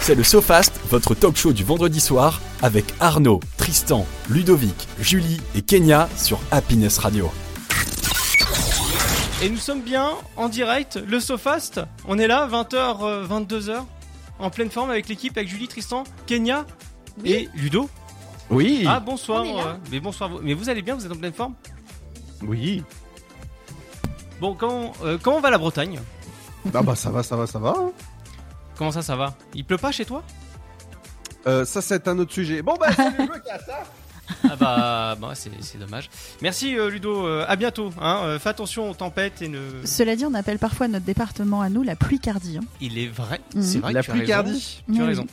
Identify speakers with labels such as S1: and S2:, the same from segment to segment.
S1: C'est le SoFast, votre talk show du vendredi soir, avec Arnaud, Tristan, Ludovic, Julie et Kenya sur Happiness Radio.
S2: Et nous sommes bien en direct, le SoFast. On est là, 20h, euh, 22h, en pleine forme avec l'équipe, avec Julie, Tristan, Kenya
S3: Oui.
S2: et Ludo.
S4: Oui,
S2: Ah
S3: On
S2: bonsoir,
S3: est là.
S2: euh, mais bonsoir. vous- Mais vous allez bien, vous êtes en pleine forme
S4: oui.
S2: Bon, comment, euh, comment va la Bretagne
S4: Ah bah ça va, ça va, ça va. hein.
S2: Comment ça, ça va Il pleut pas chez toi
S4: Euh, ça c'est un autre sujet. Bon bah salut Lucas. hein.
S2: Ah bah, bah, c'est c'est dommage. Merci euh, Ludo, euh, à bientôt. Hein, Euh, fais attention aux tempêtes et ne...
S5: Cela dit, on appelle parfois notre département à nous la pluie cardie.
S2: Il est vrai,
S5: Mhm.
S2: c'est vrai
S4: La
S2: que tu as
S4: pluie
S2: raison.
S4: cardie.
S2: Tu as
S5: Oui.
S2: raison.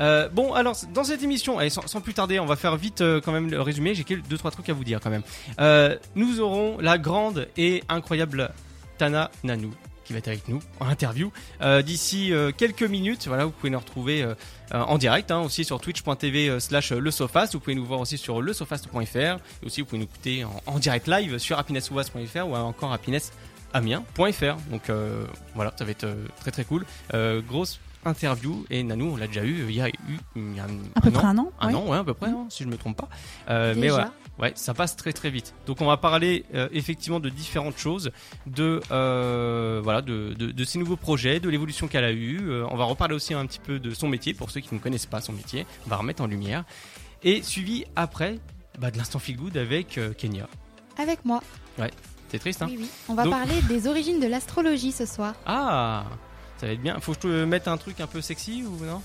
S2: Euh, bon, alors, dans cette émission, allez, sans, sans plus tarder, on va faire vite euh, quand même le résumé. J'ai quelques- deux, trois trucs à vous dire quand même. Euh, nous aurons la grande et incroyable Tana Nanou qui va être avec nous en interview euh, d'ici euh, quelques minutes. Voilà, vous pouvez nous retrouver euh, euh, en direct hein, aussi sur twitch.tv euh, slash le sofast. Vous pouvez nous voir aussi sur lesofast.fr et aussi vous pouvez nous écouter en, en direct live sur happinessouas.fr ou encore happinessamiens.fr. Donc euh, voilà, ça va être euh, très très cool. Euh, grosse interview et Nanou, on l'a déjà eu euh, il y a eu il y a un,
S5: À peu
S2: an.
S5: près un an.
S2: Un
S5: ouais.
S2: an, ouais, à peu près,
S5: Mhm.
S2: hein, si je me trompe pas. Euh, mais
S3: Déjà.
S2: voilà. Ouais, ça passe très très vite. Donc on va parler euh, effectivement de différentes choses, de euh, voilà, de, de, de ses nouveaux projets, de l'évolution qu'elle a eue. Euh, on va reparler aussi un petit peu de son métier pour ceux qui ne connaissent pas son métier. On va remettre en lumière et suivi après bah, de l'instant feel good avec euh, Kenya.
S3: Avec moi.
S2: C'est triste, hein
S3: Oui, oui. On va
S2: Donc-
S3: parler des origines de l'astrologie ce soir.
S2: Ah, ça va être bien. Faut que je te mette un truc un peu sexy ou non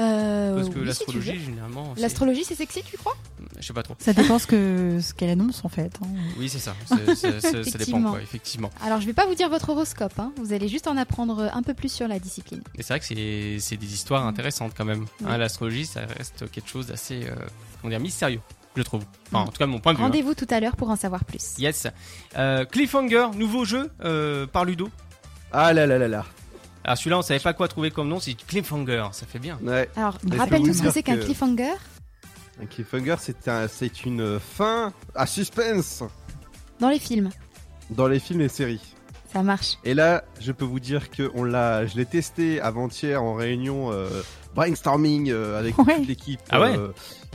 S3: Euh,
S2: Parce
S3: oui,
S2: que
S3: si tu
S2: l'astrologie
S3: veux.
S2: généralement, c'est-
S3: L'astrologie, c'est sexy, tu crois
S2: je sais pas trop.
S5: Ça dépend ce que- ce qu'elle annonce en fait. hein.
S2: Oui, c'est ça. C'est- c'est- c'est- ça dépend
S3: Effectivement.
S2: quoi, effectivement.
S3: Alors, je vais pas vous dire votre horoscope, hein. vous allez juste en apprendre un peu plus sur la discipline.
S2: Et c'est vrai que c'est- c'est des
S3: Mm.
S2: histoires intéressantes quand même.
S3: Oui.
S2: Hein, L'astrologie, ça reste quelque chose d'assez euh, comment dire, mystérieux, je trouve. Enfin, en tout cas, de mon point de vue. hein.
S3: Mm. Rendez-vous tout à l'heure pour en savoir plus.
S2: Yes. Euh, Cliffhanger, nouveau jeu euh, par Ludo.
S4: Ah là là là là.
S2: Alors celui-là, on savait pas quoi trouver comme nom. C'est Cliffhanger, ça fait bien.
S4: Ouais.
S3: Alors,
S5: Bah,
S4: que
S3: rappelle-nous
S4: vous
S3: ce que
S4: dire
S3: c'est qu'un
S4: que-
S3: cliffhanger
S4: Un cliffhanger c'est un, c'est une euh, fin à suspense
S3: dans les films.
S4: dans les films et séries.
S3: Ça marche.
S4: Et là je peux vous dire que on l'a, je l'ai testé avant-hier en réunion euh, brainstorming euh, avec
S5: Ouais.
S4: toute l'équipe.
S2: Ah ouais
S4: euh,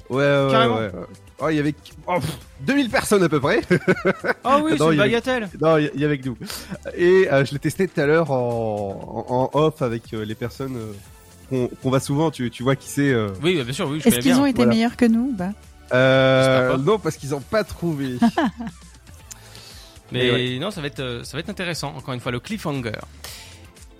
S4: ouais, ouais,
S2: Carrément.
S4: ouais, ouais. Oh, il y avait oh, pff, 2000 personnes à peu près.
S2: Ah oui,
S4: Non,
S2: c'est une
S4: il y a-
S2: bagatelle.
S4: Non, il y- il y avec nous. Et euh, je l'ai testé tout à l'heure en, en- en off avec euh, les personnes euh, qu'on qu'on va souvent. Tu, tu vois qui c'est euh.
S2: Oui, bah, bien sûr, oui, je
S5: Est-ce
S2: connais
S5: qu'ils
S2: bien.
S5: ont été
S4: Voilà.
S5: meilleurs que nous Bah,
S4: Euh,
S2: J'espère pas.
S4: Non, parce qu'ils n'ont pas trouvé.
S2: Mais
S4: Mais
S2: non, ça va être euh, ça va être intéressant. Encore une fois, le Cliffhanger.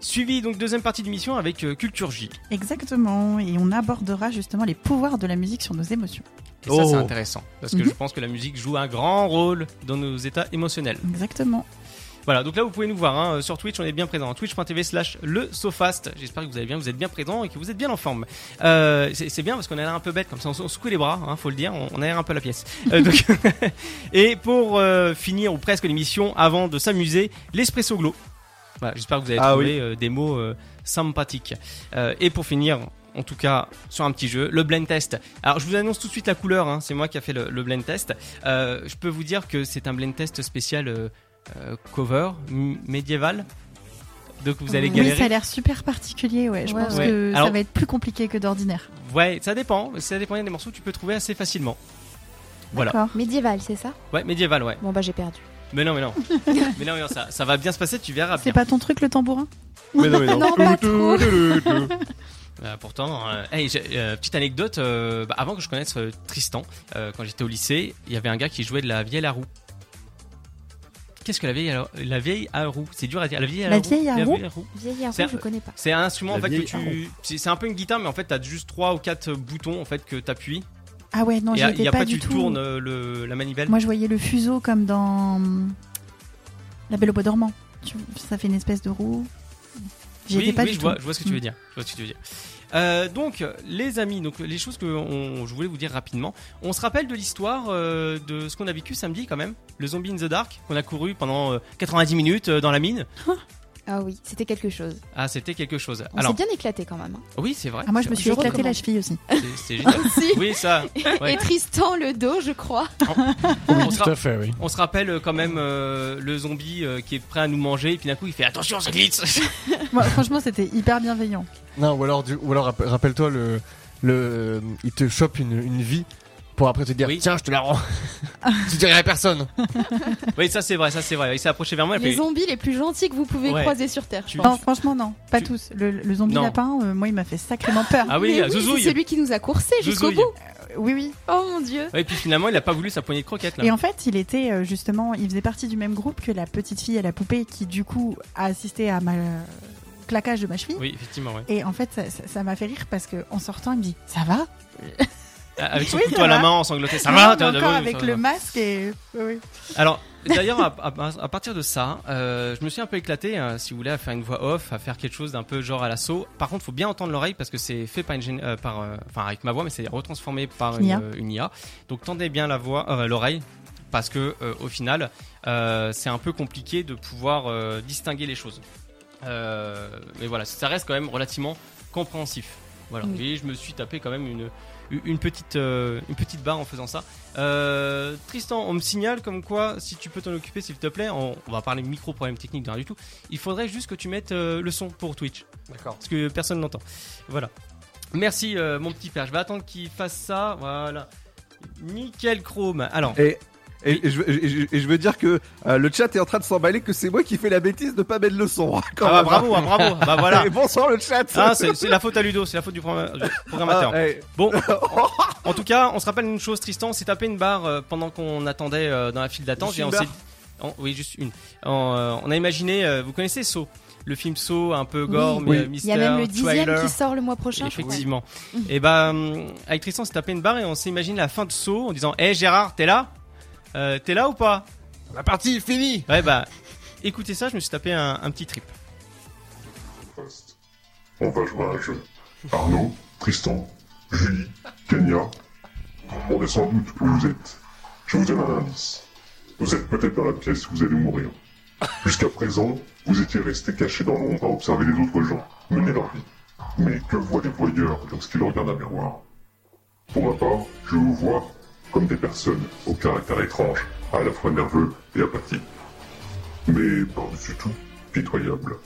S2: Suivi donc deuxième partie d'émission avec euh, Culture J.
S5: Exactement. Et on abordera justement les pouvoirs de la musique sur nos émotions.
S2: Et ça, c'est
S4: Oh.
S2: intéressant parce que
S5: Mhm.
S2: je pense que la musique joue un grand rôle dans nos états émotionnels.
S5: Exactement.
S2: Voilà, donc là vous pouvez nous voir hein, sur Twitch, on est bien présent. Twitch.tv slash le Sofast. J'espère que vous allez bien, vous êtes bien présent et que vous êtes bien en forme. Euh, c'est c'est bien parce qu'on a l'air un peu bête comme ça, on, se- on secoue les bras, hein, faut le dire, on, on aère un peu la pièce. Euh, donc- et pour euh, finir ou presque l'émission, avant de s'amuser, l'espresso glow. Voilà, J'espère que vous avez
S4: Ah
S2: trouvé euh, des mots euh, sympathiques. Euh, et pour finir, en tout cas sur un petit jeu, le blend test. Alors je vous annonce tout de suite la couleur, hein, c'est moi qui a fait le, le blend test. Euh, je peux vous dire que c'est un blend test spécial euh, euh, cover m- médiéval. Donc vous allez
S3: Oui,
S5: Oui, ça a
S2: galérer.
S5: l'air super particulier. Ouais, je
S3: Ouais,
S5: pense
S2: ouais.
S5: que
S2: Alors-
S5: ça va être plus compliqué que d'ordinaire.
S2: ouais, ça dépend. Ça dépend il y a des morceaux que tu peux trouver assez facilement. Voilà.
S5: D'accord.
S3: Médiéval, c'est ça
S2: Ouais, médiéval, ouais.
S3: Bon, bah, j'ai perdu.
S2: Mais non, mais non. mais non, mais non, ça, ça va bien se passer, tu verras
S5: C'est
S2: bien.
S5: pas ton truc le tambourin
S4: Mais non, mais non.
S3: Non, pas trop.
S2: Euh, pourtant, euh, hey, j'ai- euh, petite anecdote, euh, bah, avant que je connaisse euh, Tristan, euh, quand j'étais au lycée, il y avait un gars qui jouait de la vieille à roue. Qu'est-ce que la vieille à la, la vieille à roue C'est dur à dire. La vieille à
S5: La vieille à roue
S2: vieille à roue.
S3: Vieille Arrow,
S2: C'est-
S3: je connais pas.
S2: C'est un instrument en
S4: La
S2: fait, que
S4: vieille à
S2: tu. C'est c'est un peu une guitare, mais en fait, t'as juste trois ou quatre boutons en fait que t'appuies.
S5: Ah ouais, non,
S2: et,
S5: j'y
S2: a-
S5: étais
S2: et
S5: pas
S2: après,
S5: du
S2: tu
S5: tout.
S2: tournes euh, le, la manivelle.
S5: Moi, je voyais le fuseau comme dans hum, La Belle au Bois dormant. Tu- Ça fait une espèce de roue. J'y
S2: oui,
S5: étais pas
S2: oui,
S5: du
S2: je
S5: tout.
S2: vois, je vois ce que tu
S5: Mm.
S2: veux dire. Je vois ce que tu veux dire. Euh, donc, les amis, donc les choses que on- je voulais vous dire rapidement. On se rappelle de l'histoire euh, de ce qu'on a vécu samedi quand même, le Zombie in the Dark qu'on a couru pendant euh, 90 minutes euh, dans la mine.
S3: Ah oui, c'était quelque chose.
S2: Ah, c'était quelque chose.
S3: On
S2: Alors,
S3: s'est bien éclaté quand même. hein.
S2: oui, c'est vrai.
S5: Ah, moi, je me suis
S3: Je
S5: éclaté la
S3: recommande.
S5: cheville aussi.
S2: C'est- C'est génial.
S3: Aussi.
S2: Oui, ça. Ouais. Oh.
S3: Et Tristan le dos, je crois.
S2: On se,
S6: Tout
S2: ra-
S6: à fait, oui.
S2: on se rappelle quand même euh, le zombie euh, qui est prêt à nous manger et puis d'un coup il fait attention, ça glisse.
S5: Moi, franchement, c'était hyper bienveillant.
S6: Non, ou alors, du- ou alors rapp- rappelle-toi, le, le, il te chope une, une vie pour après te dire
S2: Oui.
S6: Tiens, je te la rends. tu dirais à personne.
S2: oui, ça c'est vrai, ça c'est vrai. Il s'est approché vers moi. il
S3: Les
S2: fait-
S3: zombies les plus gentils que vous pouvez
S2: Ah, Ouais.
S3: croiser sur Terre. je
S2: Tu-
S3: pense.
S5: Non, franchement, non. Pas
S2: Tu-
S5: tous. Le, le zombie
S2: Non.
S5: lapin, euh, moi, il m'a fait sacrément peur. Euh,
S2: Ah oui,
S3: Mais
S2: euh,
S3: c'est
S2: zouzouille.
S3: celui qui nous a coursé jusqu'au
S2: Zouzouille.
S3: bout.
S5: Oui, oui.
S3: Oh mon dieu.
S2: Ouais, et puis finalement il a pas voulu sa poignée de croquettes là.
S5: Et en fait, il était euh, justement, il faisait partie du même groupe que la petite fille à la poupée qui, du coup, a assisté à ma au claquage de ma cheville.
S2: Oui, effectivement, ouais.
S5: Et en fait, ça- ça ça m'a fait rire parce que en sortant, il me dit Ça va
S2: Ah, Avec son
S5: Oui,
S2: couteau
S5: ça
S2: à la
S5: va.
S2: main, en sangloté, ça
S5: Non,
S2: va.
S5: mais
S2: t'as-
S5: encore
S2: oui,
S5: avec
S2: ça
S5: le
S2: va.
S5: masque et. oui, oui.
S2: Alors, d'ailleurs, à, à- à partir de ça, euh, je me suis un peu éclaté, hein, si vous voulez, à faire une voix off, à faire quelque chose d'un peu genre à l'assaut. Par contre, faut bien entendre l'oreille parce que c'est fait par une, gén- euh, par, euh, enfin avec ma voix, mais c'est retransformé par une,
S5: Une IA.
S2: euh, une IA. Donc, tendez bien la voix, euh, l'oreille, parce que euh, au final, euh, c'est un peu compliqué de pouvoir euh, distinguer les choses. Euh, mais voilà, ça reste quand même relativement compréhensif. Voilà.
S3: Oui.
S2: Et je me suis tapé quand même une une petite euh, une petite barre en faisant ça. Euh, Tristan, on me signale comme quoi, si tu peux t'en occuper, s'il te plaît, on, on va parler micro problème technique de rien du tout. Il faudrait juste que tu mettes euh, le son pour Twitch,
S6: D'accord.
S2: parce que personne n'entend. Voilà. Merci euh, mon petit père. Je vais attendre qu'il fasse ça. Voilà. Nickel Chrome. Alors,
S4: Et, et, et je, et je- et je veux dire que euh, le chat est en train de s'emballer que c'est moi qui fais la bêtise de pas mettre le son. hein, quand
S2: ah bah,
S4: même.
S2: bravo, ah, bravo. Bah voilà.
S4: Et bonsoir le chat.
S2: Ah, c'est c'est la faute à Ludo, c'est la faute du programme- du programmateur.
S4: Ah, eh,
S2: Bon, en tout cas, on se rappelle une chose, Tristan, on s'est tapé une barre euh, pendant qu'on attendait euh, dans la file d'attente.
S4: Juste
S2: et
S4: une
S2: on
S4: barre
S2: s'est- on- oui, juste une. En, euh, on a imaginé, euh, vous connaissez Saw Le film Saw, un peu gore,
S3: Oui.
S2: mais euh,
S3: Il y a même le
S2: mystère,
S3: dixième
S2: thriller.
S3: qui sort le mois prochain. je crois.
S2: Effectivement.
S3: Ouais.
S2: Et bah, hum, avec Tristan, on s'est tapé une barre et on s'est imaginé la fin de Saw en disant Hé Gérard, t'es là Euh, T'es là ou pas
S6: La partie est finie.
S2: Ouais, bah, écoutez ça, je me suis tapé un, un petit trip.
S7: podcast. On va jouer à un jeu. Arnaud, Tristan, Julie, Kenya. On est sans doute où vous êtes. Je vous donne un indice. Vous êtes peut-être dans la pièce où vous allez mourir. Jusqu'à présent, vous étiez resté caché dans l'ombre à observer les autres gens, mener leur vie. Mais que voient les voyeurs lorsqu'ils regardent un miroir Pour ma part, je vous vois comme des personnes au caractère étrange, à la fois nerveux et apathiques. Mais par-dessus tout, pitoyables.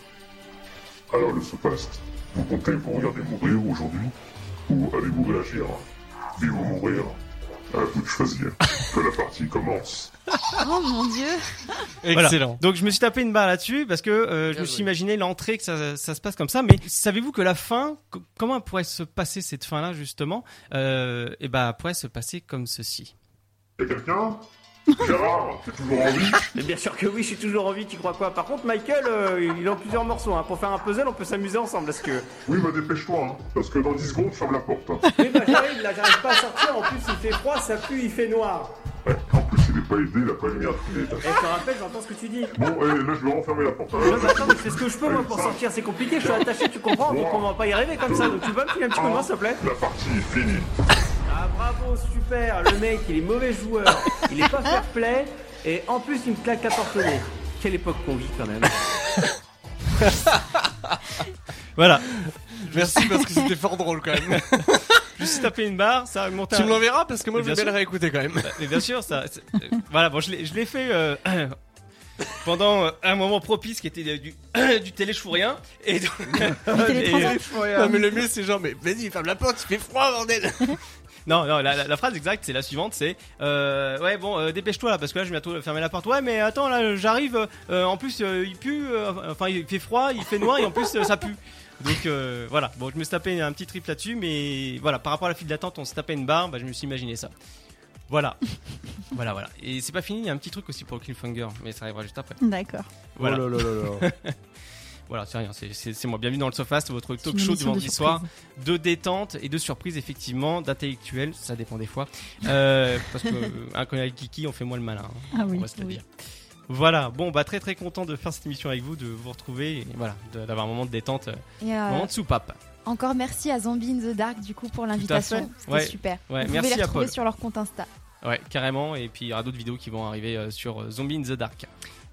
S7: Alors le Sopast, vous comptez vous regarder mourir aujourd'hui Ou allez-vous réagir Vivre ou mourir À vous de choisir. Que la partie commence.
S3: Oh mon dieu.
S2: Voilà. Donc je me suis tapé une barre là-dessus parce que euh, je
S6: Bien
S2: me
S6: joué.
S2: suis imaginé l'entrée que ça, ça se passe comme ça. Mais savez-vous que la fin, co- comment elle pourrait se passer cette fin-là justement euh, Et ben elle pourrait se passer comme ceci.
S7: Y'a quelqu'un Gérard, t'es toujours en vie
S8: Mais bien sûr que oui, je suis toujours en vie, tu crois quoi Par contre, Michael, euh, il est en plusieurs morceaux. hein. Pour faire un puzzle, on peut s'amuser ensemble. Parce que.
S7: Oui, bah dépêche-toi, hein, parce que dans 10 secondes, ferme la porte. hein.
S8: Oui, bah j'arrive, là, j'arrive pas à sortir. En plus, il fait froid, ça pue, il fait noir.
S7: Ouais, en plus, il est pas aidé, il a pas lumière tous les étages.
S8: Et je te rappelle, j'entends ce que tu dis.
S7: Bon, eh, là, je vais renfermer la porte. hein.
S8: Non, mais attends, mais je fais ce que je peux, moi, pour sortir. C'est compliqué, je suis attaché, tu comprends Donc, on va pas y arriver comme ça. Donc, tu peux me filer un petit coup de main, s'il te plaît
S7: La partie est finie.
S8: Ah, bravo, super. Le mec, il est mauvais joueur. Il est pas fair play. Et en plus, il me claque la porte au nez. Quelle époque qu'on vit, quand même.
S2: Voilà.
S6: Merci parce que c'était fort drôle quand même.
S2: Je me suis tapé une barre, ça a monté.
S6: tu
S2: un-
S6: me l'enverras parce que moi, je
S2: Bien
S6: vais le
S2: sûr.
S6: réécouter quand même.
S2: Mais bien sûr, ça. c'est- euh, voilà. Bon, je l'ai je l'ai fait. euh, Pendant euh, un moment propice qui était euh, du, du téléchourien et, donc- et, euh,
S6: Non, mais le mieux, c'est genre, mais vas-y, ferme la porte, il fait froid, bordel.
S2: Non, non, la, la- la phrase exacte, c'est la suivante, c'est euh, ouais bon, euh, dépêche-toi là parce que là je vais bientôt fermer la porte. Ouais, mais attends là, j'arrive. euh, en plus, euh, il pue. euh, enfin, il fait froid, il fait noir et en plus euh, ça pue. Donc euh, voilà. Bon, je me suis tapé un petit trip là-dessus, mais voilà, par rapport à la file d'attente, on se tapait une barre. Bah, je me suis imaginé ça. Voilà, voilà, voilà. Et c'est pas fini. Il y a un petit truc aussi pour le cliffhanger, mais ça arrivera juste après.
S5: D'accord.
S2: Voilà,
S4: Oh là là là là.
S2: voilà, c'est rien. c'est- C'est c'est moi. Bienvenue dans le Sofast, votre
S5: C'est
S2: talk
S5: une
S2: show du
S5: émission de
S2: vendredi soir
S5: surprise.
S2: de détente et de surprise effectivement d'intellectuel ça dépend des fois Euh, parce que euh, hein, quand il y a le kiki on fait moins le malin hein.
S5: Ah oui.
S2: on va se le
S5: oui.
S2: dire voilà bon bah très très content de faire cette émission avec vous de vous retrouver et voilà de- d'avoir un moment de détente euh,
S3: Et, euh,
S2: moment de soupape
S3: encore merci à Zombie in the Dark du coup pour l'invitation. C'était
S2: Ouais.
S3: super.
S2: ouais
S3: vous pouvez
S2: merci
S3: les
S2: à
S3: retrouver
S2: Paul
S3: sur leur compte Insta.
S2: ouais carrément et puis il y aura d'autres vidéos qui vont arriver euh, sur euh, Zombie in the Dark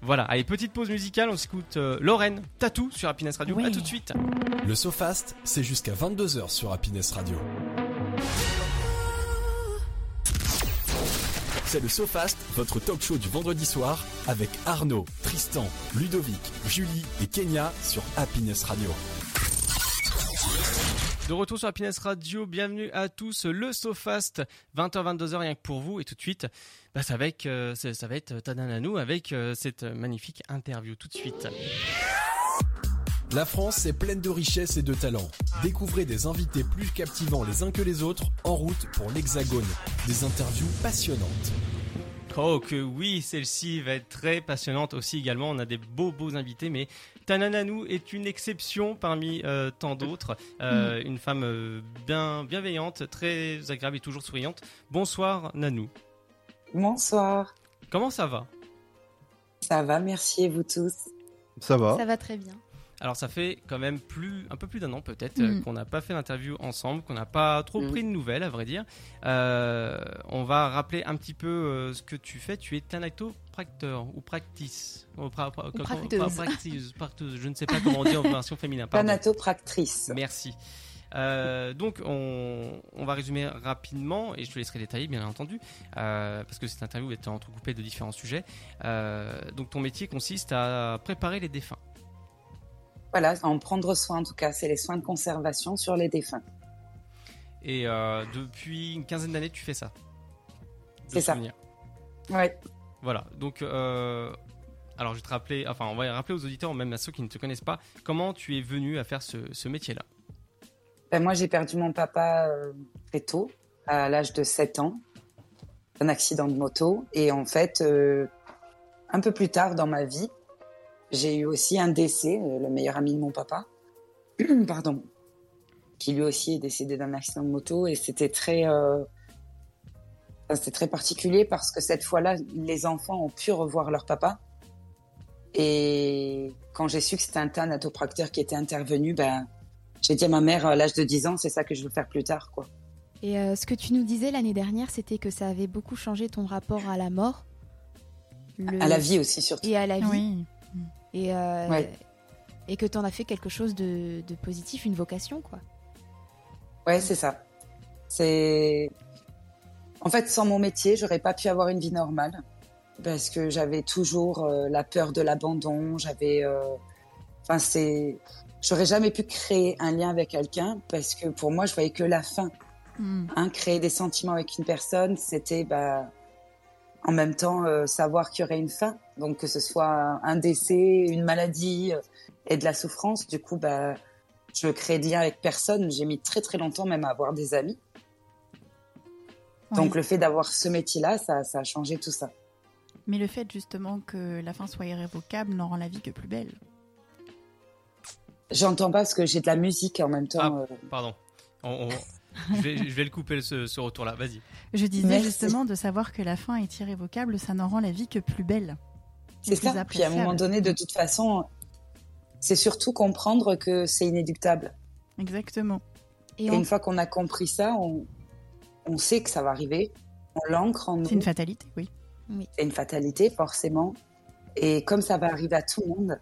S2: Voilà, allez, petite pause musicale, on s'écoute euh, Lorraine Tatou sur Happiness Radio.
S5: Oui.
S2: À tout de suite.
S1: Le SoFast, c'est jusqu'à 22h sur Happiness Radio. C'est le SoFast, votre talk show du vendredi soir avec Arnaud, Tristan, Ludovic, Julie et Kenya sur Happiness Radio.
S2: De retour sur Happiness Radio, bienvenue à tous, le SoFast, 20h-22h rien que pour vous, et tout de suite, bah, ça, va être, euh, ça ça va être Tadananou avec euh, cette magnifique interview, tout de suite.
S1: La France est pleine de richesses et de talents. Découvrez des invités plus captivants les uns que les autres en route pour l'Hexagone. Des interviews passionnantes.
S2: Oh que oui, celle-ci va être très passionnante aussi également. On a des beaux beaux invités, mais Tanananou est une exception parmi euh, tant d'autres. Euh, Une femme euh, bien bienveillante, très agréable et toujours souriante. Bonsoir Nanou.
S9: Bonsoir.
S2: Comment ça va
S9: Ça va, merci et vous tous.
S4: Ça va.
S3: Ça va très bien.
S2: Alors ça fait quand même plus un peu plus d'un an peut-être
S3: Mm.
S2: euh, qu'on n'a pas fait l'interview ensemble, qu'on n'a pas trop
S9: Mm.
S2: pris de nouvelles à vrai dire. Euh, on va rappeler un petit peu euh, ce que tu fais. Tu es tanactopracteur ou practice ou, pra- pra- pra-
S3: practeuse.
S2: practice, practeuse. Je ne sais pas comment on dit en version féminin. pardon.
S9: Thanatopractrice.
S2: Merci. Euh, donc on, on va résumer rapidement et je te laisserai détailler bien entendu euh, parce que cette interview est entrecoupée de différents sujets. Euh, donc ton métier consiste à préparer les défunts.
S9: Voilà, en prendre soin en tout cas, c'est les soins de conservation sur les défunts.
S2: Et euh, depuis une quinzaine d'années, tu fais ça. De
S9: C'est ça.
S2: souvenir.
S9: Ouais.
S2: Voilà. Donc, euh, alors je vais te rappeler, enfin, on va rappeler aux auditeurs, même à ceux qui ne te connaissent pas, comment tu es venu à faire ce, ce métier-là.
S9: Ben, moi, j'ai perdu mon papa euh, très tôt, à l'âge de 7 ans, d'un accident de moto. Et en fait, euh, un peu plus tard dans ma vie, j'ai eu aussi un décès, euh, le meilleur ami de mon papa, pardon, qui lui aussi est décédé d'un accident de moto. Et c'était très, euh, enfin, c'était très particulier parce que cette fois-là, les enfants ont pu revoir leur papa. Et quand j'ai su que c'était un thanatopracteur qui était intervenu, ben, j'ai dit à ma mère, à l'âge de 10 ans, c'est ça que je veux faire plus tard, quoi.
S3: Et euh, ce que tu nous disais l'année dernière, c'était que ça avait beaucoup changé ton rapport à la mort. Le-
S9: À la vie aussi, surtout.
S3: Et à la vie.
S5: Oui.
S3: Et, euh,
S9: Ouais.
S3: et que t'en as fait quelque chose de, de positif, une vocation, quoi.
S9: Ouais, c'est ça. C'est. En fait, sans mon métier, j'aurais pas pu avoir une vie normale. Parce que j'avais toujours euh, la peur de l'abandon. J'avais. euh, Enfin, c'est. J'aurais jamais pu créer un lien avec quelqu'un parce que pour moi, je voyais que la fin.
S5: Mm.
S9: hein, créer des sentiments avec une personne, c'était bah, en même temps euh, savoir qu'il y aurait une fin. Donc que ce soit un décès, une maladie euh, et de la souffrance, du coup, bah, je crée de lien avec personne. J'ai mis très très longtemps même à avoir des amis. Donc
S5: Oui.
S9: le fait d'avoir ce métier-là, ça, ça a changé tout ça.
S5: Mais le fait justement que la fin soit irrévocable n'en rend la vie que plus belle.
S9: J'entends pas parce que j'ai de la musique en même temps.
S2: Ah.
S9: euh,
S2: Pardon. On- on- je, vais, je vais le couper ce, ce retour-là. Vas-y.
S5: Je disais
S9: Merci.
S5: justement de savoir que la fin est irrévocable, ça n'en rend la vie que plus belle.
S9: C'est
S5: plus
S9: ça. Puis à un moment
S5: appréciable.
S9: donné, de toute façon, c'est surtout comprendre que c'est inéluctable.
S5: Exactement.
S3: Et,
S9: Et
S3: on-
S9: une fois qu'on a compris ça, on, on sait que ça va arriver. On l'ancre en nous.
S5: C'est une fatalité, oui.
S9: c'est une fatalité forcément. Et comme ça va arriver à tout le monde,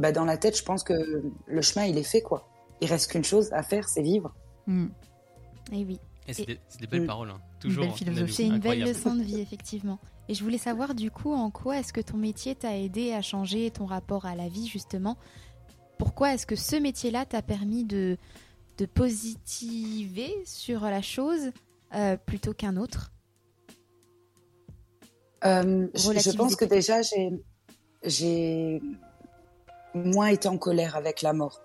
S9: bah dans la tête, je pense que le chemin il est fait quoi. Il reste qu'une chose à faire, c'est vivre.
S5: Mm.
S3: eh oui.
S2: Et c'est des, c'est des belles
S9: Mm.
S2: paroles. hein. Toujours.
S5: belle philosophie.
S3: C'est une belle
S2: Incroyable.
S3: leçon de vie, effectivement. Et je voulais savoir, du coup, en quoi est-ce que ton métier t'a aidé à changer ton rapport à la vie, justement Pourquoi est-ce que ce métier-là t'a permis de, de positiver sur la chose euh, plutôt qu'un autre
S9: Euh, je, je
S3: Relativiser.
S9: pense que déjà j'ai j'ai moins été en colère avec la mort,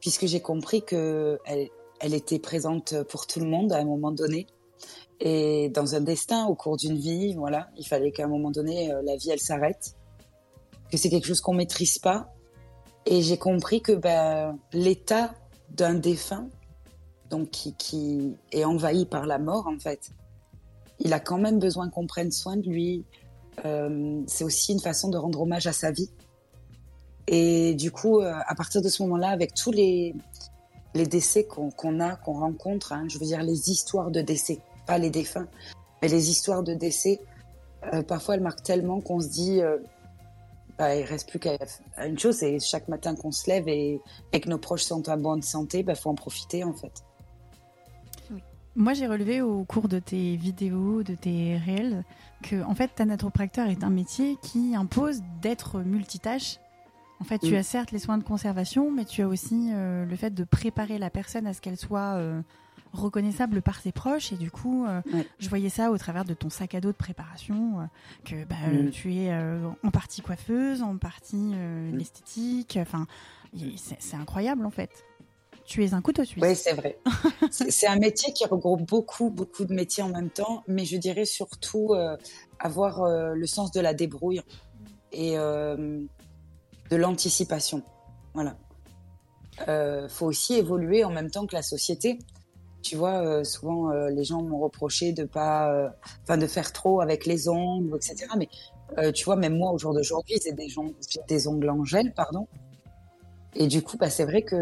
S9: puisque j'ai compris que elle, elle était présente pour tout le monde à un moment donné. Et dans un destin, au cours d'une vie, voilà, il fallait qu'à un moment donné, euh, la vie, elle s'arrête, que c'est quelque chose qu'on maîtrise pas. Et j'ai compris que ben, l'état d'un défunt, donc qui, qui est envahi par la mort, en fait, il a quand même besoin qu'on prenne soin de lui. Euh, c'est aussi une façon de rendre hommage à sa vie. Et du coup, euh, à partir de ce moment-là, avec tous les, les décès qu'on qu'on a, qu'on rencontre, hein, je veux dire les histoires de décès, pas les défunts, mais les histoires de décès, euh, parfois elles marquent tellement qu'on se dit, euh, bah, il reste plus qu'à à une chose, c'est chaque matin qu'on se lève et, et que nos proches sont en bonne santé, il faut en profiter en fait.
S5: Moi, j'ai relevé au cours de tes vidéos, de tes réels, que en fait, thanatopracteur est un métier qui impose d'être multitâche. En fait, tu
S9: Mm.
S5: as certes les soins de conservation, mais tu as aussi euh, le fait de préparer la personne à ce qu'elle soit euh, reconnaissable par ses proches. Et du coup, euh,
S9: Ouais.
S5: je voyais ça au travers de ton sac à dos de préparation, euh, que bah,
S9: Mm.
S5: euh, tu es euh, en partie coiffeuse, en partie euh,
S9: Mm.
S5: l'esthétique. Enfin, y- c'est c'est incroyable en fait. Tu es un couteau suisse.
S9: Oui, c'est vrai. C'est c'est un métier qui regroupe beaucoup, beaucoup de métiers en même temps, mais je dirais surtout euh, avoir euh, le sens de la débrouille et euh, de l'anticipation. Voilà. Euh, faut aussi évoluer en même temps que la société. Tu vois, euh, souvent euh, les gens m'ont reproché de pas, euh, enfin de faire trop avec les ongles, etc. Mais euh, tu vois, même moi au jour d'aujourd'hui, j'ai des, ongles- j'ai des ongles en gel, pardon. Et du coup, bah, c'est vrai que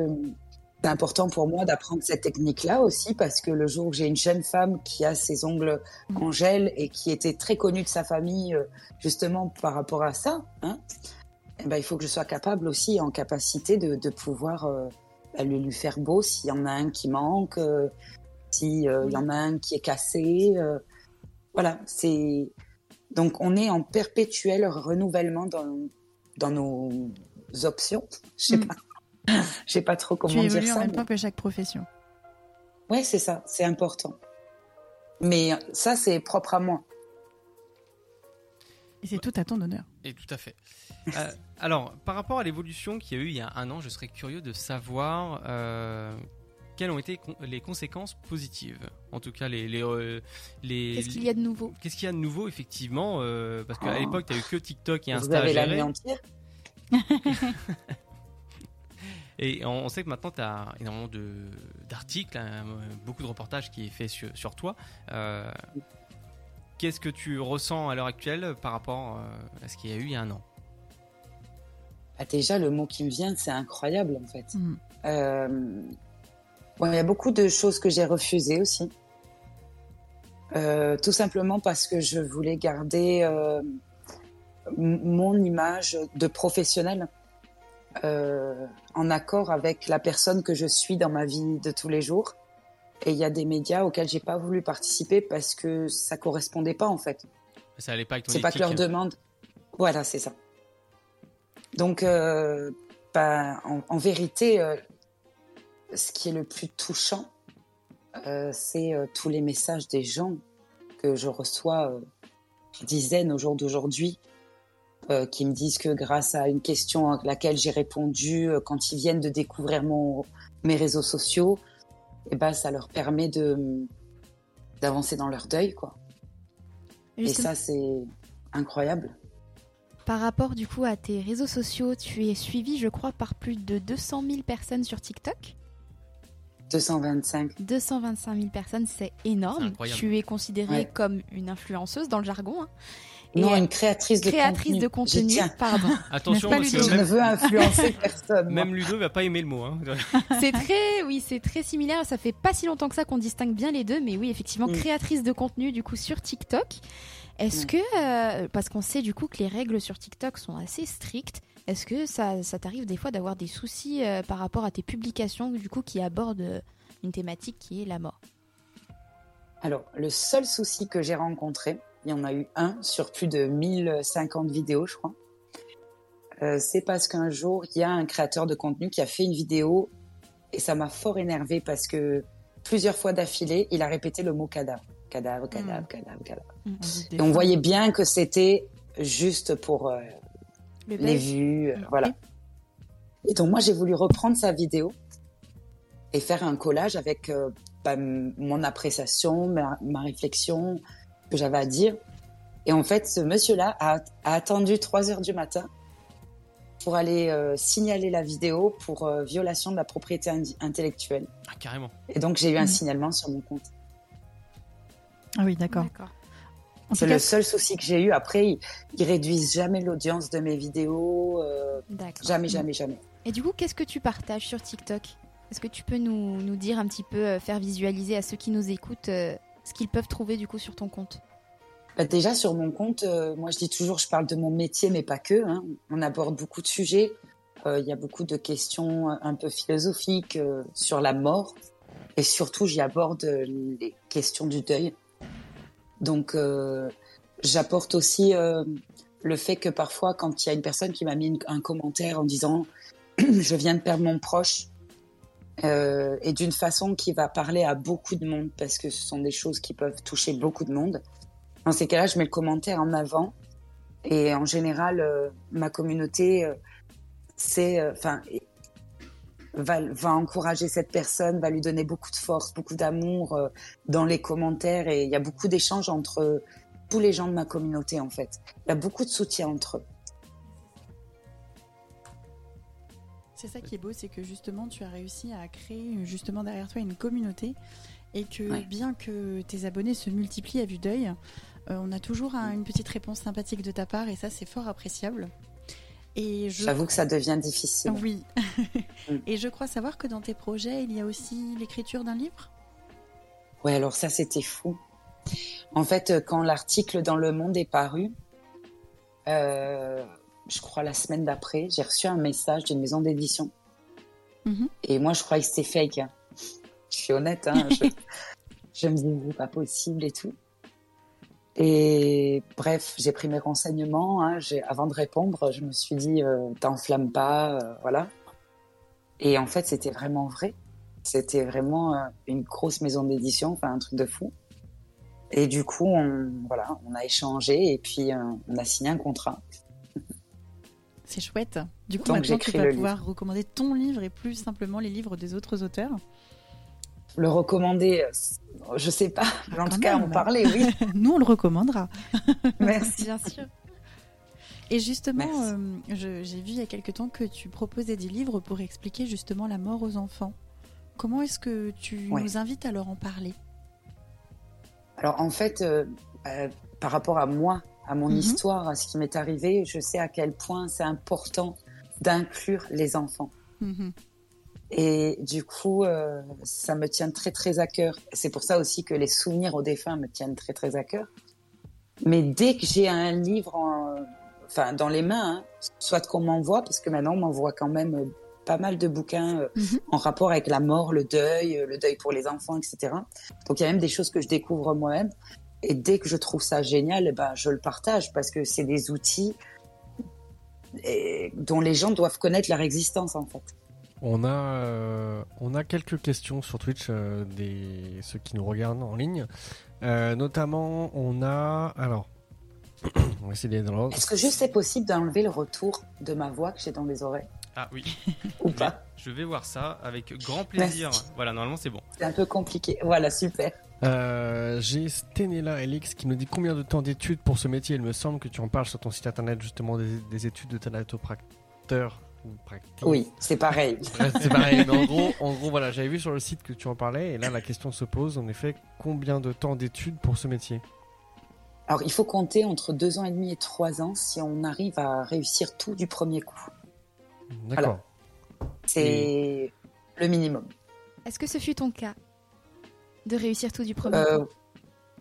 S9: c'est important pour moi d'apprendre cette technique-là aussi parce que le jour où j'ai une jeune femme qui a ses ongles
S5: Mm.
S9: en gel et qui était très connue de sa famille euh, justement par rapport à ça, hein, eh ben, il faut que je sois capable aussi, en capacité de, de pouvoir euh, bah, lui, lui faire beau s'il y en a un qui manque, euh, s'il y en a un qui est cassé. euh, voilà, c'est... Donc on est en perpétuel renouvellement dans, dans nos options. Je sais
S5: Mm.
S9: pas. Je sais pas trop
S5: tu
S9: comment dire
S5: évolues
S9: ça.
S5: en même
S9: mais-
S5: temps que chaque profession.
S9: Ouais, c'est ça, c'est important. Mais ça, c'est propre à moi.
S5: Et c'est tout à ton honneur.
S2: Et tout à fait. Euh, alors, par rapport à l'évolution qu'il y a eu il y a un an, je serais curieux de savoir euh, quelles ont été con- les conséquences positives. En tout cas, les. les, euh, les-
S3: Qu'est-ce qu'il y a de nouveau
S2: Qu'est-ce qu'il y a de nouveau, effectivement euh, Parce qu'à
S9: Oh.
S2: l'époque, tu eu que TikTok et
S9: Vous
S2: Insta à
S9: avez l'année
S2: gérer.
S9: entière.
S2: Et on on sait que maintenant, tu as énormément de- d'articles, hein, beaucoup de reportages qui est fait sur, sur toi. Euh, Qu'est-ce que tu ressens à l'heure actuelle par rapport euh, à ce qu'il y a eu il y a un an
S9: Bah, déjà, le mot qui me vient, c'est incroyable, en fait.
S5: Mm.
S9: Euh, bon, il y a beaucoup de choses que j'ai refusées aussi. Euh, tout simplement parce que je voulais garder euh, m- mon image de professionnelle euh, en accord avec la personne que je suis dans ma vie de tous les jours. Et il y a des médias auxquels j'ai pas voulu participer parce que ça correspondait pas en fait.
S2: Ça allait pas avec ton
S9: C'est pas que
S2: éthique.
S9: leur
S2: hein.
S9: demande. Voilà, c'est ça. Donc, euh, bah, en, en vérité, euh, ce qui est le plus touchant, euh, c'est euh, tous les messages des gens que je reçois euh, par dizaines au jour d'aujourd'hui, euh, qui me disent que grâce à une question à laquelle j'ai répondu euh, quand ils viennent de découvrir mon, mes réseaux sociaux, et ben ça leur permet de d'avancer dans leur deuil, quoi.
S5: Et
S9: Et
S5: justement-
S9: ça, c'est incroyable.
S3: Par rapport du coup à tes réseaux sociaux, tu es suivi, je crois, par plus de 200 000 personnes sur TikTok.
S9: 225.
S3: 225 000 personnes, c'est énorme.
S2: incroyable.
S3: Tu es considérée
S9: Ouais.
S3: comme une influenceuse dans le jargon. hein.
S9: Non,
S3: Et
S9: une créatrice de
S3: créatrice
S9: contenu.
S3: de contenu.
S9: J'y tiens.
S3: Pardon.
S2: Attention,
S5: N'est-ce pas,
S2: parce que
S5: Ludo
S9: Je ne
S2: même,
S9: veux influencer personne. moi.
S2: même Ludo va pas aimer le mot. hein.
S3: C'est très, oui, c'est très similaire. Ça fait pas si longtemps que ça qu'on distingue bien les deux, mais oui, effectivement,
S9: Mm.
S3: créatrice de contenu du coup sur TikTok. Est-ce
S9: Ouais.
S3: que, euh, parce qu'on sait du coup que les règles sur TikTok sont assez strictes, est-ce que ça, ça t'arrive des fois d'avoir des soucis euh, par rapport à tes publications du coup qui abordent euh, une thématique qui est la mort
S9: Alors, le seul souci que j'ai rencontré, il y en a eu un sur plus de 1050 vidéos, je crois. Euh, c'est parce qu'un jour, il y a un créateur de contenu qui a fait une vidéo et ça m'a fort énervé parce que plusieurs fois d'affilée, il a répété le mot cadavre. Cadavre, cadavre, cadavre, cadavre.
S5: On dit des
S9: Et on
S5: fois-
S9: voyait bien que c'était juste pour euh,
S3: Le
S9: les
S3: buzz.
S9: vues, euh,
S5: Ok.
S9: voilà. Et donc moi j'ai voulu reprendre sa vidéo et faire un collage avec euh, bah, m- mon appréciation, ma, ma réflexion, ce que j'avais à dire. Et en fait, ce monsieur-là a, a attendu 3 heures du matin pour aller euh, signaler la vidéo pour euh, violation de la propriété indi- intellectuelle.
S2: Ah, carrément.
S9: Et donc j'ai eu un
S2: Hmm.
S5: Mhm.
S9: signalement sur mon compte.
S5: Ah oui, d'accord. En tout
S9: C'est
S5: cas,
S9: le seul souci que j'ai eu. Après, ils, ils réduisent jamais l'audience de mes vidéos. euh,
S3: D'accord.
S9: jamais, jamais, jamais.
S3: Et du coup, qu'est-ce que tu partages sur TikTok Est-ce que tu peux nous, nous dire un petit peu, euh, faire visualiser à ceux qui nous écoutent euh, ce qu'ils peuvent trouver du coup sur ton compte
S9: Bah, déjà, sur mon compte, euh, moi je dis toujours, je parle de mon métier, mais pas que. hein. On aborde beaucoup de sujets. Euh, Il y a beaucoup de questions euh, un peu philosophiques euh, sur la mort. Et surtout, j'y aborde euh, les questions du deuil. Donc, euh, j'apporte aussi euh, le fait que parfois, quand il y a une personne qui m'a mis une- un commentaire en disant Je viens de perdre mon proche, euh, et d'une façon qui va parler à beaucoup de monde, parce que ce sont des choses qui peuvent toucher beaucoup de monde. Dans ces cas-là, je mets le commentaire en avant. Et en général, euh, ma communauté, euh, c'est, enfin, va, va encourager cette personne, va lui donner beaucoup de force, beaucoup d'amour euh, dans les commentaires. Et il y a beaucoup d'échanges entre tous les gens de ma communauté, en fait. Il y a beaucoup de soutien entre eux.
S5: C'est ça qui est beau, c'est que justement tu as réussi à créer euh, justement derrière toi une communauté et que
S9: Ouais.
S5: bien que tes abonnés se multiplient à vue d'œil, euh, on a toujours un- une petite réponse sympathique de ta part et ça c'est fort appréciable. Et je
S9: J'avoue que ça devient difficile.
S5: oui.
S9: Mm.
S5: et je crois savoir que dans tes projets il y a aussi l'écriture d'un livre.
S9: Ouais, alors ça, c'était fou. En fait, euh, quand l'article dans Le Monde est paru, euh, je crois la semaine d'après, j'ai reçu un message d'une maison d'édition.
S5: Mhm.
S9: Et moi, je croyais que c'était fake. hein. Je suis honnête. hein, je, je me disais, c'est pas possible et tout. Et bref, j'ai pris mes renseignements. hein, j'ai- avant de répondre, je me suis dit, euh, t'enflamme pas, euh, voilà. Et en fait, c'était vraiment vrai. C'était vraiment euh, une grosse maison d'édition, enfin un truc de fou. Et du coup, on, voilà, on a échangé et puis euh, on a signé un contrat.
S5: C'est chouette. Du coup
S9: Donc,
S5: maintenant tu
S9: j'écris
S5: vas
S9: le
S5: pouvoir recommander ton livre et plus simplement les livres des autres auteurs.
S9: Le recommander, euh, c- je sais pas, mais en
S5: Ah, quand
S9: tout cas,
S5: même.
S9: en parler, oui.
S5: Nous on le recommandera.
S9: Merci.
S3: Bien sûr.
S5: Et justement,
S9: Merci.
S5: euh, je- j'ai vu il y a quelque temps que tu proposais des livres pour expliquer justement la mort aux enfants. Comment est-ce que tu
S9: Ouais.
S5: nous invites à leur en parler
S9: Alors en fait, euh, euh, par rapport à moi, à mon
S5: Mhm.
S9: histoire, à ce qui m'est arrivé, je sais à quel point c'est important d'inclure les enfants. Et du coup, euh, ça me tient très très à cœur. C'est pour ça aussi que les souvenirs aux défunts me tiennent très très à cœur. Mais dès que j'ai un livre, en- enfin dans les mains, hein, soit qu'on m'envoie, parce que maintenant on m'envoie quand même euh, pas mal de bouquins euh,
S5: Mhm.
S9: en rapport avec la mort, le deuil, euh, le deuil pour les enfants, etc. Donc il y a même des choses que je découvre moi-même. Et dès que je trouve ça génial, eh ben, je le partage parce que c'est des outils et- dont les gens doivent connaître leur existence en fait.
S10: On a, euh, on a quelques questions sur Twitch euh, des ceux qui nous regardent en ligne. Euh, notamment, on a alors, on va essayer d'aller dans l'ordre.
S9: Est-ce que juste c'est possible d'enlever le retour de ma voix que j'ai dans les oreilles
S2: Ah oui,
S9: ou pas
S2: je vais voir ça avec grand plaisir.
S9: Merci.
S2: Voilà, normalement c'est bon.
S9: C'est un peu compliqué. Voilà, super.
S10: Euh, J'ai Stenella Elix qui nous dit combien de temps d'études pour ce métier. Il me semble que tu en parles sur ton site internet justement des, des études de thanatopracteur. ou practice.
S9: Oui, c'est pareil.
S10: Ouais, c'est pareil. mais en gros, en gros, voilà, j'avais vu sur le site que tu en parlais et là la question se pose en effet combien de temps d'études pour ce métier.
S9: Alors, il faut compter entre deux ans et demi et trois ans si on arrive à réussir tout du premier coup.
S10: D'accord.
S9: C'est le minimum.
S3: Est-ce que ce fut ton cas de réussir tout du premier
S9: Euh,
S3: coup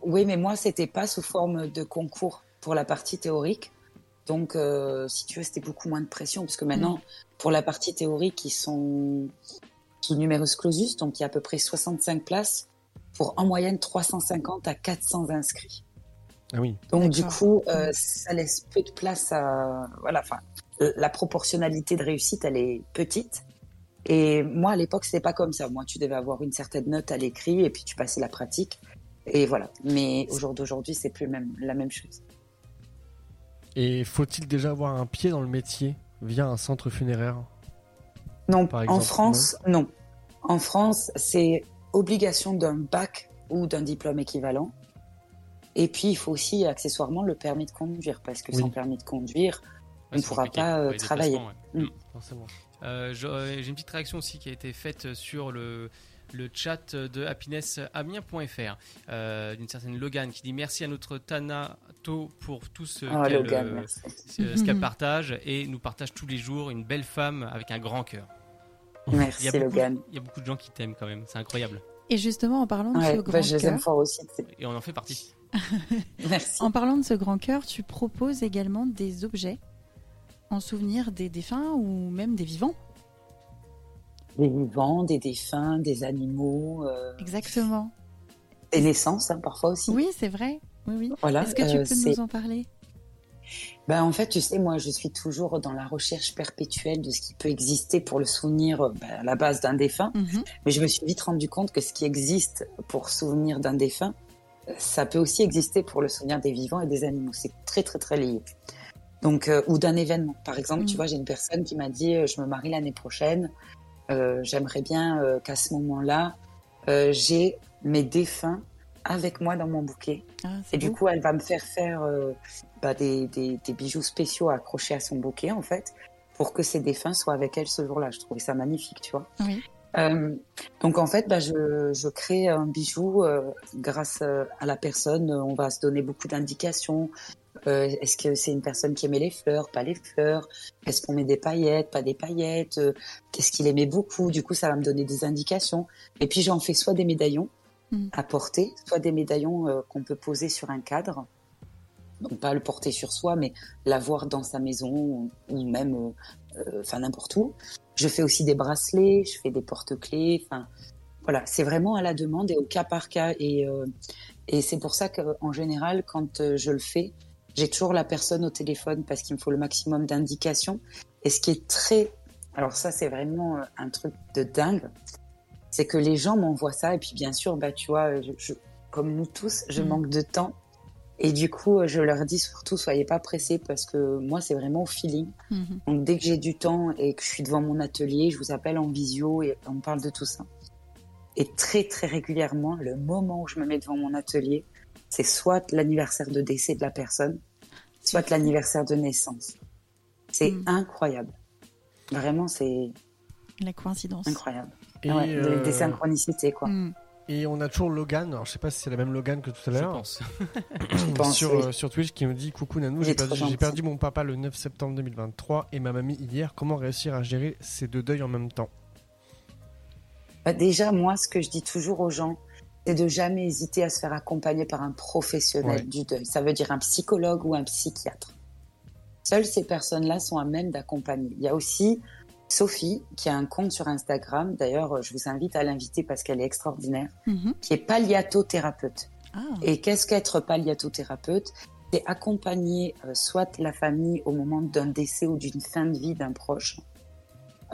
S9: oui, mais moi, c'était pas sous forme de concours pour la partie théorique. Donc, euh, si tu veux, c'était beaucoup moins de pression, parce que maintenant, pour la partie théorique, ils sont sous numerus clausus, donc il y a à peu près 65 places pour en moyenne 350 à 400 inscrits.
S10: Ah oui.
S9: Donc du
S5: D'accord.
S9: coup, euh, ça laisse peu de place à voilà. Enfin, euh, la proportionnalité de réussite, elle est petite. Et moi, à l'époque, c'était pas comme ça. Moi, tu devais avoir une certaine note à l'écrit et puis tu passais la pratique. Et voilà. Mais au jour d'aujourd'hui, c'est plus même, la même chose.
S10: Et faut-il déjà avoir un pied dans le métier via un centre funéraire
S9: Non,
S10: Par
S9: en
S10: exemple,
S9: France, non. En France, c'est obligation d'un bac ou d'un diplôme équivalent. Et puis, il faut aussi accessoirement le permis de conduire parce que
S10: Oui.
S9: sans permis de conduire, On
S2: ne
S9: ne pourra pas, euh, travailler.
S10: Forcément.
S2: Euh, je- euh, J'ai une petite réaction aussi qui a été faite sur le, le chat de happinessamiens.fr euh, d'une certaine Logan qui dit merci à notre Thanato pour tout ce
S9: Ah,
S2: qu'elle
S9: Logan,
S2: euh,
S9: merci.
S2: ce- ce qu'elle partage et nous partage tous les jours une belle femme avec un grand cœur. Il y a
S9: merci
S2: beaucoup-
S9: Logan.
S2: Il y a beaucoup de gens qui t'aiment quand même, c'est incroyable.
S5: Et justement, en parlant de
S9: Ouais,
S5: ce
S9: bah,
S5: grand
S9: je les
S5: cœur,
S9: aime fort aussi. c'est-
S2: Et on en fait partie.
S9: Merci.
S5: En parlant de ce grand cœur, tu proposes également des objets en souvenir des défunts ou même des vivants.
S9: Des vivants, des défunts, des animaux, euh,
S5: Exactement.
S9: des naissances hein, parfois aussi.
S5: Oui, c'est vrai. Oui, oui.
S9: Voilà,
S5: Est-ce que tu
S9: euh,
S5: peux
S9: c'est-
S5: nous en parler
S9: Ben, en fait, tu sais, moi, je suis toujours dans la recherche perpétuelle de ce qui peut exister pour le souvenir euh, ben, à la base d'un défunt.
S5: Mhm.
S9: Mais je me suis vite rendu compte que ce qui existe pour souvenir d'un défunt, euh, ça peut aussi exister pour le souvenir des vivants et des animaux. C'est très, très, très lié. Donc, euh, ou d'un événement. Par exemple,
S5: Mhm.
S9: tu vois, j'ai une personne qui m'a dit euh, Je me marie l'année prochaine. Euh, J'aimerais bien euh, qu'à ce moment-là, euh, j'ai mes défunts avec moi dans mon bouquet.
S5: Ah,
S9: Et
S5: c'est
S9: du
S5: beau.
S9: coup, elle va me faire faire euh, bah, des, des- des bijoux spéciaux accrochés à son bouquet, en fait, pour que ses défunts soient avec elle ce jour-là. Je trouvais ça magnifique, tu vois.
S5: Oui.
S9: Euh, donc, en fait, bah, je, je crée un bijou euh, grâce euh, à la personne. On va se donner beaucoup d'indications. Euh, Est-ce que c'est une personne qui aimait les fleurs, pas les fleurs Est-ce qu'on met des paillettes, pas des paillettes Euh, Qu'est-ce qu'il aimait beaucoup Du coup, ça va me donner des indications. Et puis, j'en fais soit des médaillons
S5: Mhm.
S11: Mm.
S9: à porter, soit des médaillons euh, qu'on peut poser sur un cadre. Donc, pas le porter sur soi, mais l'avoir dans sa maison ou, ou même, euh, euh, enfin, n'importe où. Je fais aussi des bracelets, je fais des porte-clés. Enfin, voilà, c'est vraiment à la demande et au cas par cas. Et, euh, et c'est pour ça qu'en général, quand euh, je le fais, j'ai toujours la personne au téléphone parce qu'il me faut le maximum d'indications. Et ce qui est très. Alors, ça, c'est vraiment euh, un truc de dingue. C'est que les gens m'envoient ça. Et puis, bien sûr, bah, tu vois, je- je- comme nous tous, je
S5: Mhm.
S9: manque de temps. Et du coup, euh, je leur dis surtout, soyez pas pressés parce que moi, c'est vraiment au feeling.
S5: Mhm.
S9: Donc dès que j'ai du temps et que je suis devant mon atelier, je vous appelle en visio et on parle de tout ça. Et très très régulièrement, le moment où je me mets devant mon atelier, c'est soit l'anniversaire de décès de la personne, soit l'anniversaire de naissance. C'est
S5: Mm.
S9: incroyable. Vraiment, c'est
S5: La coïncidence.
S9: incroyable.
S10: Et,
S9: Ouais, des-
S10: euh,
S9: Des synchronicités, quoi.
S3: Hmm.
S5: Mm.
S10: et on a toujours Logan, alors je sais pas si c'est la même Logan que tout à
S2: Je
S10: l'heure,
S2: pense.
S9: pense,
S10: sur,
S9: oui.
S10: euh, sur Twitch qui me dit Coucou Nanou,
S9: Il
S10: j'ai
S9: est trop
S10: perdu, j'ai
S9: gentil.
S10: perdu mon papa le 9 septembre 2023 et ma mamie hier. Comment réussir à gérer ces deux deuils en même temps
S9: Bah, déjà, moi, ce que je dis toujours aux gens, c'est de jamais hésiter à se faire accompagner par un professionnel
S10: Ouais.
S9: du deuil. Ça veut dire un psychologue ou un psychiatre. Seules ces personnes-là sont à même d'accompagner. Il y a aussi Sophie, qui a un compte sur Instagram. D'ailleurs, euh, je vous invite à l'inviter parce qu'elle est extraordinaire,
S5: Mhm.
S9: qui est palliatothérapeute.
S5: Ah,
S9: Et qu'est-ce qu'être palliatothérapeute C'est accompagner euh, soit la famille au moment d'un décès ou d'une fin de vie d'un proche,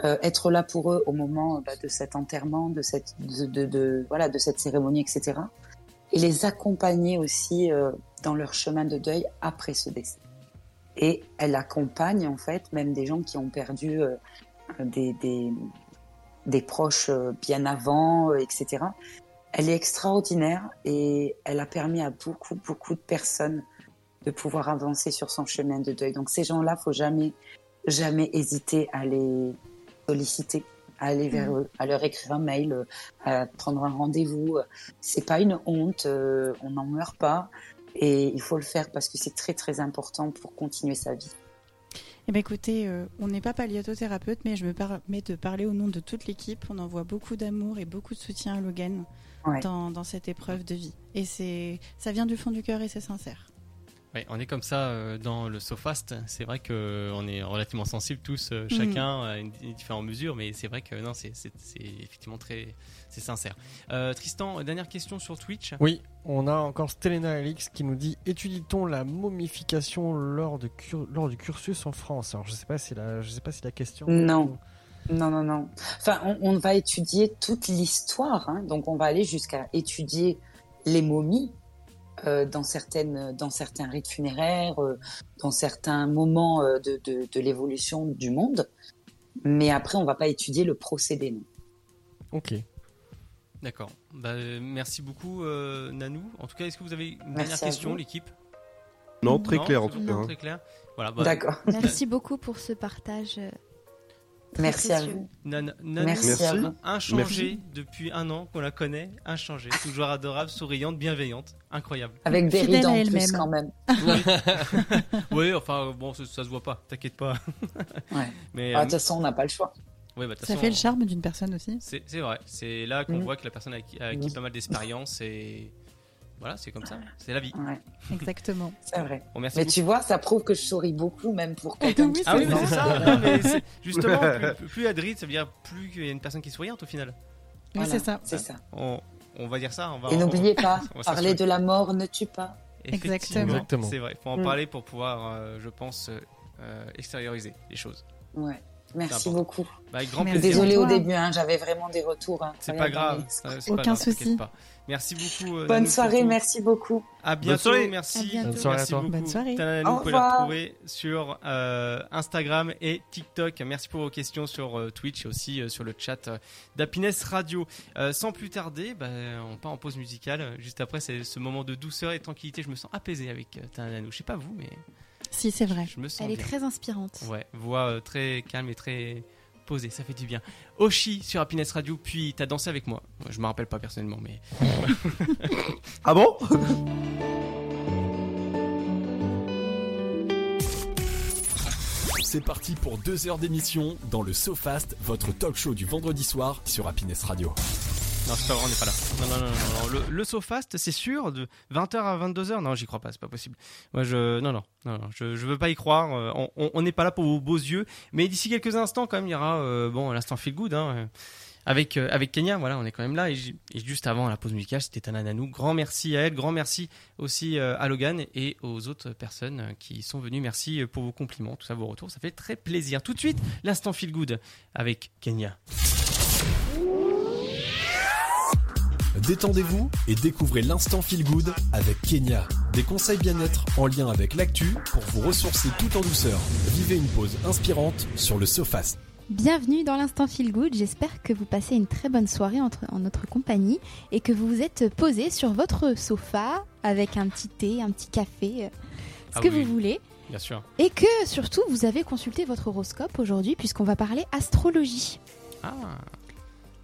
S9: euh, être là pour eux au moment euh, bah, de cet enterrement, de cette, de, de- de- voilà, de cette cérémonie, etc. Et les accompagner aussi euh, dans leur chemin de deuil après ce décès. Et elle accompagne en fait même des gens qui ont perdu euh, des, des, des proches euh, bien avant, euh, etc. Elle est extraordinaire et elle a permis à beaucoup, beaucoup de personnes de pouvoir avancer sur son chemin de deuil. Donc ces gens-là, faut jamais, jamais hésiter à les solliciter, à aller vers eux, à leur écrire un mail, euh, à prendre un rendez-vous. C'est pas une honte, euh, on n'en meurt pas et il faut le faire parce que c'est très, très important pour continuer sa vie.
S5: Eh ben écoutez, euh, on n'est pas palliatothérapeute, mais je me permets de parler au nom de toute l'équipe. On envoie beaucoup d'amour et beaucoup de soutien à Logan
S9: Ouais.
S5: dans, dans cette épreuve de vie. Et c'est, ça vient du fond du cœur et c'est sincère.
S2: Ouais, on est comme ça euh, dans le Sofast. C'est vrai que euh, on est relativement sensibles tous, euh, chacun à une, une différente mesure, mais c'est vrai que non, c'est c'est- c'est effectivement très, c'est sincère. Euh, Tristan, dernière question sur Twitch.
S10: Oui, on a encore Stelena Alix qui nous dit étudie-t-on la momification lors, de cur- lors du cursus en France Alors je sais pas si la, je sais pas si la question.
S9: Non. Non, non, non. Enfin, on, on va étudier toute l'histoire. hein. Donc, on va aller jusqu'à étudier les momies euh, dans, certaines, dans certains rites funéraires, euh, dans certains moments euh, de, de- de l'évolution du monde. Mais après, on va pas étudier le procédé. non.
S10: Ok.
S2: D'accord. Bah, euh, merci beaucoup, euh, Nanou. En tout cas, est-ce que vous avez une dernière
S9: Merci à
S2: question,
S9: vous.
S2: l'équipe
S4: Non, très clair en
S2: c'est
S4: tout
S2: bon,
S4: cas. hein.
S2: Très clair. Voilà. bah,
S9: D'accord.
S3: Merci beaucoup pour ce partage. euh, très
S9: Merci à
S3: précieux.
S9: vous.
S2: Nan- Nanou,
S9: Merci, à
S4: Merci.
S9: vous.
S2: inchangée depuis un an qu'on la connaît, inchangée, toujours adorable, souriante, bienveillante, incroyable.
S9: Avec des
S5: Fidèle
S9: rides
S5: à
S9: en plus,
S5: elle-même.
S9: quand même.
S2: Oui, enfin euh, bon, ça, ça se voit pas, t'inquiète pas.
S9: Ouais.
S2: Mais
S9: Ah, De
S2: euh,
S9: toute façon, on n'a pas le choix.
S2: ouais, bah, de toute
S5: Ça
S2: façon,
S5: fait le charme d'une personne aussi.
S2: C'est c'est vrai, c'est là qu'on
S9: Mm.
S2: voit que la personne a acquis, a acquis
S9: Oui.
S2: pas mal d'expérience et Voilà, c'est comme ça. C'est la vie.
S9: Ouais.
S5: Exactement.
S9: C'est vrai.
S2: Bon, Oh, merci
S9: Mais
S2: beaucoup.
S9: tu vois, ça prouve que je souris beaucoup, même pour quelqu'un qui
S2: Ah oui, mais
S9: sourit.
S2: c'est ça. Non, mais c'est- justement, plus, plus Adrien, ça veut dire plus qu'il y a une personne qui est souriante au final.
S5: Oui,
S9: Voilà,
S5: c'est ça.
S9: C'est ça.
S2: On, on va dire ça. On va,
S9: Et
S2: on-
S9: n'oubliez pas,
S2: on va se rassurer.
S9: parler de la mort ne tue pas.
S5: Exactement.
S2: Effectivement,
S10: Exactement.
S2: C'est vrai. Faut en
S9: Mm.
S2: parler pour pouvoir, euh, je pense, euh, euh, extérioriser les choses.
S9: Ouais. Merci
S2: important.
S9: beaucoup.
S2: Bah, avec grand
S5: Mais
S2: plaisir.
S9: Désolée au
S5: Toi.
S9: début, hein, j'avais vraiment des retours. hein.
S2: C'est pas
S9: Regarde,
S2: grave.
S9: mais-
S2: euh, c'est pas
S5: Aucun
S2: grave, t'inquiète
S5: souci.
S2: pas. Merci beaucoup. euh,
S9: Bonne
S2: Nanou,
S9: soirée,
S2: surtout.
S9: merci beaucoup.
S2: À bientôt.
S10: soirée.
S2: Merci.
S3: À bientôt.
S10: Bonne soirée à
S2: merci
S10: toi.
S2: beaucoup.
S5: Bonne soirée.
S2: Tana Nanou,
S9: Au
S2: vous pouvez la
S9: revoir.
S2: retrouver sur euh, Instagram et TikTok. Merci pour vos questions sur euh, Twitch et aussi euh, sur le chat euh, d'Happiness Radio. Euh, sans plus tarder, bah, on part en pause musicale. Juste après, c'est ce moment de douceur et de tranquillité. Je me sens apaisé avec euh, Tana Nanou. Je sais pas vous, mais
S5: Si, c'est vrai.
S2: je me sens
S3: Elle est
S2: bien.
S3: très inspirante.
S2: Ouais, voix euh, très calme et très posée, ça fait du bien. Oshi sur Happiness Radio, puis t'as dansé avec moi. Moi, Je me rappelle pas personnellement, mais
S4: Ah bon
S1: C'est parti pour deux heures d'émission dans le SoFast, votre talk show du vendredi soir sur Happiness Radio.
S2: non, c'est pas vrai, on n'est pas là. Non, non, non, non, non, non. Le, le SoFast, c'est sûr, de 20h à 22h. Non, j'y crois pas, c'est pas possible. Moi, je, non, non, non, non, je, je veux pas y croire. euh, on- on on n'est pas là pour vos beaux yeux, mais d'ici quelques instants, quand même, il y aura, euh, bon, l'instant feel good, hein. euh, Avec, euh, avec Kenya, voilà, on est quand même là. Et, j- et juste avant la pause musicale, c'était Tana Nanou. Grand merci à elle, grand merci aussi euh, à Logan et aux autres personnes euh, qui sont venues. Merci euh, pour vos compliments, tout ça, vos retours. Ça fait très plaisir. Tout de suite, l'instant feel good avec Kenya.
S1: Détendez-vous et découvrez l'instant feel good avec Kenya. Des conseils bien-être en lien avec l'actu pour vous ressourcer tout en douceur. Vivez une pause inspirante sur le SoFast.
S3: Bienvenue dans l'instant Feel Good. J'espère que vous passez une très bonne soirée entre- en notre compagnie et que vous vous êtes posé sur votre sofa avec un petit thé, un petit café, euh, ce
S2: Ah
S3: que
S2: oui.
S3: vous voulez.
S2: Bien sûr.
S3: Et que surtout, vous avez consulté votre horoscope aujourd'hui puisqu'on va parler astrologie.
S2: Ah,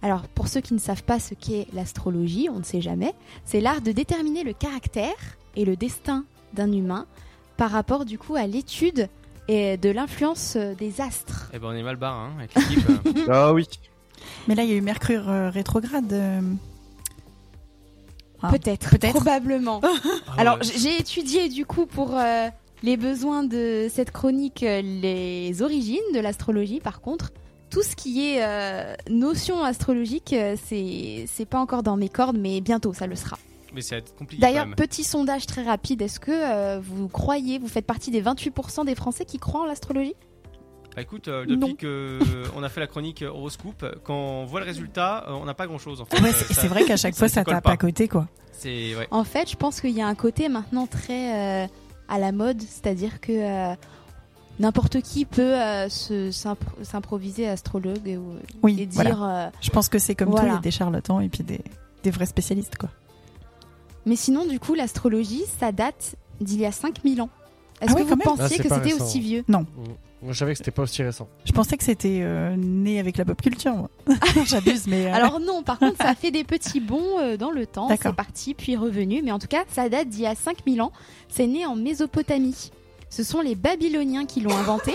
S3: Alors, pour ceux qui ne savent pas ce qu'est l'astrologie, on ne sait jamais, c'est l'art de déterminer le caractère et le destin d'un humain par rapport du coup à l'étude et de l'influence euh, des astres.
S2: eh ben on est mal barre hein, avec l'équipe. euh.
S4: Ah oui.
S5: Mais là, il y a eu Mercure euh, rétrograde. euh, Ah.
S3: Peut-être,
S5: Peut-être.
S3: probablement.
S2: Ah
S3: Alors,
S2: ouais.
S3: j- j'ai étudié du coup pour euh, les besoins de cette chronique euh, les origines de l'astrologie. Par contre, tout ce qui est euh, notion astrologique, euh, c'est c'est pas encore dans mes cordes, mais bientôt ça le sera.
S2: mais ça va être compliqué. quand
S3: D'ailleurs,
S2: même.
S3: petit sondage très rapide est-ce que euh, vous croyez, vous faites partie des 28% des Français qui croient en l'astrologie
S2: Bah, écoute, euh, depuis
S3: Non.
S2: que euh, on a fait la chronique horoscope, quand on voit le résultat, euh, on n'a pas grand chose en fait.
S5: Ouais,
S2: Euh,
S5: c'est
S2: ça-
S5: c'est vrai qu'à chaque
S2: ça
S5: fois,
S2: se
S5: ça
S2: colle
S5: tape
S2: pas.
S5: à côté, quoi.
S2: C'est ouais.
S3: En fait, je pense qu'il y a un côté maintenant très euh, à la mode, c'est-à-dire que euh, n'importe qui peut euh, se- s'impro- s'improviser astrologue et, ou-
S5: Oui,
S3: et dire.
S5: voilà.
S3: euh,
S5: Je pense que c'est comme tout, il y
S3: Voilà.
S5: a des charlatans et puis des, des vrais spécialistes, quoi.
S3: Mais sinon, du coup, l'astrologie, ça date d'il y a 5000 ans. Est-ce
S5: Ah
S3: que
S5: ouais,
S3: vous
S5: quand même.
S3: pensiez
S10: Ah, c'est
S3: que
S10: pas
S3: c'était
S10: récent.
S3: aussi vieux
S10: Je savais que c'était pas aussi récent.
S5: Je pensais que c'était euh, né avec la pop culture, moi. J'abuse, mais. euh,
S3: Alors non, par contre, ça fait des petits bonds euh, dans le temps.
S5: D'accord.
S3: C'est parti, puis revenu. Mais en tout cas, ça date d'il y a 5000 ans. C'est né en Mésopotamie. Ce sont les Babyloniens qui l'ont inventé.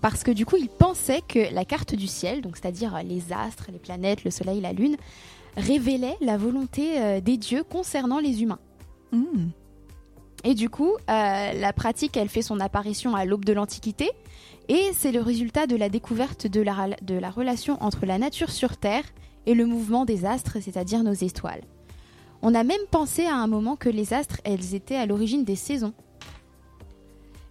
S3: Parce que du coup, ils pensaient que la carte du ciel, donc c'est-à-dire euh, les astres, les planètes, le soleil, la lune, révélait la volonté euh, des dieux concernant les humains.
S5: hmm.
S3: Et du coup, euh, la pratique, elle fait son apparition à l'aube de l'Antiquité. Et c'est le résultat de la découverte de la, de la relation entre la nature sur Terre et le mouvement des astres, c'est-à-dire nos étoiles. On a même pensé à un moment que les astres, elles étaient à l'origine des saisons.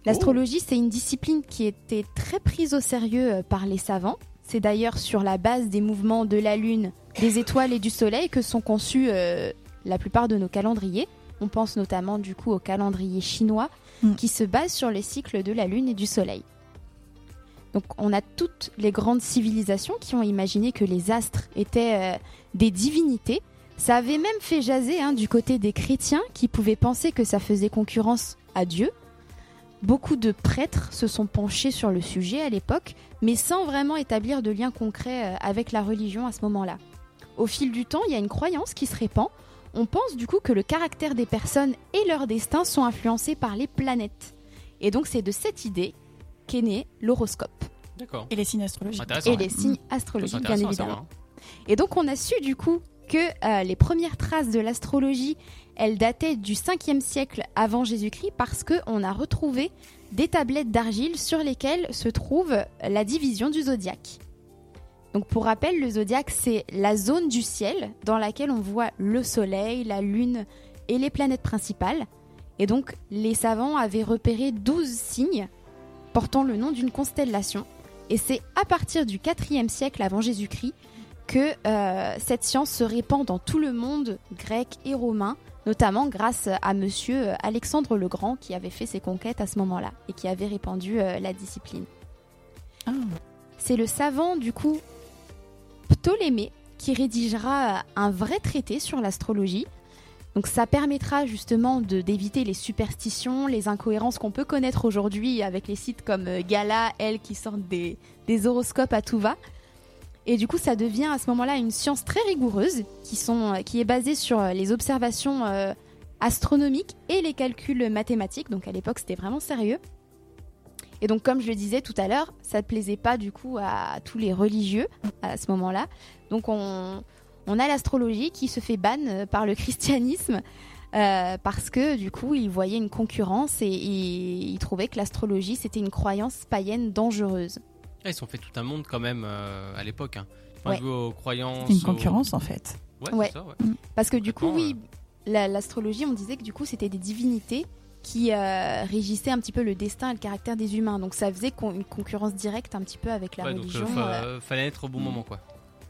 S3: L'astrologie, c'est une discipline qui était très prise au sérieux euh, par les savants. C'est d'ailleurs sur la base des mouvements de la Lune, des étoiles et du Soleil que sont conçus euh, la plupart de nos calendriers. On pense notamment du coup au calendrier chinois
S5: Mm.
S3: qui se base sur les cycles de la Lune et du Soleil. Donc on a toutes les grandes civilisations qui ont imaginé que les astres étaient euh, des divinités. Ça avait même fait jaser hein, du côté des chrétiens qui pouvaient penser que ça faisait concurrence à Dieu. Beaucoup de prêtres se sont penchés sur le sujet à l'époque, mais sans vraiment établir de lien concret euh, avec la religion à ce moment-là. Au fil du temps, il y a une croyance qui se répand on pense du coup que le caractère des personnes et leur destin sont influencés par les planètes. Et donc c'est de cette idée qu'est né l'horoscope
S2: D'accord.
S5: Et les signes astrologiques.
S2: Intéressant.
S3: et
S2: ouais.
S3: les signes
S2: Ça, c'est
S3: astrologiques bien
S2: intéressant à
S3: évidemment.
S2: savoir, hein.
S3: Et donc on a su du coup que euh, les premières traces de l'astrologie, elle datait du 5e siècle avant Jésus-Christ parce qu'on a retrouvé des tablettes d'argile sur lesquelles se trouve la division du zodiaque. Donc pour rappel, le zodiaque, c'est la zone du ciel dans laquelle on voit le Soleil, la Lune et les planètes principales. Et donc les savants avaient repéré 12 signes portant le nom d'une constellation. Et c'est à partir du 4e siècle avant Jésus-Christ que euh, cette science se répand dans tout le monde grec et romain, notamment grâce à monsieur euh, Alexandre le Grand qui avait fait ses conquêtes à ce moment-là et qui avait répandu euh, la discipline.
S5: Ah.
S3: C'est le savant du coup Ptolémée qui rédigera euh, un vrai traité sur l'astrologie. Donc ça permettra justement de- d'éviter les superstitions, les incohérences qu'on peut connaître aujourd'hui avec les sites comme euh, Gala, Elle qui sortent des, des horoscopes à tout va. Et du coup, ça devient à ce moment-là une science très rigoureuse qui, sont, euh, qui est basée sur euh, les observations euh, astronomiques et les calculs mathématiques. Donc à l'époque, c'était vraiment sérieux. Et donc, comme je le disais tout à l'heure, ça ne plaisait pas du coup à tous les religieux à ce moment-là. Donc on, on a l'astrologie qui se fait ban euh, par le christianisme euh, parce que du coup, ils voyaient une concurrence et ils ils trouvaient que l'astrologie, c'était une croyance païenne dangereuse.
S2: Ah, ils ont fait tout un monde quand même euh, à l'époque. Hein. Enfin,
S3: Ouais.
S2: vu aux croyances.
S5: C'est une
S2: aux-
S5: concurrence en fait.
S2: Ouais,
S3: Ouais.
S2: c'est ça, ouais.
S3: Parce que du coup,
S2: Complètement,
S3: oui, la- l'astrologie, on disait que du coup, c'était des divinités qui euh, régissaient un petit peu le destin et le caractère des humains. Donc ça faisait qu'on- une concurrence directe un petit peu avec la
S2: Ouais, donc, euh,
S3: religion.
S2: fa-
S3: euh,
S2: fallait être
S5: hmm.
S2: au bon moment, quoi.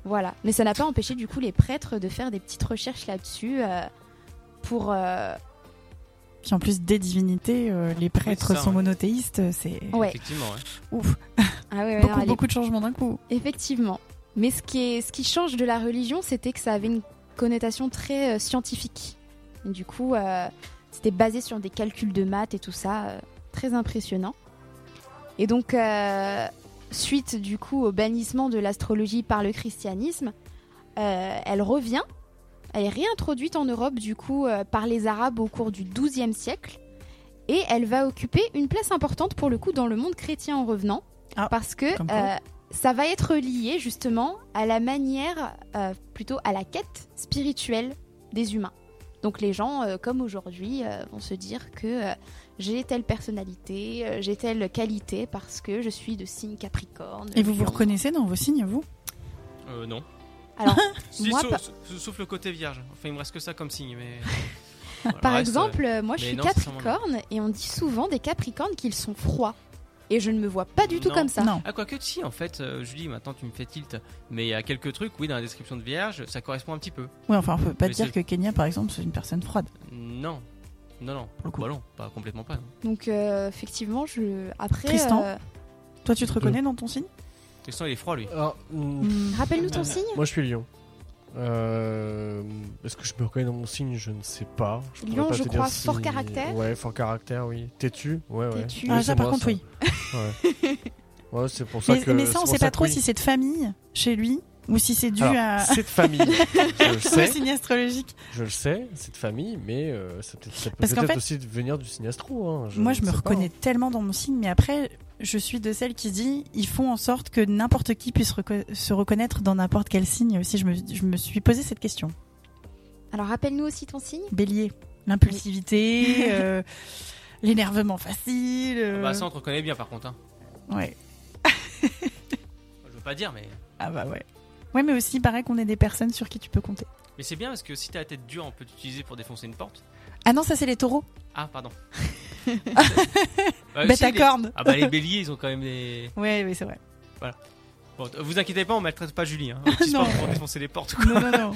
S3: voilà. Mais ça n'a pas empêché du coup les prêtres de faire des petites recherches là-dessus euh, pour. euh,
S5: Puis en plus des divinités, euh, les prêtres
S2: ça,
S5: sont
S2: ouais.
S5: monothéistes, euh, c'est
S3: Ouais.
S2: Effectivement, ouais.
S5: ouf.
S3: Ah ouais, ouais, non,
S5: beaucoup,
S3: elle est-
S5: beaucoup de changements d'un coup.
S3: Effectivement. Mais ce qui, est, ce qui change de la religion, c'était que ça avait une connotation très euh, scientifique. Et du coup, euh, c'était basé sur des calculs de maths et tout ça, euh, très impressionnant. Et donc, euh, suite du coup au bannissement de l'astrologie par le christianisme, euh, elle revient, elle est réintroduite en Europe du coup euh, par les Arabes au cours du XIIe siècle. Et elle va occuper une place importante pour le coup dans le monde chrétien en revenant,
S5: Ah,
S3: parce que
S5: comme quoi.
S3: euh, ça va être lié justement à la manière, euh, plutôt à la quête spirituelle des humains. Donc les gens, euh, comme aujourd'hui, euh, vont se dire que euh, j'ai telle personnalité, euh, j'ai telle qualité parce que je suis de signe Capricorne.
S5: Et vous vous
S3: Lion.
S5: reconnaissez dans vos signes, vous
S2: Euh, non.
S3: Alors,
S2: Si,
S3: moi,
S2: sauf,
S3: par-
S2: sauf- sauf le côté vierge. Enfin, il me reste que ça comme signe, mais. Voilà,
S3: Par
S2: reste,
S3: exemple, euh, moi je
S2: mais
S3: suis
S2: non, c'est sûrement
S3: Capricorne et on dit souvent des Capricornes qu'ils sont froids. Et je ne me vois pas du tout
S2: Non.
S3: comme ça.
S5: Non.
S2: Ah, quoique, si, en fait, euh, Julie, maintenant tu me fais tilt. Mais il y a quelques trucs, oui, dans la description de vierge, ça correspond un petit peu.
S5: Oui, enfin, on peut pas
S2: Mais
S5: dire
S2: c'est-
S5: que Kenya, par exemple, c'est une personne froide.
S2: Non. Non, non.
S5: le coup.
S2: Bah non, pas complètement pas. non.
S3: Donc euh, effectivement, je après
S5: Tristan
S3: euh,
S5: Toi, tu te reconnais dans ton signe
S2: Tristan, il est froid, lui. Bah,
S10: Alors, hmm,
S3: rappelle-nous ton signe.
S10: Moi, je suis lion. Euh, Est-ce que je me reconnais dans mon signe Je ne sais pas. Je pourrais
S3: Lion,
S10: pas
S3: je
S10: te
S3: crois,
S10: dire si-
S3: fort caractère.
S10: Ouais, fort caractère, oui. Têtu Ouais, ouais.
S3: Têtu.
S10: Oui,
S5: Ah,
S10: c'est
S5: ça, par
S10: moi,
S5: contre, oui.
S10: Ouais. Ouais, c'est pour ça
S5: Mais,
S10: que.
S5: mais ça, on
S10: c'est pour
S5: sait pas
S10: que
S5: trop
S10: oui.
S5: si c'est de famille chez lui ou si c'est dû
S10: Alors,
S5: à
S10: C'est de famille. je le
S5: au
S10: sais,
S5: signe astrologique.
S10: je le sais, c'est de famille, mais euh, ça peut, ça peut
S5: Parce qu'en
S10: peut-être
S5: fait-
S10: aussi venir du signe astro. hein,
S5: Moi, je
S10: ne
S5: me
S10: sais pas.
S5: reconnais tellement dans mon signe, mais après, je suis de celles qui dit ils font en sorte que n'importe qui puisse reco- se reconnaître dans n'importe quel signe aussi. Je me, je me suis posé cette question.
S3: Alors rappelle-nous aussi ton signe.
S5: Bélier, l'impulsivité, euh, l'énervement facile. euh,
S2: Bah, ça, on te reconnaît bien, par contre. hein.
S5: ouais.
S2: Je veux pas dire, mais.
S5: Ah bah ouais. Ouais, mais aussi, pareil qu'on est des personnes sur qui tu peux compter.
S2: Mais c'est bien parce que si t'as la tête dure, on peut t'utiliser pour défoncer une porte.
S5: Ah non, ça, c'est les taureaux.
S2: Ah, pardon.
S5: Bah,
S2: Bah, si,
S5: ta
S2: les-
S5: corne.
S2: Ah, bah, les béliers, ils ont quand même des.
S5: Ouais, oui, c'est vrai.
S2: Bon, t- vous inquiétez pas, on maltraite pas Julie. Hein. On utilise
S5: Non.
S2: pas pour défoncer les portes, quoi.
S5: Non, non, non.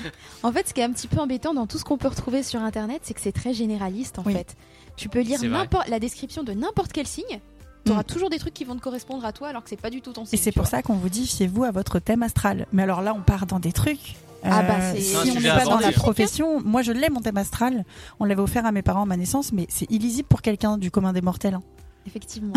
S3: En fait, ce qui est un petit peu embêtant dans tout ce qu'on peut retrouver sur Internet, c'est que c'est très généraliste en
S5: Oui.
S3: fait. Tu peux lire
S2: C'est vrai.
S3: n'importe la description de n'importe quel signe, t'auras
S5: Mm.
S3: toujours des trucs qui vont te correspondre à toi alors que c'est pas du tout ton signe.
S5: Et c'est
S3: tu
S5: pour ça qu'on vous dit fiez-vous à votre thème astral. Mais alors là, on part dans des trucs. Euh,
S3: Ah bah, c'est-
S5: si
S3: Non,
S5: on
S2: tu
S5: n'est
S2: l'as
S5: pas dans
S2: abordé,
S5: la
S2: hein.
S5: profession, moi je l'ai mon thème astral. On l'avait offert à mes parents à ma naissance, mais c'est illisible pour quelqu'un du commun des mortels. hein.
S3: Effectivement.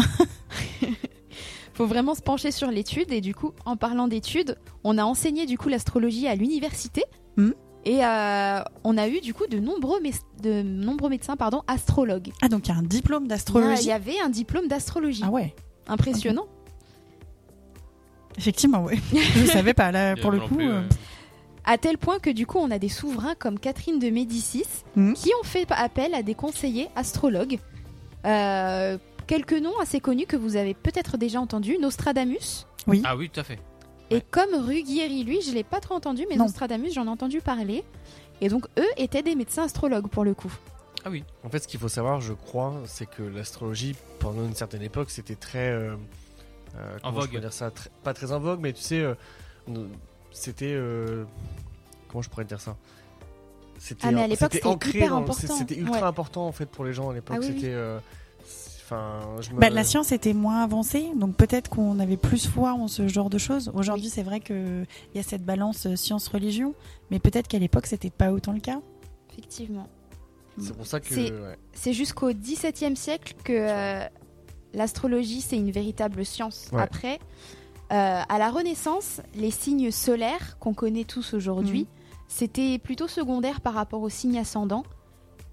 S3: Faut vraiment se pencher sur l'étude et du coup, en parlant d'études, on a enseigné du coup l'astrologie à l'université
S5: Mhm.
S3: et euh, on a eu du coup de nombreux, mé- de nombreux médecins pardon astrologues.
S5: Ah donc il y a un diplôme
S3: Il
S5: d'astrologie.
S3: y avait un diplôme d'astrologie.
S5: Ah ouais,
S3: Impressionnant.
S5: effectivement ouais. je savais pas là
S2: Euh,
S5: pour le
S2: non
S5: coup.
S2: plus,
S5: euh,
S2: ouais.
S3: À tel point que du coup, on a des souverains comme Catherine de Médicis
S5: Mhm.
S3: qui ont fait appel à des conseillers astrologues. Euh, quelques noms assez connus que vous avez peut-être déjà entendus Nostradamus.
S2: Ah oui, tout à fait.
S3: Et comme Ruggieri, lui, je l'ai pas trop entendu, mais
S5: Non.
S3: Nostradamus, j'en ai entendu parler. Et donc, eux étaient des médecins astrologues pour le coup.
S5: Ah
S10: En fait, ce qu'il faut savoir, je crois, c'est que l'astrologie, pendant une certaine époque, c'était très. euh, euh, comment je
S2: vogue.
S10: pourrais dire ça Très- Pas très en vogue, mais tu sais, euh, euh, c'était. euh, comment je pourrais dire ça C'était
S3: Ah, mais à
S10: euh,
S3: l'époque, c'était
S10: ancré
S3: hyper
S10: dans-
S3: important.
S10: c'est- C'était ultra
S3: Ouais.
S10: important, en fait, pour les gens à l'époque.
S3: Ah oui, oui.
S10: c'était. euh, c'est- Enfin, je me-
S5: Bah, la science était moins avancée, donc peut-être qu'on avait plus foi en ce genre de choses. Aujourd'hui, c'est vrai qu'il y a cette balance euh, science-religion, mais peut-être qu'à l'époque, c'était pas autant le cas.
S3: Effectivement.
S10: C'est pour ça que.
S3: C'est-
S10: ouais.
S3: C'est jusqu'au XVIIe siècle que euh, l'astrologie, c'est une véritable science.
S10: Ouais.
S3: Après, euh, à la Renaissance, les signes solaires qu'on connaît tous aujourd'hui,
S10: Mhm.
S3: c'était plutôt secondaire par rapport aux signes ascendants,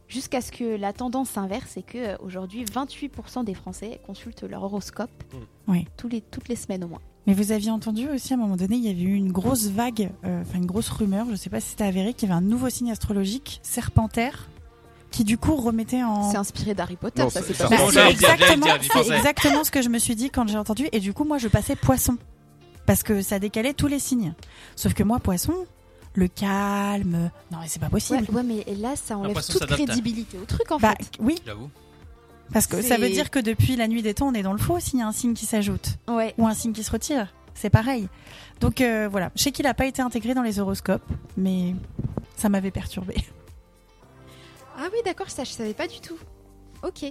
S3: jusqu'à ce que la tendance s'inverse et que euh, aujourd'hui, 28% des Français consultent leur horoscope
S10: Mhm.
S5: Mm. Ouais.
S3: tous les, toutes les semaines au moins.
S5: Mais vous aviez entendu aussi, à un moment donné, il y avait eu une grosse vague, euh, enfin une grosse rumeur, je sais pas si c'était avéré, qu'il y avait un nouveau signe astrologique, Serpentaire, qui du coup remettait en...
S3: C'est inspiré d'Harry Potter,
S4: Non,
S3: ça
S4: c'est-
S3: c'est
S4: ça,
S3: pas
S5: Bah,
S2: Bon,
S5: c'est
S2: j'allais le dire, j'allais le
S5: exactement,
S2: dire, j'y
S5: c'est
S2: pensais.
S5: exactement ce que je me suis dit quand j'ai entendu, et du coup, moi, je passais poisson, parce que ça décalait tous les signes. Sauf que moi, poisson, le calme, non mais c'est pas possible.
S3: Ouais, ouais, mais là, ça enlève
S2: poisson
S3: toute
S2: s'adapte.
S3: crédibilité au truc en
S5: Bah
S3: fait.
S5: oui,
S2: J'avoue.
S5: parce que
S3: C'est-
S5: ça veut dire que depuis la nuit des temps, on est dans le faux s'il y a un signe qui s'ajoute
S3: Ouais.
S5: ou un signe qui se retire. C'est pareil. Donc euh, voilà, je sais qu'il n'a pas été intégré dans les horoscopes, mais ça m'avait perturbé.
S3: Ah oui, d'accord, ça je savais pas du tout. Ok,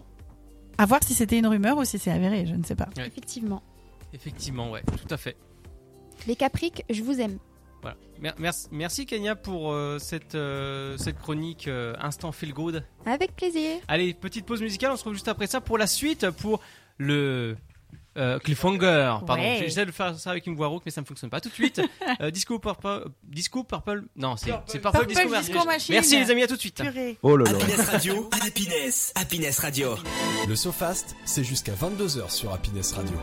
S5: À voir si c'était une rumeur ou si c'est avéré, je ne sais pas.
S2: Ouais.
S3: effectivement.
S2: Effectivement, ouais, tout à fait.
S3: Les Capriques, je vous aime.
S2: Voilà. Mer- merci, merci Kenya pour euh, cette, euh, cette chronique euh, Instant Feel Good.
S3: Avec plaisir.
S2: Allez, petite pause musicale, on se retrouve juste après ça pour la suite, pour le euh, cliffhanger. Pardon,
S5: Ouais.
S2: j'essaie de faire ça avec une voix rauque, mais ça ne fonctionne pas. Tout de suite, euh, Disco Purple. Disco Purple. Non, c'est c'est Purple,
S5: Purple
S2: Disco,
S5: Disco
S2: Machine.
S5: Machine.
S2: Merci les amis, à tout de suite.
S5: Purée.
S4: Oh là là.
S12: Happiness Radio, Happiness, Happiness Radio.
S1: Le SoFast, c'est jusqu'à 22h sur Happiness Radio.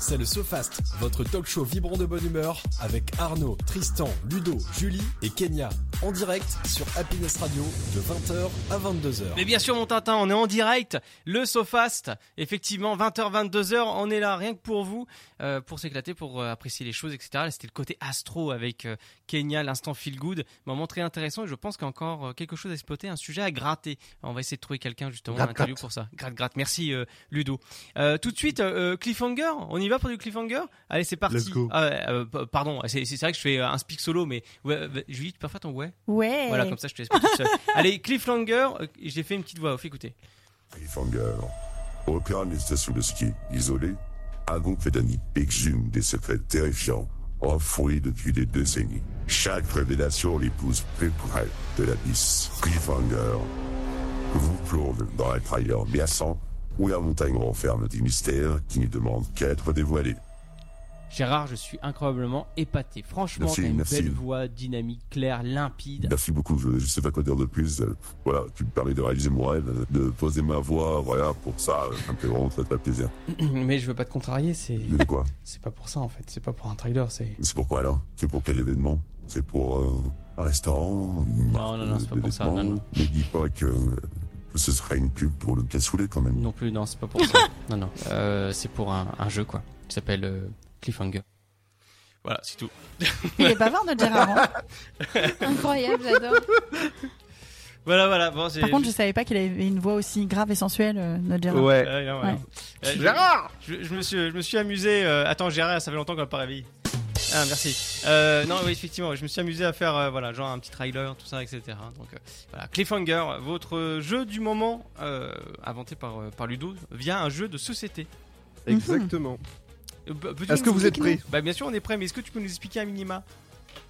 S1: C'est le SoFast, votre talk show vibrant de bonne humeur avec Arnaud, Tristan, Ludo, Julie et Kenya en direct sur Happiness Radio de 20h à 22h.
S2: Mais bien sûr, mon Tintin, on est en direct. Le SoFast, effectivement, 20h, 22h, on est là rien que pour vous, euh, pour s'éclater, pour euh, apprécier les choses, etc. Là, C'était le côté astro avec euh, Kenya, l'instant feel good. Moment très intéressant et je pense qu'il y a encore euh, quelque chose à exploiter, un sujet à gratter. On va essayer de trouver quelqu'un justement à
S4: Gratte,
S2: l'interview
S4: gratte.
S2: pour ça. Gratte, gratte. Merci euh, Ludo. Euh, tout de suite, euh, cliffhanger. On y va pour du cliffhanger Allez, c'est parti.
S4: Let's go.
S2: Ah, euh, p- pardon, c'est c'est vrai que je fais euh, un speak solo, mais ouais, bah, Julie, tu peux refaire ton ouais
S5: Ouais.
S2: voilà, comme ça, je te laisse pas toute seule. Allez, Cliffhanger, euh, j'ai fait une petite voix off, écoutez.
S11: Cliffhanger. Aucun n'est sous le ski, isolé. Un groupe d'amis exhume des secrets terrifiants, enfouis depuis des décennies. Chaque révélation les pousse plus près de l'abysse. Cliffhanger. Vous plonge dans un trailer glaçant, où la montagne renferme des mystères qui ne demandent qu'à être dévoilés.
S2: Gérard, je suis incroyablement épaté. Franchement,
S11: Merci,
S2: t'as une
S11: merci.
S2: belle voix, dynamique, claire, limpide.
S11: Merci beaucoup, je, je sais pas quoi dire de plus. euh, Voilà, tu me permets de réaliser mon rêve, de poser ma voix, voilà, pour ça, euh, ça me fait vraiment très très plaisir.
S10: Mais je veux pas te contrarier, c'est
S11: Mais quoi
S10: c'est pas pour ça en fait, c'est pas pour un trailer, c'est.
S11: C'est pourquoi alors C'est pour quel événement C'est pour euh, un restaurant une marque
S2: non, non, c'est
S11: de
S2: pas pour ça,
S11: vêtements
S2: non, non.
S11: Ne dis pas que euh, ce serait une pub pour le cassoulet quand même.
S2: Non plus, non, c'est pas pour ça. non, non, euh, c'est pour un, un jeu, quoi, qui s'appelle euh, Cliffhanger. Voilà, c'est tout.
S5: Il est bavard notre Gérard. hein.
S3: Incroyable, j'adore.
S2: Voilà, voilà, bon, c'est...
S5: Par contre, je savais pas qu'il avait une voix aussi grave et sensuelle, euh, notre Gérard.
S4: Ouais.
S2: Ah, Ouais, non, ouais, non. Euh, je- je, je me suis, je me suis amusé. euh, attends, Gérard, ça fait longtemps qu'on n'a pas réveillé. Ah, merci. Euh, non, oui, effectivement, je me suis amusé à faire, euh, voilà, genre un petit trailer, tout ça, etc. Donc, euh, voilà, Cliffhanger, votre jeu du moment, euh, inventé par, euh, par Ludo, via un jeu de société.
S4: Exactement.
S2: Euh, pe- peux-tu
S4: Est-ce que
S2: nous
S4: vous êtes
S2: expliquer-
S4: prêts
S2: Bah, bien sûr, on est prêts, mais est-ce que tu peux nous expliquer un minima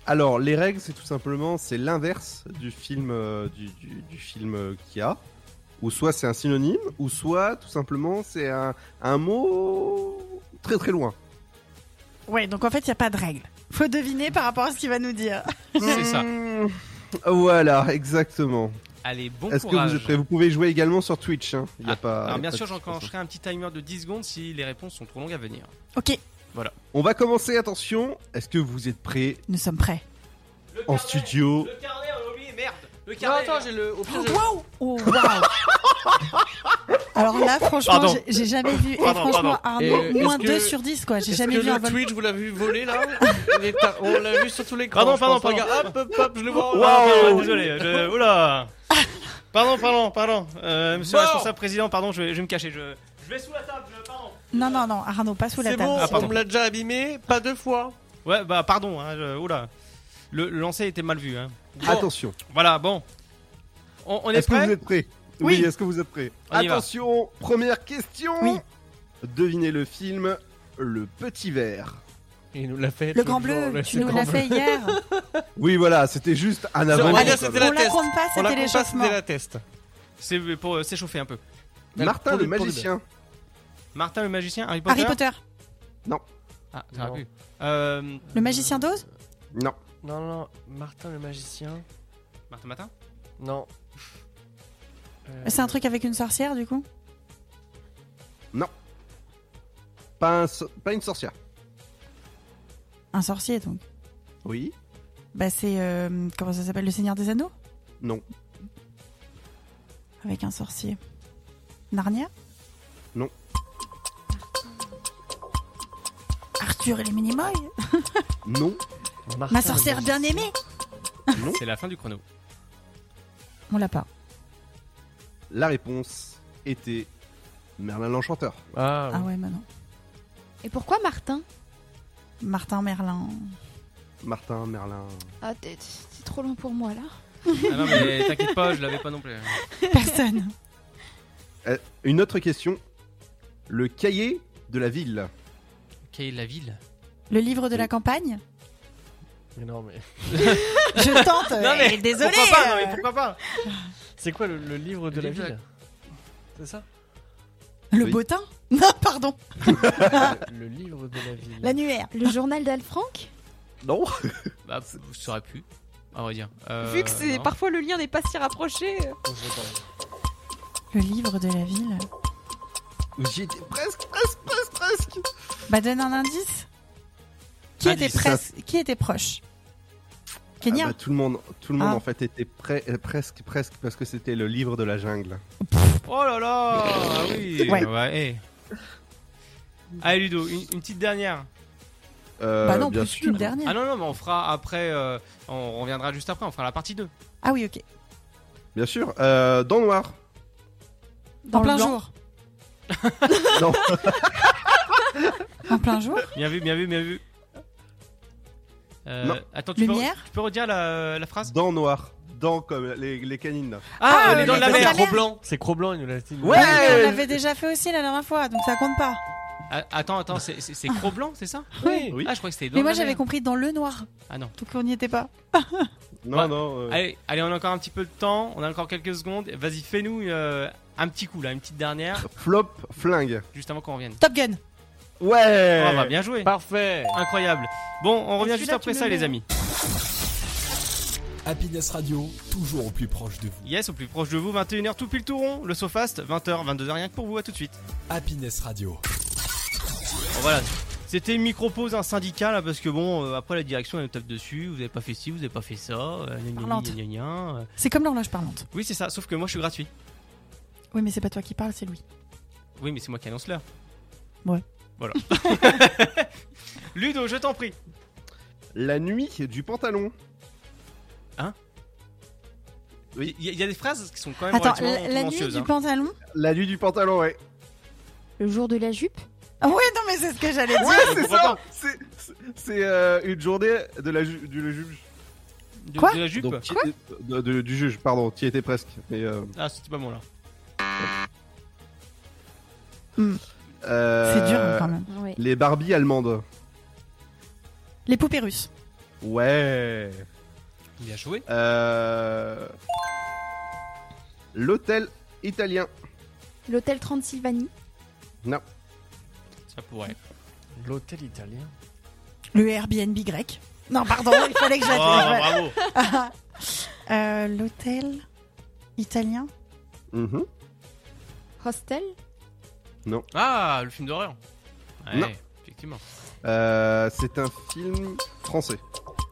S4: Alors, les règles, c'est tout simplement, c'est l'inverse du film euh, du, du- du film euh, qu'il y a. Ou soit c'est un synonyme, ou soit tout simplement c'est un, un mot très très loin.
S5: Ouais, donc en fait, il n'y a pas de règle. Faut deviner par rapport à ce qu'il va nous dire.
S2: C'est ça.
S4: Mmh, Voilà, exactement.
S2: Allez, bon
S4: Est-ce que
S2: courage.
S4: vous êtes prêts Vous pouvez jouer également sur Twitch. hein. Il y a
S2: Ah,
S4: pas-
S2: Alors
S4: il y a
S2: bien
S4: pas
S2: sûr,
S4: de-
S2: j'enclencherai un petit timer de 10 secondes si les réponses sont trop longues à venir.
S5: Ok,
S4: On va commencer, attention. Est-ce que vous êtes prêts
S5: nous sommes prêts.
S4: en studio
S2: carnet, on l'a oublié, merde. Le
S7: Non, attends, j'ai le. Au pire, j'ai-
S5: Waouh Oh, waouh Alors là, franchement,
S2: Pardon.
S5: j'ai- j'ai jamais vu. et
S2: Pardon,
S5: franchement,
S2: pardon.
S5: Arnaud,
S7: Et, euh,
S5: moins
S7: est-ce que-
S5: 2 sur 10, quoi. J'ai
S7: Est-ce
S5: jamais
S7: que
S5: vu un
S7: le
S5: vol.
S7: Twitch, vous l'avez vu voler là Il est à- On l'a vu sur tous les écrans.
S2: Pardon,
S7: je pense.
S2: pardon, pardon.
S6: hein.
S7: Regarde, hop, hop, hop, je le vois.
S2: Pardon, Ah, pardon, désolé. Je... Oula. Pardon, pardon, pardon. Euh, monsieur le
S7: Bon.
S2: responsable président, pardon, je vais, je vais me cacher. Je... je vais sous la table, je... pardon.
S5: Non, non, non, Arnaud, pas sous la
S7: C'est
S5: table.
S7: bon,
S2: Ah, pardon.
S7: on me l'a déjà abîmé, pas deux fois.
S2: Ouais, bah pardon, hein, je- oula. Le, le lancer était mal vu. Hein.
S7: Bon,
S4: Attention.
S2: Voilà, bon. On, on est,
S4: Est-ce que
S2: prêt
S4: vous êtes prêts
S2: Oui.
S4: Oui, est-ce que vous êtes prêts
S2: On y va.
S4: Attention, première question.
S5: Oui.
S4: Devinez le film Le Petit Verre.
S7: Il nous l'a fait.
S5: Le grand bleu, tu nous l'as fait hier.
S4: Oui, voilà, c'était juste un
S7: Ah,
S4: avant.
S7: regarde,
S4: quand
S7: c'était
S4: même.
S7: la
S5: On la
S7: test.
S5: compte pas,
S7: On l'a
S5: c'était
S7: compris,
S5: l'échauffement.
S7: c'était la test.
S2: C'est pour euh, s'échauffer un peu.
S4: Martin
S7: Pour
S4: le
S7: le- pour le-
S4: magicien.
S2: Martin le magicien, Harry Potter.
S5: Harry Potter,
S2: Ah, t'as
S10: Non.
S2: vu. Euh,
S5: le magicien d'Oz
S4: Non.
S10: Non, non, non, Martin le magicien.
S2: Martin Matin
S10: Non. Euh,
S5: C'est un truc avec une sorcière, du coup
S4: Pas, un so- pas une sorcière.
S5: Un sorcier, donc.
S4: Oui.
S5: Bah, c'est. euh, comment ça s'appelle Le Seigneur des Anneaux
S4: Non.
S5: Avec un sorcier. Narnia
S4: Non.
S5: Arthur et les Minimoy
S4: Non.
S10: Martin
S5: Ma
S10: le
S5: sorcière
S10: magicien.
S5: bien aimée
S4: non.
S2: C'est la fin du chrono.
S5: On l'a pas.
S4: La réponse était Merlin l'Enchanteur.
S10: Ah,
S5: Ah
S10: oui.
S5: ouais, maintenant.
S3: Et pourquoi Martin
S5: Martin Merlin.
S4: Martin, Merlin.
S3: Ah, t'es- c'est trop loin pour moi là.
S2: Ah non, mais t'inquiète pas, je l'avais pas non plus.
S5: Personne.
S4: Euh, une autre question. Le cahier de la ville.
S2: Quelle est la ville
S5: Le livre de la campagne
S10: Mais non, mais.
S5: Je tente.
S2: Non, mais
S5: eh, désolé.
S2: Pourquoi pas Non, mais
S5: euh,
S2: pourquoi pas
S10: C'est quoi le, le livre de
S2: Le
S10: la
S2: livre de la-
S10: ville C'est ça
S5: Le
S4: Oui.
S5: botin Non, pardon.
S10: Le livre de la ville.
S5: L'annuaire.
S3: Le journal d'Al Frank
S4: Non.
S2: Bah, je saurais plus, à vrai dire. Euh,
S13: Vu que c'est
S2: parfait.
S13: parfois le lien n'est pas si rapproché.
S10: Je sais pas.
S5: Le livre de la ville.
S4: J'y étais presque, presque, presque, presque.
S5: Bah donne un indice. Qui
S2: Indice.
S5: était presque Qui était proche Kenya.
S4: Ah bah, tout le monde, tout le monde
S5: Ah.
S4: en fait était prêt- euh, presque, presque, parce que c'était le livre de la jungle.
S2: Oh là là Ah oui
S5: Ouais.
S2: eh. Allez, Ludo, une, une petite dernière.
S4: Euh,
S5: bah non,
S4: bien
S5: plus
S4: sûr.
S5: qu'une dernière.
S2: Ah non, non, mais on fera après. euh, on reviendra juste après, on fera la partie 2.
S5: Ah oui, ok.
S4: Bien sûr. Euh, dans noir.
S5: Dans en
S3: le
S5: plein
S3: blanc.
S5: jour.
S4: Non.
S5: En plein jour.
S2: Bien vu, bien vu, bien vu. Euh,
S4: Non.
S2: Attends, tu peux,
S5: Lumière
S2: tu peux redire la, la phrase
S4: Dans noir. Dans comme les, les canines. là.
S5: Ah,
S2: les dents de la
S5: dents de la
S2: mer
S5: mer.
S10: Cro-Blanc. C'est Cro-Blanc, il nous l'a dit.
S4: Ouais.
S5: Ah oui, mais on l'avait déjà fait aussi la dernière fois, donc ça compte pas.
S2: Ah, Attends, attends, c'est- c'est c'est Cro-Blanc, c'est ça
S5: Ah. Oui.
S4: Oui.
S2: Ah, je crois que c'était dans
S5: Mais moi
S2: la
S5: j'avais
S2: mer.
S5: compris dans le noir,
S2: Ah non.
S5: donc on n'y était pas.
S4: Non,
S2: Ouais.
S4: non. euh,
S2: Allez, allez, on a encore un petit peu de temps, on a encore quelques secondes. Vas-y, fais-nous euh, un petit coup là, une petite dernière,
S4: Flop, flingue.
S2: juste avant qu'on revienne.
S5: Top Gun.
S2: Oh,
S4: Ouais.
S2: bah, bien joué
S10: Parfait.
S2: Incroyable. Bon, on revient
S5: celui-là,
S2: juste après
S5: tu
S2: ça,
S5: le
S2: les
S5: mets.
S2: amis.
S1: Happiness Radio, toujours au plus proche de vous.
S2: Yes, au plus proche de vous, 21h tout pile tout rond. Le SoFast, 20h, 22h, rien que pour vous, à tout de suite.
S1: Happiness Radio.
S2: Bon, voilà. C'était une micro-pause, un syndicat là, parce que bon, euh, après la direction elle nous tape dessus. Vous avez pas fait ci, vous avez pas fait ça. euh, gna, gna, gna,
S5: Parlante.
S2: gna, gna, gna, euh.
S5: C'est comme l'horloge parlante.
S2: Oui, c'est ça, sauf que moi je suis gratuit.
S5: Oui, mais c'est pas toi qui parles, c'est lui.
S2: Oui, mais c'est moi qui annonce l'heure.
S5: Ouais.
S2: Voilà. Ludo, je t'en prie.
S4: La nuit du pantalon.
S2: Hein Il y, a- il y a des phrases qui sont quand même
S5: Attends,
S2: relativement
S5: la, la nuit
S2: tendancieuses,
S5: du
S2: hein.
S5: pantalon
S4: La nuit du pantalon, ouais.
S3: Le jour de la jupe
S5: Ah ouais, non mais c'est ce que j'allais dire.
S4: Ouais, c'est ça. C'est- c'est- C'est euh, une journée de la ju- du le juge.
S2: De-
S5: Quoi
S2: de la jupe
S4: Donc, t'y- de- de- du juge, pardon. Tu étais presque. Mais euh,
S2: Ah, c'était pas bon là.
S4: euh,
S5: C'est dur hein, quand même.
S3: Ouais.
S4: Les Barbies allemandes.
S5: Les poupées russes.
S4: Ouais.
S2: Bien joué.
S4: Euh... L'hôtel italien.
S3: L'hôtel Transylvanie
S2: Ça pourrait.
S10: L'hôtel italien.
S5: Le Airbnb grec. Non, pardon, il fallait que je
S2: Oh,
S5: la dise.
S2: bravo.
S5: Euh, L'hôtel Italien
S4: Mhm.
S3: Hostel
S4: Non.
S2: Ah, le film d'horreur. Ouais,
S4: Non.
S2: effectivement.
S4: Euh, c'est un film français.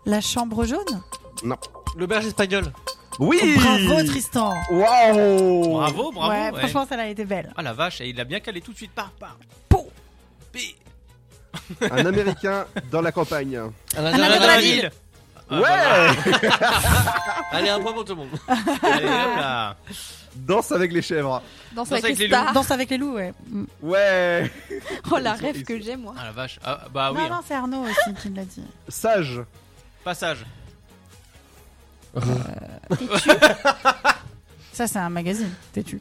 S5: La chambre jaune
S4: Non.
S2: L'auberge espagnole. Oh,
S4: Oui
S5: Bravo Tristan
S4: Waouh
S2: Bravo, Oh, bravo.
S5: Ouais,
S2: ouais.
S5: franchement, celle-là a été belle.
S2: Ah la vache, et il l'a bien calé tout de suite. Par, par.
S4: Un américain dans la campagne.
S2: Un
S5: Indien dans la ville.
S2: Ah,
S4: Ouais
S2: Allez, un point pour tout le monde. Allez, hop là.
S4: Danse avec les chèvres.
S3: Danse
S2: Danse
S3: avec,
S2: avec
S3: les
S2: les loups.
S3: stars.
S5: Danse avec les loups, ouais. Mm.
S4: Ouais
S3: Oh la
S4: Ils sont-
S3: rêve
S4: ils
S3: que
S4: sont-
S3: j'ai moi.
S2: Ah la vache. Ah, bah oui.
S5: non,
S2: hein.
S5: non, c'est Arnaud aussi qui me l'a dit.
S4: Sage.
S2: Passage.
S5: Ça, c'est un magazine, têtu.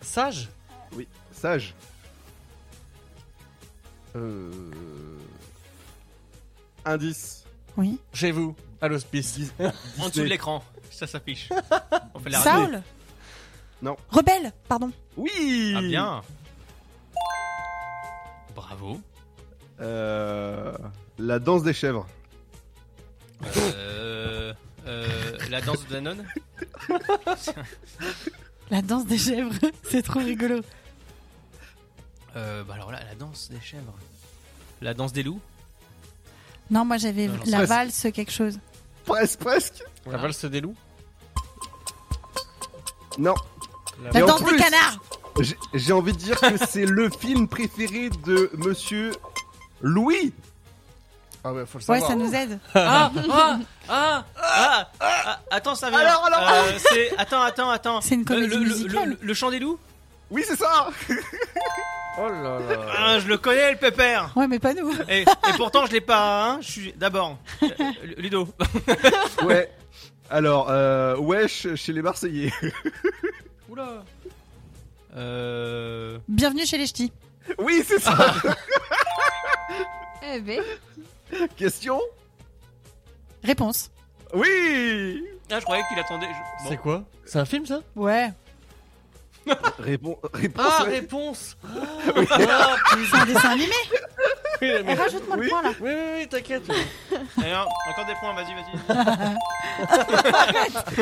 S2: Sage.
S4: Oui, sage. Euh... Indice.
S5: Oui.
S10: Chez vous, à l'hospice.
S4: Dis-
S2: En dessous
S4: Disney.
S2: de l'écran. Ça s'affiche. On fait la radio.
S5: Saul
S4: Non.
S5: Rebelle, pardon.
S4: Oui
S2: Ah bien. Bravo.
S4: Euh... La danse des chèvres.
S2: Euh, euh, la danse de Danone.
S5: La danse des chèvres, c'est trop rigolo.
S2: Euh, bah alors là, la danse des chèvres. La danse des loups.
S5: Non, moi j'avais
S2: Non, j'en
S5: la
S4: sais-
S5: valse quelque chose.
S4: Presque, presque.
S10: La valse des loups
S4: Non.
S5: La
S4: Et en
S5: danse des
S4: plus-
S5: canards
S4: J'ai- J'ai envie de dire que c'est le film préféré de monsieur Louis.
S10: Ah ouais, faut le
S5: Ouais,
S10: savoir.
S5: ça nous aide.
S2: Ah, ah, ah, ah, ah, attends, ça vient.
S4: Alors, alors.
S2: Euh, c'est- attends, attends, attends.
S5: C'est une comédie
S2: Euh, le, le-
S5: musicale.
S2: le- le chant des loups
S4: Oui, c'est ça
S10: Oh là là.
S2: Ah, je le connais, le pépère.
S5: Ouais, mais pas nous.
S2: Et, et pourtant, je l'ai pas. Hein. Je suis d'abord Euh, Ludo.
S4: Ouais. Alors, euh, wesh chez les Marseillais.
S2: Oula. Euh...
S5: Bienvenue chez les ch'tis.
S4: Oui, c'est ça.
S3: Eh ben,
S4: Question
S5: Réponse.
S4: Oui
S2: Ah, je croyais qu'il attendait. je- bon.
S10: C'est quoi C'est un film ça
S5: Ouais.
S4: Répon- Réponse.
S10: Ah,
S4: ouais.
S10: réponse
S2: Oh,
S5: C'est un dessin animé.
S10: Oui,
S5: Eh, Rajoute-moi
S4: Oui.
S5: le point là.
S10: oui, oui, t'inquiète.
S2: Alors, encore des points, vas-y, vas-y.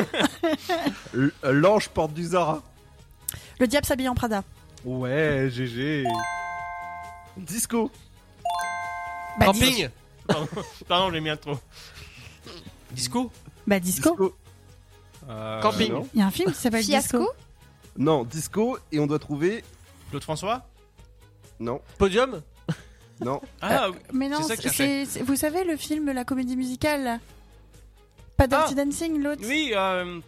S4: L- L'ange porte du Zara.
S5: Le diable s'habille en Prada.
S4: Ouais, GG. Disco.
S5: Bah, dis-
S10: Camping
S2: Pardon, je l'ai mis un trop. Disco
S5: Bah, disco.
S2: Euh,
S10: Camping.
S4: non.
S5: Il y a un film qui s'appelle
S3: fiasco.
S5: Disco.
S4: Non, disco et on doit trouver.
S2: Claude François
S4: Non,
S10: Podium
S4: non.
S2: Ah, oui.
S5: Mais non,
S2: C'est ça que je
S5: Euh, c'est- c'est- vous savez le film, la comédie musicale là Pas Dirty Dancing, l'autre
S2: Ah. oui, euh.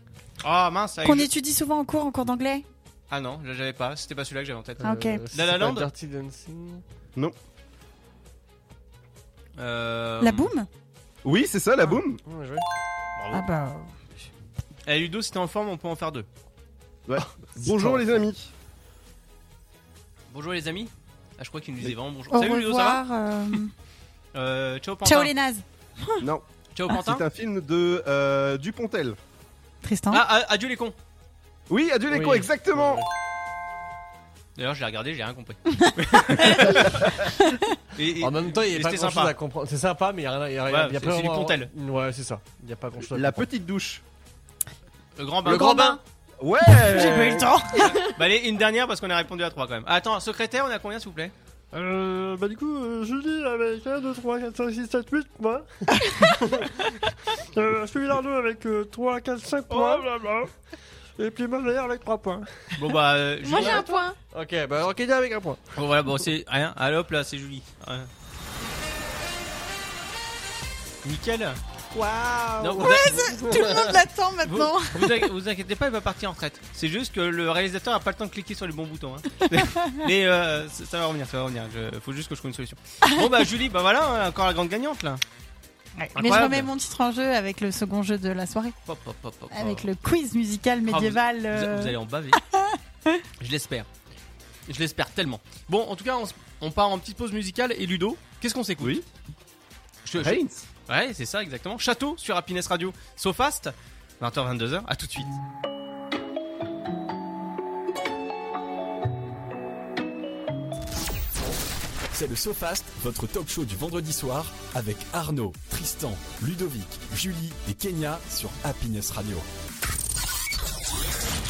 S2: Ah mince, avec
S5: Qu'on
S2: le-
S5: étudie souvent en cours, en cours d'anglais.
S2: Ah non, là j'avais pas, c'était pas celui-là que j'avais en tête.
S5: Ah, ok.
S10: Euh, c'est
S2: La La
S10: pas
S2: Land
S10: Dirty Dancing.
S2: Euh...
S5: La boum
S4: Oui, c'est ça, la boum.
S10: Ouais, ouais, ouais.
S5: Ah bah.
S2: Eh Ludo, si t'es en forme, on peut en faire deux. Ah,
S4: Bonjour les amis.
S2: Bonjour les amis. Ah, je crois qu'il nous disait vraiment bonjour.
S5: Au
S2: Salut Ludo, ça
S5: revoir. euh,
S2: va euh, Ciao Pantin.
S5: Ciao les nazes.
S4: Non,
S2: Ciao Pantin.
S4: c'est un film de euh, Dupontel.
S5: Tristan.
S2: Ah, ah, adieu les cons.
S4: Oui, adieu les
S10: Oui.
S4: cons, exactement.
S2: D'ailleurs, je l'ai regardé, j'ai rien compris. Et- et-
S10: En même temps, il y
S2: et
S10: a pas
S2: c'était
S10: grand chose
S2: sympa.
S10: à comprendre. C'est sympa, mais il y a rien. il Y a rien
S2: Ouais,
S10: il y a
S2: c'est-
S10: pas
S2: c'est du
S10: vraiment-
S2: Pontel.
S10: Ouais, c'est ça. Il y a pas grand chose. à
S4: La
S10: comprendre.
S4: petite douche.
S2: Le grand bain.
S10: Le grand bain.
S4: Ouais.
S5: J'ai pas eu le temps.
S2: Bah, allez, une dernière parce qu'on a répondu à trois quand même. Ah, attends, secrétaire, on a combien s'il vous plaît
S10: Euh, bah du coup, euh, Julie avec 1, 2, 3, 4, 5, 6, 7, 8 points. euh, celui d'Arnaud avec 3, 4, 5 points. Et puis moi d'ailleurs avec 3 points.
S2: Bon bah, euh,
S3: Moi
S2: Julie.
S3: j'ai un point.
S10: Ok, bah Orchidia avec 1 point.
S2: Bon voilà, bon c'est rien. Allez hop là, c'est Julie. Ouais. Nickel.
S5: Waouh.
S2: Non, vous,
S5: Tout le monde l'attend
S2: vous-
S5: maintenant.
S2: vous inqui- vous inquiétez pas, il va partir en retraite. C'est juste que le réalisateur a pas le temps de cliquer sur les bons boutons. hein. Mais euh, ça ça va revenir, ça va revenir. Je- faut juste que je trouve une solution. Bon bah Julie, bah voilà, hein, encore la grande gagnante là.
S5: Mais je
S2: Incroyable.
S5: remets mon titre en jeu avec le second jeu de la soirée.
S2: Pop, pop, pop, pop,
S5: Avec
S2: oh.
S5: le quiz musical
S2: vous-
S5: médiéval.
S2: Vous,
S5: euh,
S2: vous allez en baver. je l'espère. Je l'espère tellement. Bon, en tout cas, on, s- on part en petite pause musicale. Et Ludo, qu'est-ce qu'on s'écoute
S4: Oui.
S2: Je- je-
S4: Heinz.
S2: Ouais, c'est ça exactement. Château sur Happiness Radio. Sofast, 20h 22h. À tout de suite.
S1: C'est le SoFast, votre talk show du vendredi soir avec Arnaud, Tristan, Ludovic, Julie et Kenya sur Happiness Radio.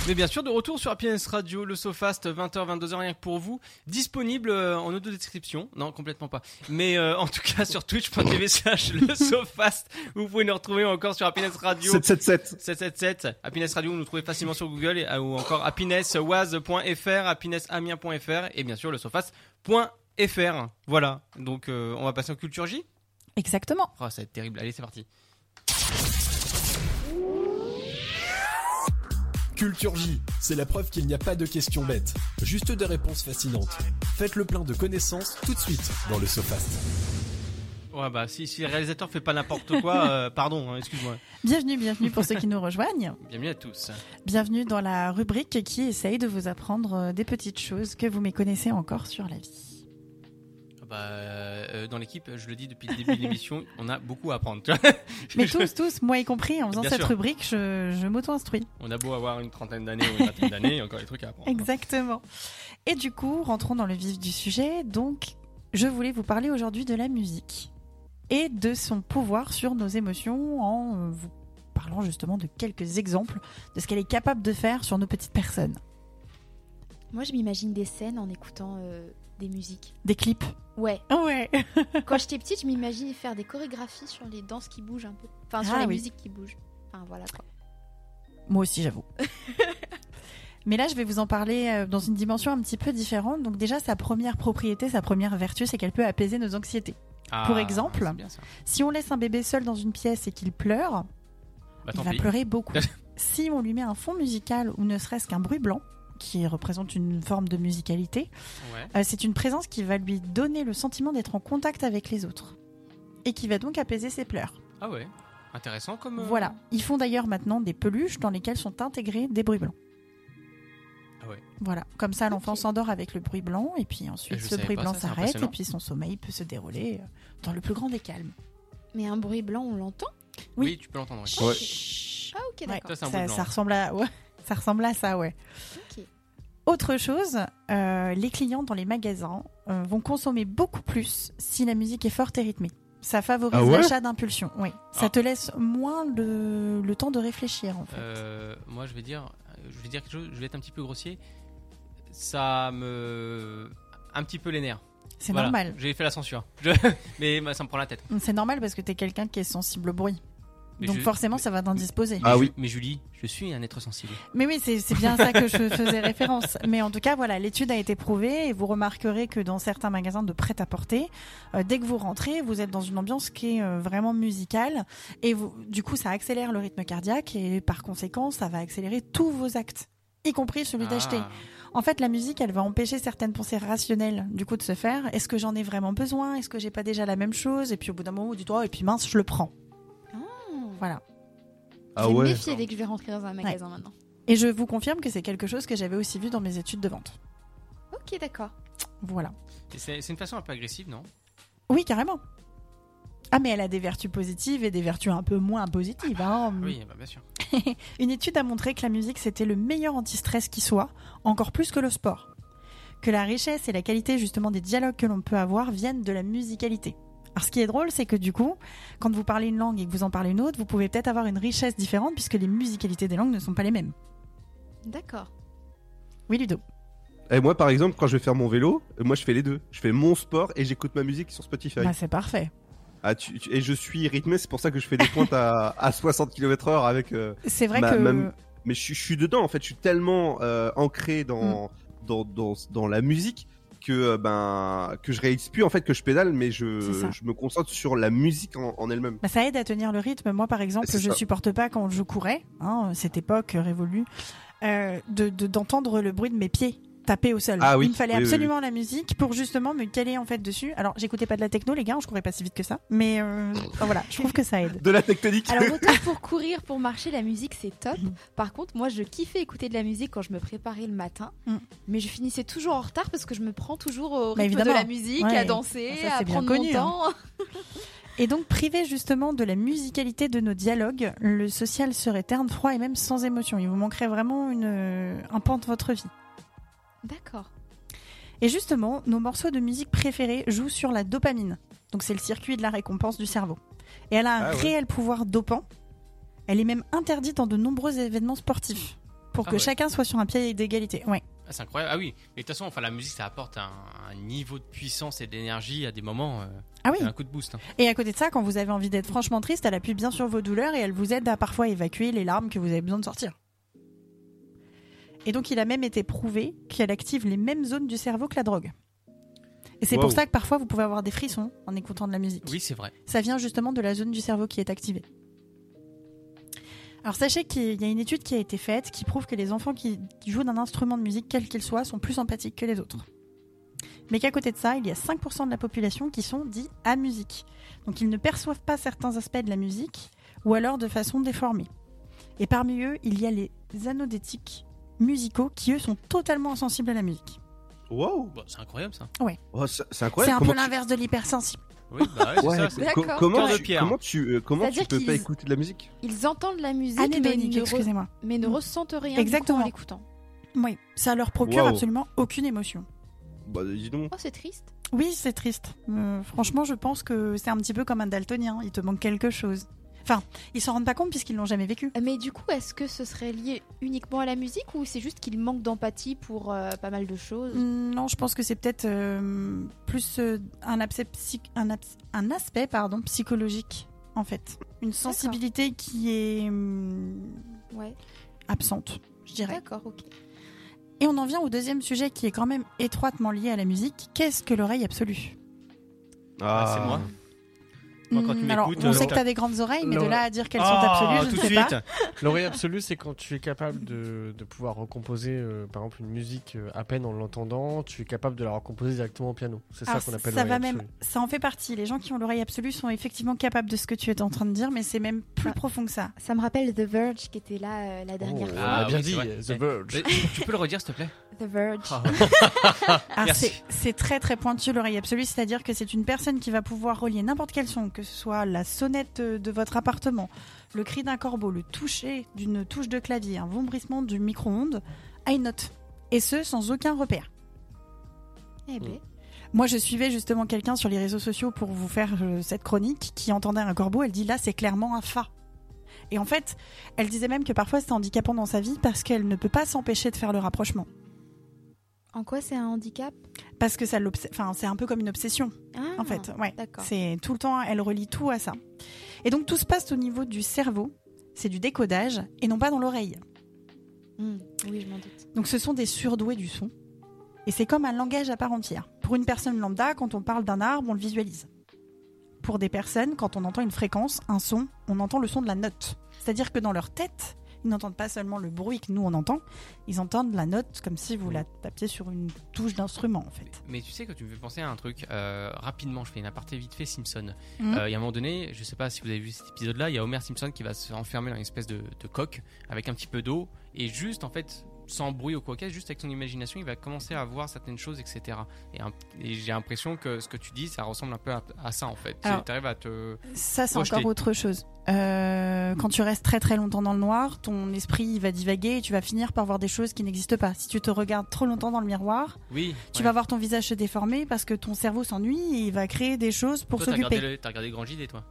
S2: Mais bien sûr, de retour sur Happiness Radio, le SoFast, 20h, 22h, rien que pour vous. Disponible euh, en audio-description. Non, complètement pas. Mais euh, en tout cas, sur twitch.tv slash le SoFast, vous pouvez nous retrouver encore sur Happiness Radio.
S4: 777.
S2: 777. Happiness Radio, vous nous trouvez facilement sur Google et, ou encore happinesswaz.fr, happinessamiens.fr et bien sûr le SoFast.fr. Voilà. Donc, euh, on va passer en culture J.
S5: Exactement.
S2: Oh, ça va être terrible. Allez, c'est parti.
S1: Culture J, c'est la preuve qu'il n'y a pas de questions bêtes, juste des réponses fascinantes. Faites le plein de connaissances tout de suite dans le SoFast.
S2: Ouais, bah, si, si le réalisateur fait pas n'importe quoi, euh, pardon, hein, excuse-moi.
S5: Bienvenue, bienvenue pour ceux qui nous rejoignent.
S2: Bienvenue à tous.
S5: Bienvenue dans la rubrique qui essaye de vous apprendre euh, des petites choses que vous méconnaissez encore sur la vie.
S2: Ah Bah, euh, dans l'équipe, je le dis depuis le début de l'émission, on a beaucoup à apprendre. tu vois.
S5: Mais
S2: Je-
S5: tous, tous, moi y compris, en faisant
S2: Bien
S5: cette
S2: sûr.
S5: rubrique, je, je m'auto-instruis.
S2: On a beau avoir une trentaine d'années ou une vingtaine d'années, il y a encore des trucs à apprendre. hein.
S5: Exactement. Et du coup, rentrons dans le vif du sujet. Donc, je voulais vous parler aujourd'hui de la musique et de son pouvoir sur nos émotions en euh, vous parlant justement de quelques exemples de ce qu'elle est capable de faire sur nos petites personnes.
S3: Moi, je m'imagine des scènes en écoutant euh, des musiques.
S5: Des clips.
S3: Ouais.
S5: Ouais.
S3: Quand j'étais petite, je m'imaginais faire des chorégraphies sur les danses qui bougent un peu. Enfin, sur
S5: Ah
S3: les
S5: oui.
S3: musiques qui bougent. Enfin, voilà quoi.
S5: Moi aussi, j'avoue. Mais là, je vais vous en parler euh, dans une dimension un petit peu différente. Donc déjà, sa première propriété, sa première vertu, c'est qu'elle peut apaiser nos anxiétés.
S2: Ah,
S5: Pour exemple,
S2: c'est bien ça.
S5: si on laisse un bébé seul dans une pièce et qu'il pleure,
S2: Bah,
S5: il
S2: tant
S5: va
S2: pis.
S5: pleurer beaucoup. si on lui met un fond musical ou ne serait-ce qu'un bruit blanc, qui représente une forme de musicalité,
S2: Ouais.
S5: euh, c'est une présence qui va lui donner le sentiment d'être en contact avec les autres et qui va donc apaiser ses pleurs.
S2: Ah ouais, intéressant comme. euh,
S5: Voilà. Ils font d'ailleurs maintenant des peluches dans lesquelles sont intégrés des bruits blancs.
S2: Ah ouais.
S5: Voilà, comme ça l'enfant s'endort avec le bruit blanc et puis ensuite
S2: je
S5: ce
S2: savais
S5: bruit
S2: pas,
S5: blanc
S2: ça, c'est
S5: s'arrête et
S2: impressionnant.
S5: puis son sommeil peut se dérouler euh, dans le plus grand des calmes.
S3: Mais un bruit blanc, on l'entend
S2: Oui. tu peux l'entendre. oui.
S3: Ah, ok,
S5: Ouais,
S3: d'accord.
S2: Ça, c'est un bruit blanc.
S5: ça,
S2: hein.
S5: ça ressemble à ouais, ça ressemble à ça ouais.
S3: Ok.
S5: Autre chose, euh, les clients dans les magasins euh, vont consommer beaucoup plus si la musique est forte et rythmée. Ça favorise
S4: Ah ouais
S5: l'achat d'impulsion. Oui. Ça
S2: Ah.
S5: te laisse moins le, le temps de réfléchir en fait.
S2: Euh, moi, je vais dire, je vais dire quelque chose. Je vais être un petit peu grossier. Ça me, un petit peu les nerfs.
S5: C'est
S2: Voilà.
S5: normal.
S2: J'ai fait la censure. Je- Mais bah, ça me prend la tête.
S5: C'est normal parce que t'es quelqu'un qui est sensible au bruit.
S2: Mais
S5: Donc
S2: je-
S5: forcément, ça va t'indisposer.
S4: Ah oui.
S2: Mais Julie, je suis un être sensible.
S5: Mais oui, c'est c'est bien à ça que je faisais référence. Mais en tout cas, voilà, l'étude a été prouvée et vous remarquerez que dans certains magasins de prêt-à-porter, euh, dès que vous rentrez, vous êtes dans une ambiance qui est euh, vraiment musicale et vous, du coup, ça accélère le rythme cardiaque et par conséquent, ça va accélérer tous vos actes, y compris celui d'acheter.
S2: Ah.
S5: En fait, la musique, elle va empêcher certaines pensées rationnelles, du coup, de se faire. Est-ce que j'en ai vraiment besoin Est-ce que j'ai pas déjà la même chose Et puis au bout d'un moment, du doigt, et puis mince, je le prends. Voilà.
S4: Ah
S3: je vais me
S4: ouais.
S3: méfier dès que je vais rentrer dans un magasin maintenant.
S5: Et je vous confirme que c'est quelque chose que j'avais aussi vu dans mes études de vente.
S3: Ok, d'accord.
S5: Voilà.
S2: Et C'est c'est une façon un peu agressive, non
S5: Oui, carrément. Ah, mais elle a des vertus positives et des vertus un peu moins positives. hein.
S2: Oui, bah, bien sûr.
S5: Une étude a montré que la musique, c'était le meilleur anti-stress qui soit, encore plus que le sport. Que la richesse et la qualité justement des dialogues que l'on peut avoir viennent de la musicalité. Alors ce qui est drôle, c'est que du coup, quand vous parlez une langue et que vous en parlez une autre, vous pouvez peut-être avoir une richesse différente puisque les musicalités des langues ne sont pas les mêmes.
S3: D'accord.
S5: Oui, Ludo.
S4: Et moi, par exemple, quand je vais faire mon vélo, euh, moi je fais les deux. Je fais mon sport et j'écoute ma musique sur Spotify.
S5: Bah, c'est parfait.
S4: Ah, tu- tu- et je suis rythmé, c'est pour ça que je fais des pointes à, à 60 km/h avec. euh,
S5: C'est vrai
S4: Ma-
S5: que.
S4: ma- mais je, suis- je suis dedans en fait, je suis tellement euh, ancré dans,
S5: Mm.
S4: dans, dans, dans la musique que euh, ben que je réalise plus en fait que je pédale, mais
S5: C'est
S4: je,
S5: ça.
S4: je me concentre sur la musique en, en elle-même.
S5: Bah, ça aide à tenir le rythme. Moi, par exemple,
S4: C'est
S5: je
S4: ça.
S5: supporte pas quand je courais, hein, cette époque révolue, euh, de- de- d'entendre le bruit de mes pieds taper au sol.
S4: Ah oui,
S5: Il me fallait
S4: oui, oui,
S5: absolument la musique pour justement me caler en fait dessus. Alors, j'écoutais pas de la techno, les gars, hein, je courais pas si vite que ça, mais euh, enfin, voilà, je trouve que ça aide.
S4: De la tectonique.
S3: Alors, autant pour courir, pour marcher, la musique c'est top. Par contre, moi je kiffais écouter de la musique quand je me préparais le matin,
S5: Mm.
S3: mais je finissais toujours en retard parce que je me prends toujours au
S5: Bah,
S3: rythme de
S5: évidemment.
S3: la musique,
S5: Ouais.
S3: à danser,
S5: Ça, c'est
S3: à
S5: bien
S3: prendre
S5: connu, hein.
S3: mon temps.
S5: Et donc, privé justement de la musicalité de nos dialogues, le social serait terne, froid et même sans émotion. Il vous manquerait vraiment une, un pan de votre vie.
S3: D'accord.
S5: Et justement, nos morceaux de musique préférés jouent sur la dopamine. Donc c'est le circuit de la récompense du cerveau. Et elle a un
S4: Ah ouais.
S5: réel pouvoir dopant. Elle est même interdite dans de nombreux événements sportifs. pour
S2: Ah
S5: que
S2: ouais.
S5: chacun soit sur un pied d'égalité. Ouais.
S2: Ah, c'est incroyable. Ah oui, mais de toute façon, enfin, la musique, ça apporte un, un niveau de puissance et d'énergie à des moments. euh,
S5: Ah oui.
S2: c'est Un coup de boost. hein.
S5: Et à côté de ça, quand vous avez envie d'être franchement triste, elle appuie bien sur vos douleurs et elle vous aide à parfois évacuer les larmes que vous avez besoin de sortir. Et donc, il a même été prouvé qu'elle active les mêmes zones du cerveau que la drogue. Et c'est
S2: Wow.
S5: pour ça que parfois vous pouvez avoir des frissons en écoutant de la musique.
S2: Oui, c'est vrai.
S5: Ça vient justement de la zone du cerveau qui est activée. Alors sachez qu'il y a une étude qui a été faite qui prouve que les enfants qui jouent d'un instrument de musique, quel qu'il soit, sont plus empathiques que les autres. Mais qu'à côté de ça, il y a 5% de la population qui sont dits à musique. Donc ils ne perçoivent pas certains aspects de la musique, ou alors de façon déformée. Et parmi eux, il y a les anodétiques musicaux qui, eux, sont totalement insensibles à la musique.
S4: Wow
S2: Bah, c'est incroyable ça.
S5: Ouais.
S4: Oh, c'est c'est
S5: c'est
S4: incroyable.
S5: un
S4: comment
S5: peu l'inverse de l'hypersensible.
S2: Oui, bah ouais, c'est
S4: Ouais,
S2: ça.
S4: mais
S2: c'est-
S4: co-
S5: D'accord.
S4: comment,
S2: Cœur de
S4: tu,
S2: pierre.
S4: comment tu, euh, comment tu
S3: C'est-à-dire
S4: peux pas
S3: qu'ils-
S4: écouter de la musique
S3: Ils entendent la musique, mais
S5: Anémonique,
S3: ne re-
S5: Ah, excusez-moi.
S3: mais ne
S5: Mm.
S3: ressentent rien du coup,
S5: Exactement.
S3: en l'écoutant.
S5: Oui, ça leur procure
S4: Wow.
S5: absolument aucune émotion.
S4: Bah, dis donc.
S3: Oh, c'est triste.
S5: Oui, c'est triste. Euh, franchement, je pense que c'est un petit peu comme un daltonien. Il te manque quelque chose. Enfin, ils s'en rendent pas compte puisqu'ils l'ont jamais vécu.
S3: Mais du coup, est-ce que ce serait lié uniquement à la musique ou c'est juste qu'il manque d'empathie pour euh, pas mal de choses
S5: Mm, Non, je pense que c'est peut-être euh, plus euh, un, abcès psy- un, abs- un aspect pardon, psychologique, en fait. Une sensibilité qui est hum,
S3: Ouais.
S5: absente, je dirais.
S3: D'accord, ok.
S5: Et on en vient au deuxième sujet qui est quand même étroitement lié à la musique. Qu'est-ce que l'oreille absolue
S2: Ah, c'est moi. Moi, quand tu
S5: Hum, Alors,
S2: m'écoutes,
S5: on
S2: euh,
S5: sait que
S2: t'as-
S5: t'as des grandes oreilles, mais de
S10: L'oreille-
S5: là à dire qu'elles
S2: Ah,
S5: sont absolues, je
S2: tout
S5: ne
S2: de
S5: sais
S2: suite.
S5: pas.
S10: L'oreille absolue, c'est quand tu es capable de, de pouvoir recomposer, euh, par exemple, une musique euh, à peine en l'entendant, tu es capable de la recomposer directement au piano. C'est ça
S3: Ah,
S5: Alors,
S10: qu'on appelle
S5: Ah, ça va
S10: l'oreille
S5: même,
S10: absolue.
S5: ça en fait partie. Les gens qui ont l'oreille absolue sont effectivement capables de ce que tu es en train de dire, mais c'est même plus
S3: Ah.
S5: profond que ça.
S3: Ça me rappelle The Verge qui était là euh, la dernière
S10: Oh,
S3: fois.
S10: on a
S2: Ah,
S10: bien
S2: oui,
S10: dit,
S2: c'est vrai.
S10: The Verge.
S2: Mais tu- tu peux le redire, s'il te plaît
S3: The Verge.
S2: Ah,
S5: Alors,
S2: Merci.
S5: Ah, c'est- C'est très très pointu l'oreille absolue, c'est-à-dire que c'est une personne qui va pouvoir relier n'importe quel son, que ce soit la sonnette euh, de votre appartement, le cri d'un corbeau, le toucher d'une touche de clavier, un vombrissement du micro-ondes, à une note. Et ce, sans aucun repère.
S3: Eh ben.
S5: Moi, je suivais justement quelqu'un sur les réseaux sociaux pour vous faire euh, cette chronique qui entendait un corbeau. Elle dit là, c'est clairement un fa. Et en fait, elle disait même que parfois c'était handicapant dans sa vie parce qu'elle ne peut pas s'empêcher de faire le rapprochement.
S3: En quoi c'est un handicap
S5: Parce que ça l'obs- enfin, c'est un peu comme une obsession,
S3: Ah,
S5: en fait. Ouais.
S3: D'accord.
S5: C'est tout le temps, elle relie tout à ça. Et donc tout se passe au niveau du cerveau, c'est du décodage et non pas dans l'oreille.
S3: Hmm, Oui, je m'en doute.
S5: Donc ce sont des surdoués du son. Et c'est comme un langage à part entière. Pour une personne lambda, quand on parle d'un arbre, on le visualise. Pour des personnes, quand on entend une fréquence, un son, on entend le son de la note. C'est-à-dire que dans leur tête, ils n'entendent pas seulement le bruit que nous on entend, ils entendent la note comme si vous la tapiez sur une touche d'instrument en fait.
S2: Mais tu sais que tu me fais penser à un truc. euh, rapidement, je fais une aparté vite fait Simpson.
S5: Mhm.
S2: Euh, Il y a un moment donné, je sais pas si vous avez vu cet épisode-là, il y a Homer Simpson qui va se enfermer dans une espèce de, de coque avec un petit peu d'eau et juste en fait sans bruit ou quoi que ce soit, juste avec son imagination, il va commencer à voir certaines choses, etc. Et, un- et j'ai l'impression que ce que tu dis, ça ressemble un peu à, à ça en fait. Tu
S5: Alors-
S2: arrives à te.
S5: Ça, c'est
S2: Projeté.
S5: encore autre chose. Euh, quand tu restes très très longtemps dans le noir, ton esprit il va divaguer et tu vas finir par voir des choses qui n'existent pas. Si tu te regardes trop longtemps dans le miroir,
S2: Oui.
S5: tu vas voir ton visage se déformer parce que ton cerveau s'ennuie et il va créer des choses pour
S2: Toi, t'as regardé,
S5: s'occuper.
S2: le- t'as regardé Grand JD, toi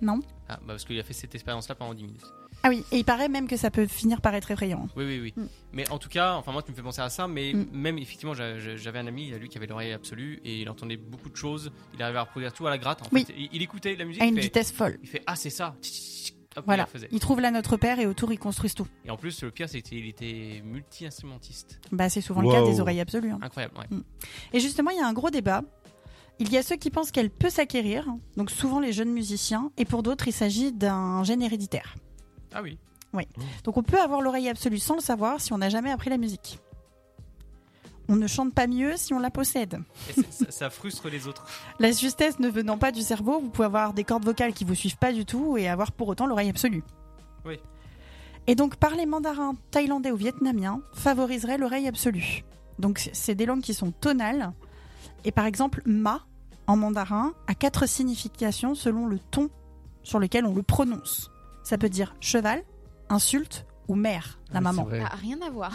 S5: Non.
S2: Ah, bah parce qu'il a fait cette expérience-là pendant 10 minutes.
S5: Ah oui, et il paraît même que ça peut finir par être effrayant.
S2: Oui, oui, oui.
S5: Mm.
S2: Mais en tout cas, enfin, moi, tu me fais penser à ça, mais
S5: Mm.
S2: même, effectivement, j'a- j'a- j'avais un ami, lui, qui avait l'oreille absolue et il entendait beaucoup de choses. Il arrivait à reproduire tout à la gratte. En
S5: Oui.
S2: fait. il, il écoutait la musique,
S5: À une
S2: il, fait,
S5: vitesse folle.
S2: il fait Ah, c'est ça. Tch, tch, tch. Hop, il
S5: Voilà.
S2: la faisait.
S5: Ils trouvent là notre père et autour ils construisent tout.
S2: Et en plus, le pire, c'est qu'il était multi-instrumentiste.
S5: Bah c'est souvent le cas
S4: Wow.
S5: des oreilles absolues. hein.
S2: Incroyable, ouais.
S5: Et justement, il y a un gros débat. Il y a ceux qui pensent qu'elle peut s'acquérir, donc souvent les jeunes musiciens, et pour d'autres il s'agit d'un gène héréditaire.
S2: Ah oui.
S5: Donc on peut avoir l'oreille absolue sans le savoir si on n'a jamais appris la musique. On ne chante pas mieux si on la possède.
S2: Et c'est- ça, ça frustre les autres.
S5: La justesse ne venant pas du cerveau, vous pouvez avoir des cordes vocales qui vous suivent pas du tout et avoir pour autant l'oreille absolue.
S2: Oui.
S5: Et donc parler mandarin, thaïlandais ou vietnamien favoriserait l'oreille absolue. Donc c- c'est des langues qui sont tonales. Et par exemple, ma en mandarin a quatre significations selon le ton sur lequel on le prononce. Ça peut dire cheval, insulte ou mère, la
S10: Oui,
S5: maman.
S10: c'est vrai.
S3: Ah, rien à voir.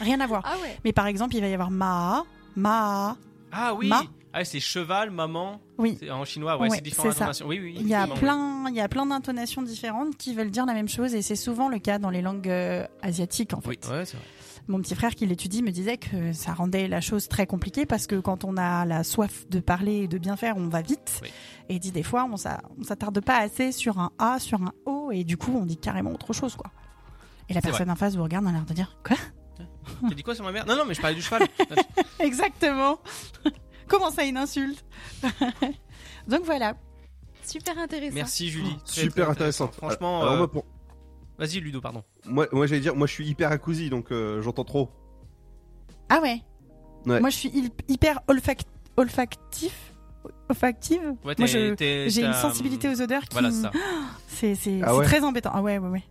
S5: Rien à voir.
S3: Ah ouais.
S5: Mais par exemple, il va y avoir ma, ma.
S2: Ah oui.
S5: Ma
S2: Ah, c'est cheval, maman.
S5: Oui.
S2: C'est- En chinois, ouais,
S5: Ouais,
S2: c'est différent.
S5: ça.
S2: Oui, oui.
S5: Il y a
S2: effectivement, oui.
S5: plein, il y a plein d'intonations différentes qui veulent dire la même chose et c'est souvent le cas dans les langues euh, asiatiques en fait.
S2: Oui, ouais, c'est vrai.
S5: Mon petit frère qui l'étudie me disait que ça rendait la chose très compliquée parce que quand on a la soif de parler et de bien faire, on va vite. Et il dit des fois, on s'a- on s'attarde pas assez sur un A, sur un O et du coup, on dit carrément autre chose quoi. Et la
S2: C'est
S5: personne
S2: vrai.
S5: en face vous regarde, elle a l'air de dire quoi
S2: T'as dit quoi sur ma mère Non, non, mais je parlais du cheval.
S5: Exactement. Comment ça une insulte Donc voilà.
S3: Super intéressant.
S2: Merci Julie. Oh, Très,
S4: Super
S2: très
S4: intéressante.
S2: Franchement,
S4: Alors,
S2: euh,
S4: moi, pour-
S2: vas-y Ludo, pardon.
S4: moi, moi, j'allais dire, moi, je suis hyper accousi, donc euh, j'entends trop.
S5: Ah ouais.
S4: Ouais.
S5: Moi, je suis hy- hyper olfac- olfactif. Olfactive.
S2: Ouais, t'es-
S5: Moi, je-
S2: t'es-
S5: j'ai
S2: t'as-
S5: une sensibilité aux odeurs qui.
S2: Voilà, c'est ça.
S5: C'est c'est-
S2: Ah
S5: c'est
S2: ouais.
S5: très embêtant. Ah ouais, ouais, ouais.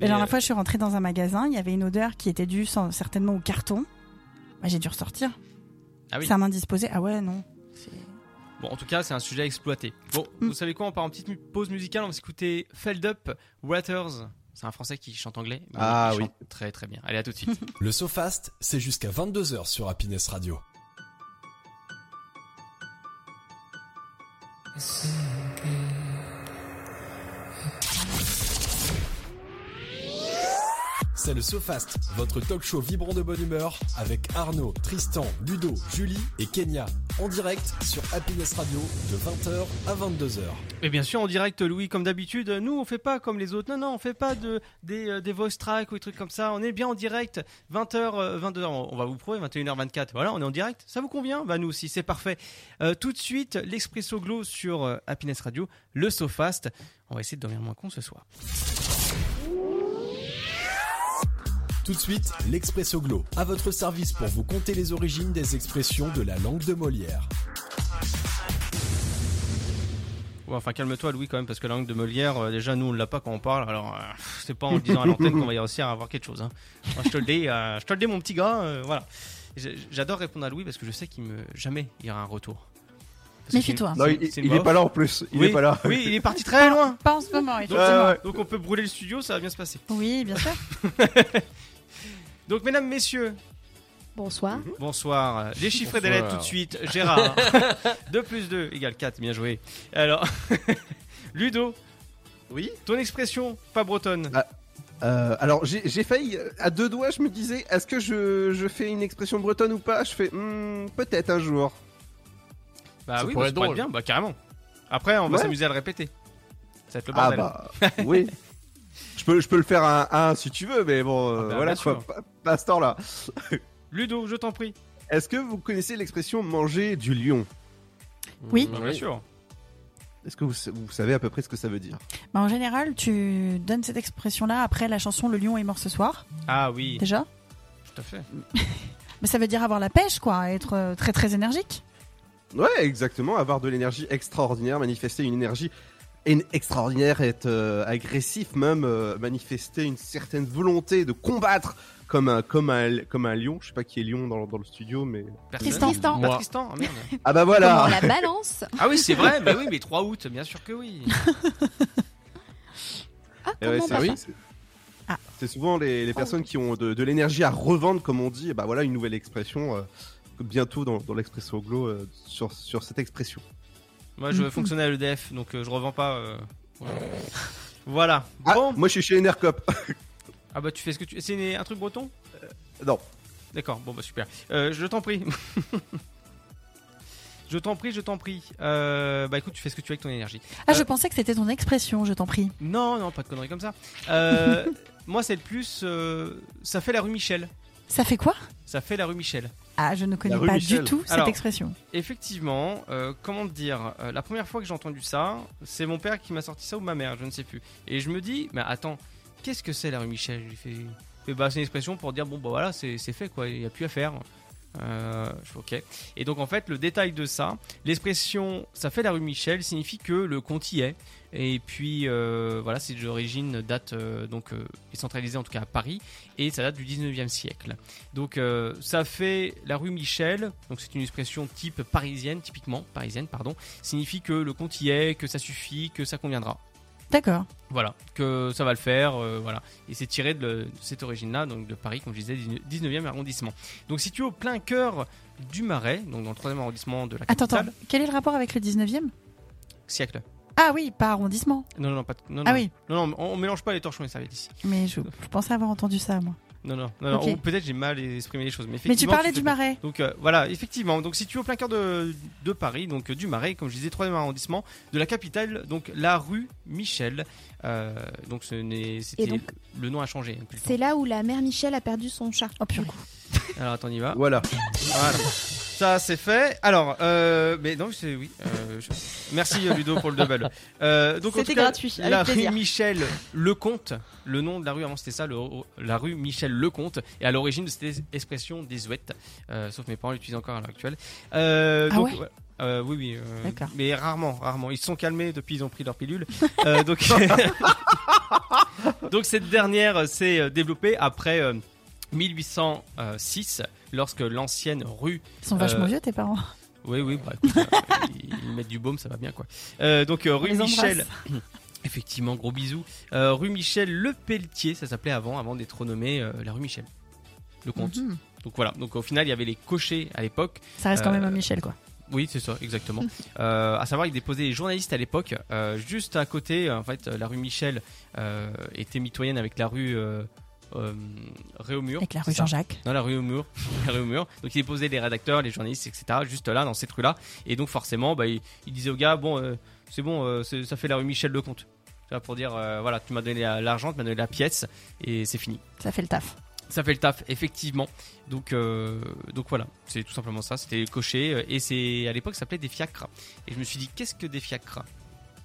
S2: Mais,
S5: la
S2: euh,
S5: dernière fois, je suis rentrée dans un magasin, il y avait une odeur qui était due sans- certainement au carton. Bah, j'ai dû ressortir.
S2: Ah oui.
S5: Ça m'indisposait. Ah ouais, non.
S2: Bon, en tout cas, c'est un sujet à exploiter. Bon, vous savez quoi On part en petite mu- pause musicale. On va s'écouter Feld Up Waters. C'est un Français qui chante anglais. mais
S1: Ah
S2: il
S1: oui.
S2: chante Très très bien. Allez, à tout de suite.
S1: Le SoFast, c'est jusqu'à 22h sur Happiness Radio. C'est le SoFast, votre talk show vibrant de bonne humeur avec Arnaud, Tristan, Ludo, Julie et Kenya en direct sur Happiness Radio de 20h à 22h.
S2: Et bien sûr, en direct, Louis, comme d'habitude, nous, on fait pas comme les autres. Non, non, on fait pas de, des, euh, des voice tracks ou des trucs comme ça. On est bien en direct. euh, 20h, 22h, on on va vous prouver, 21h24. Voilà, on est en direct. Ça vous convient Bah, nous aussi, c'est parfait. Euh, tout de suite, l'Expresso Glow sur euh, Happiness Radio, le SoFast. On va essayer de dormir moins con ce soir.
S1: Tout de suite, l'Expresso Glow, à votre service pour vous conter les origines des expressions de la langue de Molière.
S2: Ouais, enfin, calme-toi, Louis, quand même, parce que la langue de Molière, euh, déjà, nous, on l'a pas quand on parle. Alors, euh, c'est pas en le disant à l'antenne qu'on va y réussir à avoir quelque chose. hein. Moi, je te le dis, euh, je te le dis, mon petit gars. euh, voilà. J'ai- J'adore répondre à Louis parce que je sais qu'il me jamais il y aura un retour. Parce que
S5: Méfie-toi.
S2: c'est-
S4: Non,
S2: c'est-
S4: il-
S2: c'est
S4: il
S2: mort.
S4: est pas là en plus. Il
S2: Oui,
S4: est pas là.
S2: Oui, il est parti très loin.
S5: Pas en ce moment,
S2: Donc,
S5: effectivement.
S2: donc on peut brûler le studio, ça va bien se passer.
S5: Oui, bien sûr.
S2: Donc, mesdames, messieurs,
S3: Bonsoir.
S2: Mhm. Bonsoir. Les chiffres et des lettres
S3: Bonsoir.
S2: tout de suite. Gérard. 2 plus 2 égale 4. Bien joué. Alors, Ludo.
S4: Oui.
S2: Ton expression, pas bretonne.
S4: Euh, alors j'ai j'ai failli euh, à deux doigts, je me disais, est-ce que je, je fais une expression bretonne ou pas Je fais hmm, peut-être un jour.
S2: bah
S4: ça
S2: oui,
S4: pourrait être
S2: bah, ça pourrait être
S4: drôle.
S2: bien. Bah carrément. Après, on va
S4: Ouais.
S2: s'amuser à le répéter. Ça va être le
S4: Ah
S2: bordel.
S4: bah oui. Je peux, je peux le faire à un, à un si tu veux, mais bon, euh,
S2: bah,
S4: voilà
S2: bien
S4: quoi,
S2: sûr.
S4: pas, pas à ce temps-là.
S2: Ludo, je t'en prie.
S4: Est-ce que vous connaissez l'expression manger du lion
S5: Oui.
S2: Bah, bien sûr.
S4: Est-ce que vous, sa- vous savez à peu près ce que ça veut dire
S5: Bah, en général, tu donnes cette expression-là après la chanson Le lion est mort ce soir.
S2: Ah oui.
S5: Déjà
S2: Tout à fait.
S5: Mais ça veut dire avoir la pêche, quoi, être euh, très très énergique.
S4: Ouais, exactement, avoir de l'énergie extraordinaire, manifester une énergie en- extraordinaire, être euh, agressif même, euh, manifester une certaine volonté de combattre comme un, comme un, comme un lion. Je sais pas qui est lion dans, dans le studio, mais...
S3: Tristan. Tristan.
S2: Pas
S3: Moi.
S2: Tristan. Ah, merde.
S4: Ah bah voilà
S3: Comment on la balance
S2: Ah oui, c'est vrai. Mais oui, mais 3 août, bien sûr que oui.
S4: Eh ouais,
S3: comment
S4: c'est-
S3: on
S4: oui,
S3: passe
S4: c'est-
S2: Ah.
S4: C'est souvent les, les personnes qui ont de, de l'énergie à revendre, comme on dit. Et bah voilà une nouvelle expression euh, bientôt dans, dans l'expresso glow euh, sur, sur cette expression.
S2: Moi, je fonctionnais à l'EDF, donc euh, je revends pas. euh, voilà. Voilà. Bon.
S4: Ah, Moi, je suis chez Enercop.
S2: Ah bah tu fais ce que tu. C'est une- un truc breton
S4: Euh, non.
S2: D'accord, bon bah super. Euh, je t'en prie. je t'en prie, je t'en prie. Euh, bah écoute, tu fais ce que tu veux avec ton énergie.
S5: Ah, je pensais que c'était ton expression, je t'en prie.
S2: Non, non, pas de conneries comme ça. Euh, moi, c'est le plus. euh, ça fait la rue Michel.
S5: Ça fait quoi
S2: Ça fait la rue Michel.
S5: Ah, je ne connais
S2: La rue
S5: pas
S2: Michel.
S5: du tout cette
S2: Alors,
S5: expression.
S2: Effectivement, euh, comment te dire euh, La première fois que j'ai entendu ça, c'est mon père qui m'a sorti ça ou ma mère, je ne sais plus. Et je me dis, mais attends, qu'est-ce que c'est la rue Michel J'ai fait, fait, bah, c'est une expression pour dire, bon, bah voilà, c'est c'est fait, quoi, il n'y a plus à faire. Euh, je fais, ok. Et donc en fait, le détail de ça, l'expression ça fait la rue Michel signifie que le compte y est. Et puis euh, voilà, c'est d'origine, date euh, donc euh, est centralisée en tout cas à Paris et ça date du 19e siècle. Donc euh, ça fait la rue Michel, donc c'est une expression type parisienne, typiquement parisienne, pardon, signifie que le compte y est, que ça suffit, que ça conviendra.
S5: D'accord.
S2: Voilà, que ça va le faire, euh, voilà. Et c'est tiré de, le- de cette origine-là, donc de Paris, comme je disais, du 19e arrondissement. Donc situé au plein cœur du Marais, donc dans le 3e arrondissement de la
S5: Attends,
S2: capitale.
S5: attends. Quel est le rapport avec le 19e
S2: Siècle.
S5: Ah oui, pas arrondissement.
S2: Non, non, non, pas de- non,
S5: Ah
S2: non.
S5: oui.
S2: Non, non, on, on mélange pas les torchons et serviettes ici.
S5: Mais je, je pensais avoir entendu ça, moi.
S2: Non, non, non, non,
S5: Ok.
S2: ou peut-être j'ai mal exprimé les choses. Mais,
S5: tu
S2: effectivement,
S5: parlais
S2: fais
S5: du
S2: bien.
S5: Marais.
S2: Donc euh, voilà, effectivement. Donc situé au plein cœur de, de Paris, donc euh, du Marais, comme je disais, 3 arrondissement de la capitale, donc la rue Michel. Euh, donc ce n'est, c'était,
S3: Et donc-
S2: le nom a changé. depuis le
S3: C'est là où la mère Michel a perdu son chat.
S5: Oh,
S2: temps. Alors attends, on y va.
S4: Voilà.
S2: Voilà. Ça, c'est fait. Alors, euh, mais non, c'est oui. euh, je- Merci euh, Ludo pour le double. Euh, donc en
S13: C'était
S2: tout cas,
S13: gratuit, avec
S2: la
S13: plaisir.
S2: rue Michel Lecomte, le nom de la rue avant c'était ça, le- oh, la rue Michel Lecomte, et à l'origine de cette expression désuète, euh, sauf mes parents l'utilisent encore à l'heure actuelle. Euh,
S5: Ah
S2: donc,
S5: ouais
S2: euh, oui, oui, euh,
S5: D'accord.
S2: mais rarement, rarement. Ils se sont calmés depuis ils ont pris leur pilule. Euh, donc, donc cette dernière euh, s'est euh, développée après euh, 1806, lorsque l'ancienne rue
S5: Ils sont vachement
S2: Euh,
S5: vieux, tes parents.
S2: oui, oui, bah, écoute, euh, ils- ils mettent du baume, ça va bien quoi. Euh, donc euh, rue
S5: les
S2: Michel.
S5: embrasse.
S2: Effectivement, gros bisous. Euh, rue Michel Le Pelletier, ça s'appelait avant, avant d'être renommé euh, la rue Michel. Le comte.
S5: Mhm.
S2: Donc voilà, donc au final, il y avait les cochers à l'époque.
S5: Ça reste quand
S2: Euh,
S5: même un Michel, quoi.
S2: Oui, c'est ça, exactement. euh, à savoir, ils déposaient les journalistes à l'époque, euh, juste à côté, en fait, euh, la rue Michel euh, était mitoyenne avec la rue euh, euh, Réaumur.
S5: Avec la
S2: c'est
S5: rue
S2: ça
S5: Jean-Jacques.
S2: dans la rue au mur, la rue au mur. Donc il déposait les rédacteurs, les journalistes, etc. Juste là, dans cette rue-là. Et donc forcément, bah, il, il disait au gars, bon, euh, c'est bon, euh, c'est- ça fait la rue Michel Lecomte. Tu vois, pour dire, euh, voilà, tu m'as donné la- l'argent, tu m'as donné la pièce, et c'est fini.
S5: Ça fait le taf.
S2: Ça fait le taf, effectivement. Donc, euh, donc voilà, c'est tout simplement ça. C'était coché, euh, et c'est à l'époque, ça s'appelait des fiacres. Et je me suis dit, qu'est-ce que des fiacres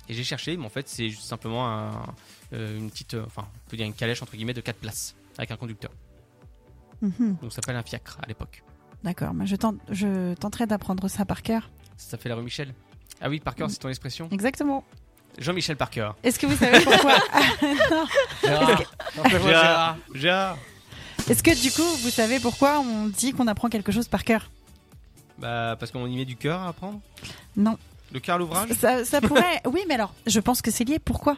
S2: Et j'ai cherché, mais en fait, c'est juste simplement un- euh, une petite, euh, enfin, on peut dire une calèche entre guillemets de 4 places avec un conducteur.
S5: Mhm.
S2: Donc ça s'appelle un fiacre à l'époque.
S5: D'accord, mais je, tente- je tenterai d'apprendre ça par cœur.
S2: Ça fait la rue Michel. Ah oui, Parker, c'est ton expression
S5: Exactement.
S2: Jean-Michel Parker.
S5: Mm. Est-ce que vous savez pourquoi
S2: Ah,
S5: Non.
S2: Gérard. Gérard.
S5: Est-ce que du coup, vous savez pourquoi on dit qu'on apprend quelque chose par cœur
S2: Bah, parce qu'on y met du cœur à apprendre
S5: Non.
S2: Le cœur à l'ouvrage
S5: Ça, ça pourrait. Oui, mais alors, je pense que c'est lié. Pourquoi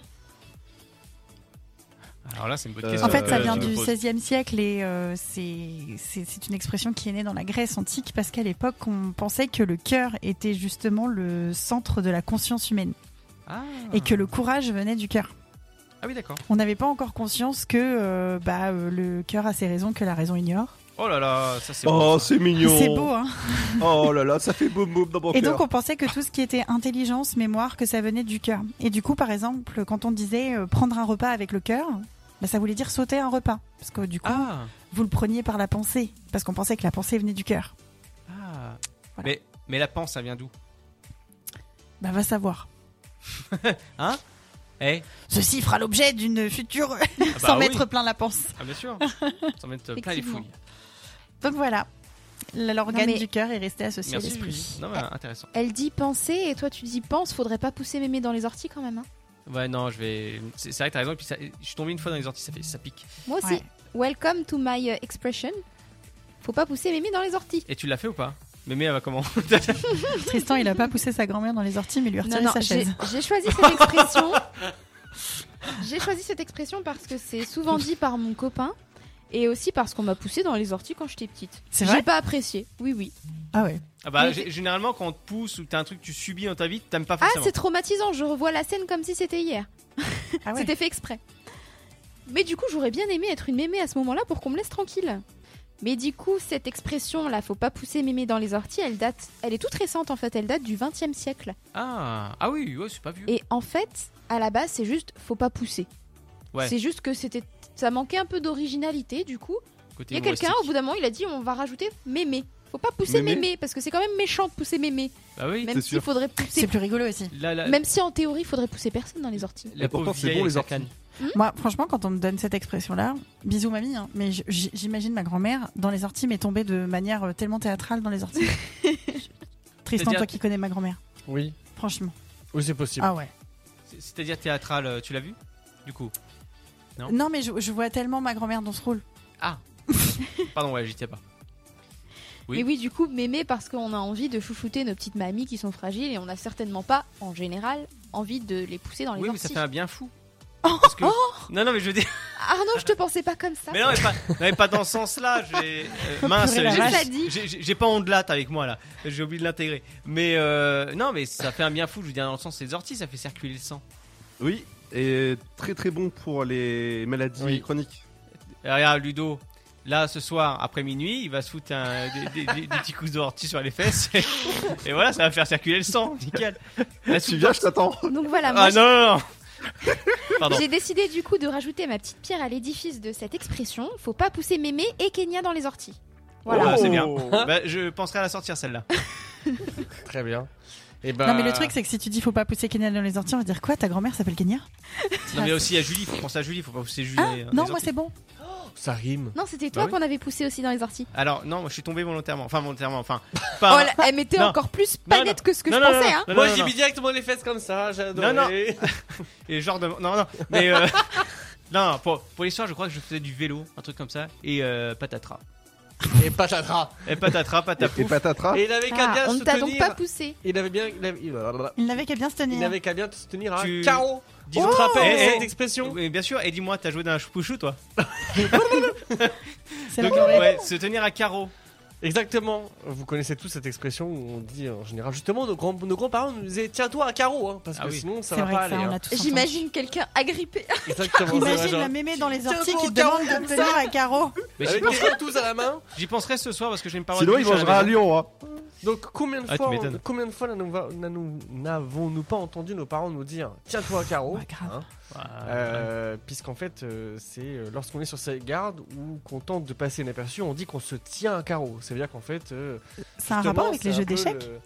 S2: Alors là, c'est une bonne
S4: Euh,
S2: question.
S5: En fait, ça
S4: euh,
S5: vient
S4: je
S5: du
S4: pose.
S5: 16e siècle et euh, c'est c'est- c'est une expression qui est née dans la Grèce antique parce qu'à l'époque, on pensait que le cœur était justement le centre de la conscience humaine
S2: Ah,
S5: et que le courage venait du cœur.
S2: ah oui, d'accord.
S5: On n'avait pas encore conscience que euh, bah, euh, le cœur a ses raisons que la raison ignore.
S2: Oh là là, ça c'est
S4: Oh,
S2: bon, ça.
S4: c'est mignon.
S5: C'est beau, hein
S4: Oh là là, ça fait boum boum dans mon
S5: Et
S4: cœur.
S5: donc on pensait que tout ce qui était intelligence, mémoire, que ça venait du cœur. Et du coup, par exemple, quand on disait euh, prendre un repas avec le cœur, bah, ça voulait dire sauter un repas. Parce que du coup,
S2: Ah,
S5: vous le preniez par la pensée. Parce qu'on pensait que la pensée venait du cœur.
S2: ah.
S5: Voilà.
S2: Mais, mais la panse, ça vient d'où
S5: Bah va savoir.
S2: Eh
S5: Ceci fera l'objet d'une future
S2: ah bah
S5: sans
S2: oui.
S5: mettre plein la pense.
S2: Ah, bien sûr. Sans mettre plein les
S3: Effectivement.
S2: fouilles.
S5: Donc voilà. L'organe
S3: mais- Ah.
S5: du cœur est resté associé à
S2: Merci,
S5: l'esprit.
S2: Julie. Non, mais intéressant.
S3: Elle dit penser et toi tu dis pense, faudrait pas pousser mémé dans les orties quand même. hein.
S2: Ouais, non, je vais. C'est c'est vrai que t'as raison. Et puis, ça- je suis tombé une fois dans les orties, ça, fait... ça pique.
S3: Moi aussi.
S5: Ouais.
S3: Welcome to my euh, expression. Faut pas pousser mémé dans les orties.
S2: Et tu l'as fait ou pas Mémé, elle va comment
S5: Tristan, il a pas poussé sa grand-mère dans les orties, mais il lui a
S3: Non,
S5: retiré
S3: non,
S5: sa
S3: j'ai
S5: chaise.
S3: j'ai choisi cette expression. j'ai choisi cette expression parce que c'est souvent dit par mon copain et aussi parce qu'on m'a poussé dans les orties quand j'étais petite.
S5: C'est vrai
S3: J'ai pas apprécié. Oui, oui.
S5: Ah ouais.
S2: Ah bah,
S3: Mais
S2: gé-
S3: t'es-
S2: généralement, quand on te pousse ou que t'as un truc que tu subis dans ta vie, t'aimes pas
S3: Ah,
S2: forcément.
S3: c'est traumatisant. Je revois la scène comme si c'était hier.
S5: Ah ouais.
S3: C'était fait exprès. Mais du coup, j'aurais bien aimé être une mémé à ce moment-là pour qu'on me laisse tranquille. Mais du coup, cette expression là, faut pas pousser mémé dans les orties, elle date, elle est toute récente en fait, elle date du 20e siècle.
S2: Ah, ah oui, ouais, c'est pas vieux.
S3: Et en fait, à la base, c'est juste faut pas pousser.
S2: Ouais.
S3: C'est juste que c'était ça manquait un peu d'originalité du coup.
S2: Côté
S3: Il y a quelqu'un au
S2: humoristique.
S3: bout d'un moment, il a dit on va rajouter mémé. Faut pas pousser
S4: Mémé
S3: mémé, parce que c'est quand même méchant de pousser mémé,
S2: Bah oui.
S3: même
S4: sûr.
S3: s'il faudrait
S5: C'est
S3: pousser
S5: plus rigolo aussi.
S2: La, la,
S3: même si en théorie, il faudrait pousser personne dans les orties.
S2: la
S4: Et pourtant,
S2: pauvre
S4: c'est
S2: vieille
S4: bon,
S2: avec
S4: les
S2: sa
S4: orties.
S2: canne.
S3: Hmm
S5: Moi, franchement, quand on me donne cette expression-là, bisous mamie, hein, mais je- j- j'imagine ma grand-mère dans les orties, mais tombée de manière euh, tellement théâtrale dans les orties. Tristan,
S2: C'est-à-dire-
S5: toi qui connais ma grand-mère,
S10: Oui,
S5: franchement.
S10: oui c'est possible.
S5: Ah ouais.
S2: C'est- C'est-à-dire théâtral, euh, tu l'as vu Du coup. Non.
S5: Non, mais je, je vois tellement ma grand-mère dans ce rôle.
S2: Pardon, ouais, j'y étais pas. Oui.
S3: Mais oui, du coup, mémé parce qu'on a envie de chouchouter nos petites mamies qui sont fragiles et on n'a certainement pas, en général, envie de les pousser dans les
S2: Oui, mais ça
S3: orties.
S2: fait un bien fou.
S5: Oh,
S2: Parce que- Non, non, mais je veux dire.
S3: Arnaud, je te pensais pas comme ça.
S2: Mais non, mais pas, non, mais pas dans ce sens-là. j'ai- euh, mince,
S3: Purée, la
S2: j'ai-
S3: vache.
S2: j'ai- j'ai j'ai pas Ondelat avec moi là. J'ai oublié de l'intégrer. Mais euh, non, mais ça fait un bien fou. Je veux dire, dans le sens, c'est orties, ça fait circuler le sang.
S4: Oui, et très très bon pour les maladies
S2: Oui.
S4: chroniques.
S2: Et regarde, Ludo. Là, ce soir, après minuit, il va se foutre un- des, des- des- des petits coups d'ortie sur les fesses. Et voilà, ça va faire circuler le sang. Nickel.
S4: Tu viens, je t'attends.
S3: Donc voilà, moi,
S2: Ah non, non, non. Pardon.
S3: J'ai décidé du coup de rajouter ma petite pierre à l'édifice de cette expression. Faut pas pousser mémé et Kenya dans les orties.
S2: Oh, bah,
S10: Oh.
S2: c'est bien. Bah, je penserai à la sortir celle-là.
S10: Très bien. Et ben,
S5: Non,
S2: Bah.
S5: mais le truc, c'est que si tu dis faut pas pousser Kenya dans les orties, on va dire quoi Ta grand-mère s'appelle Kenya
S2: Non, mais aussi à Julie, faut penser à Julie, faut pas pousser Julie.
S3: Ah,
S2: euh,
S5: Non,
S2: les
S5: moi
S2: orties.
S5: c'est bon.
S10: ça rime.
S3: Non, c'était
S2: Bah
S3: toi
S2: oui.
S3: qu'on avait poussé aussi dans les orties.
S2: Alors, non, moi, je suis tombé volontairement. Enfin, volontairement. Enfin,
S3: Oh,
S2: pas.
S3: là, elle m'était
S2: Non.
S3: encore plus
S2: Non,
S3: panette
S2: non.
S3: que ce que
S2: Non,
S3: je
S2: non,
S3: pensais.
S2: non,
S3: hein.
S2: non,
S6: Moi
S2: non,
S6: j'ai
S2: non.
S6: mis directement les fesses comme ça, j'adore.
S2: Non, non. Et genre de. Non, non. Mais. euh, non, non, pour, pour l'histoire, je crois que je faisais du vélo, un truc comme ça. Et euh, patatras.
S6: Et patatras.
S2: Et patatras,
S4: Et, et
S2: patapouf.
S4: patatras.
S6: Et il avait qu'à
S3: Ah,
S6: bien
S3: on
S6: se
S3: ne t'a donc
S6: tenir.
S3: pas poussé.
S6: Il avait bien. Il avait- il- blablabla.
S5: Il n'avait qu'à bien se
S6: Il
S5: tenir. Oh
S6: n'avait qu'à bien se tenir hein. à
S2: Tu-
S6: carreau. Tu
S2: Dis
S6: te rappelles
S2: Eh, eh,
S6: cette expression
S2: mais bien sûr, et dis-moi, t'as joué d'un chouchou toi
S5: C'est
S2: Donc,
S5: la vraie-
S2: ouais, se tenir à carreau.
S6: Exactement.
S10: Vous connaissez tous cette expression où on dit en général justement.
S6: Justement, nos grands- nos grands-parents nous disaient tiens-toi à carreau, hein, parce
S2: Ah
S6: que
S2: oui.
S6: sinon ça
S5: C'est
S6: va
S5: vrai
S6: pas
S5: que
S6: aller.
S5: ça, on
S6: hein.
S5: l'a tous entendu.
S13: J'imagine quelqu'un agrippé.
S6: Exactement. c'est vrai,
S5: Imagine
S6: genre.
S5: la mémé dans les orties
S6: Tiens,
S5: qui te
S6: Carreau,
S5: demande de
S6: comme
S5: te tenir à carreau.
S2: Mais j'y
S6: Avec
S2: pense-
S6: les tous à la main.
S2: j'y penserai ce soir parce que j'ai une parole
S4: Sinon, il mangera à Lyon. Hein.
S6: Donc combien de
S2: Ah, tu
S6: fois,
S2: m'étonnes.
S6: combien de fois n'avons- n'avons- n'avons-nous pas entendu nos parents nous dire tiens-toi à carreau
S5: Ouais, grave.
S6: hein, euh, Puisqu'en fait, euh, c'est euh, lorsqu'on est sur ses gardes ou qu'on tente de passer inaperçu, on dit qu'on se tient à carreau. Ça veut dire qu'en fait, euh,
S5: C'est un
S6: Justement,
S5: rapport avec
S6: c'est
S5: les
S6: un
S5: jeux
S6: peu
S5: d'échecs
S6: le-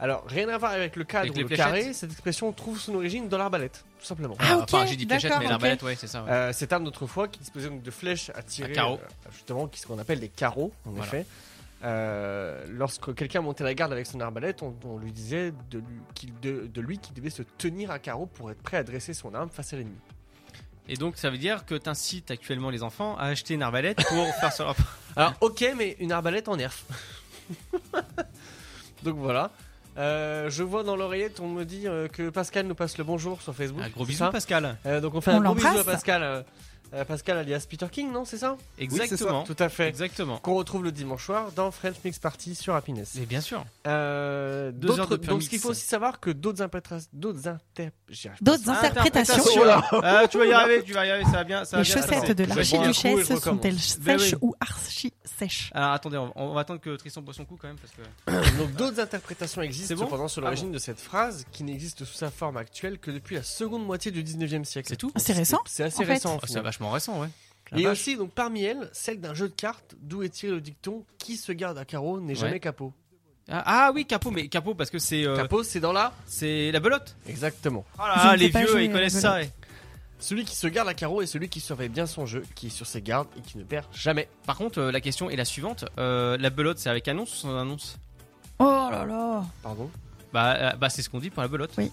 S6: Alors, rien à voir avec le cadre
S2: Avec
S6: ou
S2: les
S6: le
S2: fléchettes.
S6: carré, cette expression trouve son origine dans l'arbalète, tout simplement.
S5: Ah, ok,
S2: Enfin, j'ai dit fléchette,
S5: d'accord,
S2: mais
S5: ok.
S2: l'arbalète, ouais, c'est ça. ouais.
S6: Euh, cette arme d'autrefois qui disposait donc de flèches à tirer,
S2: À carreau.
S6: euh, justement, qui- ce qu'on appelle des carreaux, en
S2: Voilà.
S6: effet. Euh, lorsque quelqu'un montait la garde avec son arbalète, on, on lui disait de lui qu'il de, de lui qu'il devait se tenir à carreau pour être prêt à dresser son arme face à l'ennemi.
S2: Et donc, ça veut dire que t'incites actuellement les enfants à acheter une arbalète pour faire ça.
S6: Alors, ok, mais une arbalète en nerf. donc voilà. Euh, je vois dans l'oreillette, on me dit euh, que Pascal nous passe le bonjour sur Facebook.
S2: Un gros
S6: c'est
S2: bisou,
S6: ça
S2: Pascal.
S6: Euh, donc on fait
S5: On
S6: un gros bisou à
S5: l'embrasse.
S6: Pascal, euh, euh, Pascal alias Peter King, non C'est ça
S2: Exactement.
S6: Tout à fait.
S2: Exactement.
S6: Qu'on retrouve le dimanche soir dans French Mix Party sur Happiness.
S2: Mais bien sûr.
S6: Euh,
S2: Deux
S6: d'autres-
S2: heures de pur
S6: donc
S2: mix.
S6: ce qu'il faut aussi savoir que d'autres imprétations, d'autres inter- j'y arrive pas.
S5: D'autres interprétations.
S2: Interprétation.
S6: Oh
S2: Ah, tu vas y arriver, tu vas y arriver, ça va bien. Ça va
S5: Les
S2: bien se
S5: chaussettes
S2: passer.
S5: de
S6: Je
S5: l'archiduchesse
S6: vais boire un coup et je
S5: sont-elles
S2: Ben
S5: sèches
S2: oui.
S5: ou archi sèches
S2: Alors attendez, on va, on va attendre que Tristan boit son coup quand même parce que.
S6: Donc d'autres interprétations existent
S2: C'est bon
S6: cependant sur
S2: Ah
S6: l'origine de cette phrase qui n'existe sous sa forme actuelle que depuis la seconde moitié du 19e siècle.
S2: C'est tout
S5: Ah, C'est récent,
S6: C'est assez
S5: en fait.
S6: récent. en
S2: Ah,
S6: final.
S2: vachement récent, ouais. La
S6: Et
S2: vache.
S6: aussi, donc parmi elles, celle d'un jeu de cartes d'où est tiré le dicton qui se garde à carreau n'est
S2: Ouais.
S6: jamais capot.
S2: Ah, ah oui, capot, mais capot parce que c'est euh,
S6: Capot, c'est dans la.
S2: c'est la belote.
S6: Exactement.
S2: Oh
S5: Je
S2: là,
S5: ne
S2: les
S5: sais pas
S2: vieux,
S5: jouer
S2: ils
S5: à la
S2: connaissent ça. ouais.
S6: Celui qui se garde à carreau est celui qui surveille bien son jeu, qui est sur ses gardes et qui ne perd jamais.
S2: Par contre, euh, la question est la suivante Euh, la belote, c'est avec annonce ou sans annonce
S5: Oh là là
S6: Pardon
S2: Bah, euh, bah c'est ce qu'on dit pour la belote.
S5: Oui.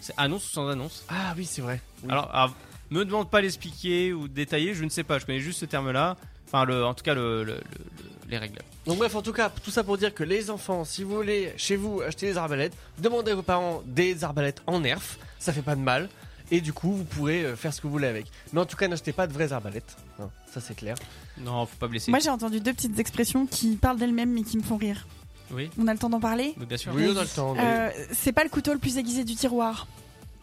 S2: C'est annonce ou sans annonce
S6: Ah oui, c'est vrai. Oui.
S2: Alors, alors, me demande pas l'expliquer ou de détailler, je ne sais pas. Je connais juste ce terme-là. Enfin, le, en tout cas, le, le- le- le- les règles.
S6: Donc, bref, en tout cas, tout ça pour dire que les enfants, si vous voulez chez vous acheter des arbalètes, demandez à vos parents des arbalètes en nerf, ça fait pas de mal. Et du coup, vous pourrez euh, faire ce que vous voulez avec. Mais en tout cas, n'achetez pas de vraies arbalètes. hein, ça, c'est clair.
S2: Non, faut pas blesser.
S5: Moi j'ai entendu deux petites expressions qui parlent d'elles-mêmes mais qui me font rire.
S2: Oui,
S5: On a le temps d'en parler
S2: mais bien sûr.
S6: Oui, on a le temps. mais-
S5: Euh, C'est pas le couteau le plus aiguisé du tiroir.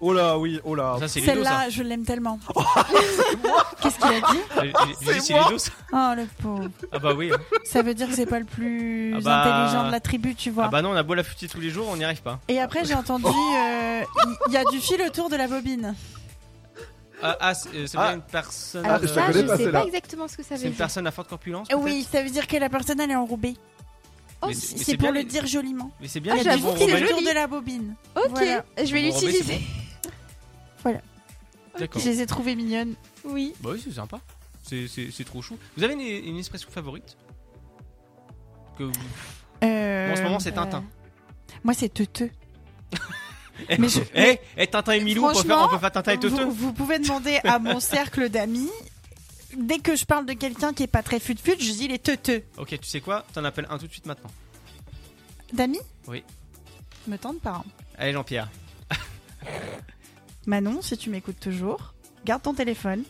S4: Oh là, oui, oh là.
S2: Ça, c'est les dos, ça. Oh,
S5: Celle-là, je l'aime tellement. Qu'est-ce qu'il a dit
S2: J'ai- j'ai- j'ai dit, c'est les dos, ça.
S5: Oh le pauvre.
S2: Ah bah oui. hein.
S5: Ça veut dire que c'est pas le plus
S2: Ah bah-
S5: intelligent de la tribu, tu vois.
S2: Ah bah non, on a beau l'affûter tous les jours, on n'y arrive pas.
S5: Et après j'ai entendu, euh, il y a du fil autour de la bobine.
S2: Ah, ah, c'est euh, c'est
S4: Ah.
S2: pas une personne.
S3: Alors
S4: je
S2: euh,
S3: ça,
S4: connais
S3: je
S4: pas
S3: sais
S4: celle-là.
S3: pas exactement ce que ça
S2: c'est
S3: veut
S2: une
S3: dire. Euh,
S2: personne à forte corpulence.
S5: Ah Oui, ça veut dire que la personne elle est enrobée.
S2: peut-être
S3: Oh,
S2: Mais mais
S5: C'est pour
S2: bien
S5: le
S2: les-
S5: dire joliment.
S2: Mais c'est bien
S3: Ah,
S2: les
S3: j'avoue
S2: petits
S3: qu'il
S2: bons
S3: est
S5: le
S2: robés.
S5: tour
S3: joli.
S5: de la bobine.
S3: Ok,
S5: Voilà.
S3: je vais
S2: Bon, robé,
S3: l'utiliser.
S2: D'accord.
S5: Je les ai trouvées mignonnes. Oui.
S2: Bah oui, c'est sympa. C'est- C'est c'est trop chou. Vous avez une, une expression favorite que vous-
S5: Euh,
S2: En ce moment, c'est Tintin.
S5: Moi, c'est teuteux. mais je-
S2: Eh, eh, Tintin et Milou, on peut, faire,
S5: Franchement,
S2: on peut faire Tintin et Toto.
S5: Vous, vous pouvez demander à mon cercle d'amis. Dès que je parle de quelqu'un qui est pas très fut-fut, je dis les teuteux.
S2: Ok, tu sais quoi T'en appelles un tout de suite maintenant.
S5: D'amis
S2: Oui.
S5: Je me tente pas. hein.
S2: Allez, Jean-Pierre.
S5: Manon, si tu m'écoutes toujours. garde ton téléphone.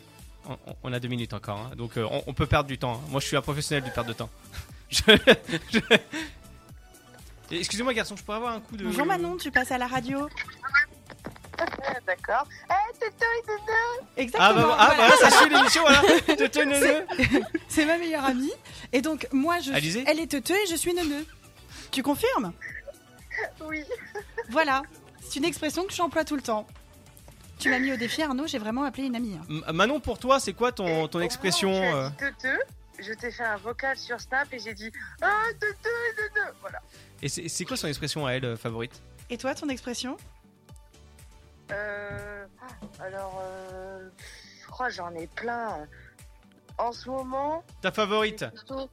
S2: On, on- on a deux minutes encore, hein. donc euh, on, on peut perdre du temps. hein. Moi, je suis un professionnel du perte de temps. Je- je- Et Excusez-moi, garçon, je pourrais avoir un coup de.
S5: Bonjour Manon, tu passes à la radio.
S14: D'accord. Eh, Toto et Dodo
S5: Exactement.
S2: Ah bah, ah, bah, ça suit l'émission, voilà. Teuteux et neuneu.
S5: C'est- C'est ma meilleure amie. Et donc, moi, je suis-
S2: Alizée
S5: elle est teuteux et je suis neuneu. Tu confirmes
S14: Oui.
S5: Voilà. C'est une expression que j'emploie tout le temps. Tu m'as mis au défi, Arnaud, j'ai vraiment appelé une amie. hein.
S2: M- Manon, pour toi, c'est quoi ton, ton expression
S14: Tu as
S2: euh,
S14: dit Toto, je t'ai fait un vocal sur Snap et j'ai dit Ah, Toto et Dodo Voilà.
S2: Et c'est c'est quoi son expression à elle euh, favorite
S5: Et toi, ton expression
S14: Euh, alors, euh, je crois que j'en ai plein. En ce moment,
S2: Ta favorite
S14: plutôt-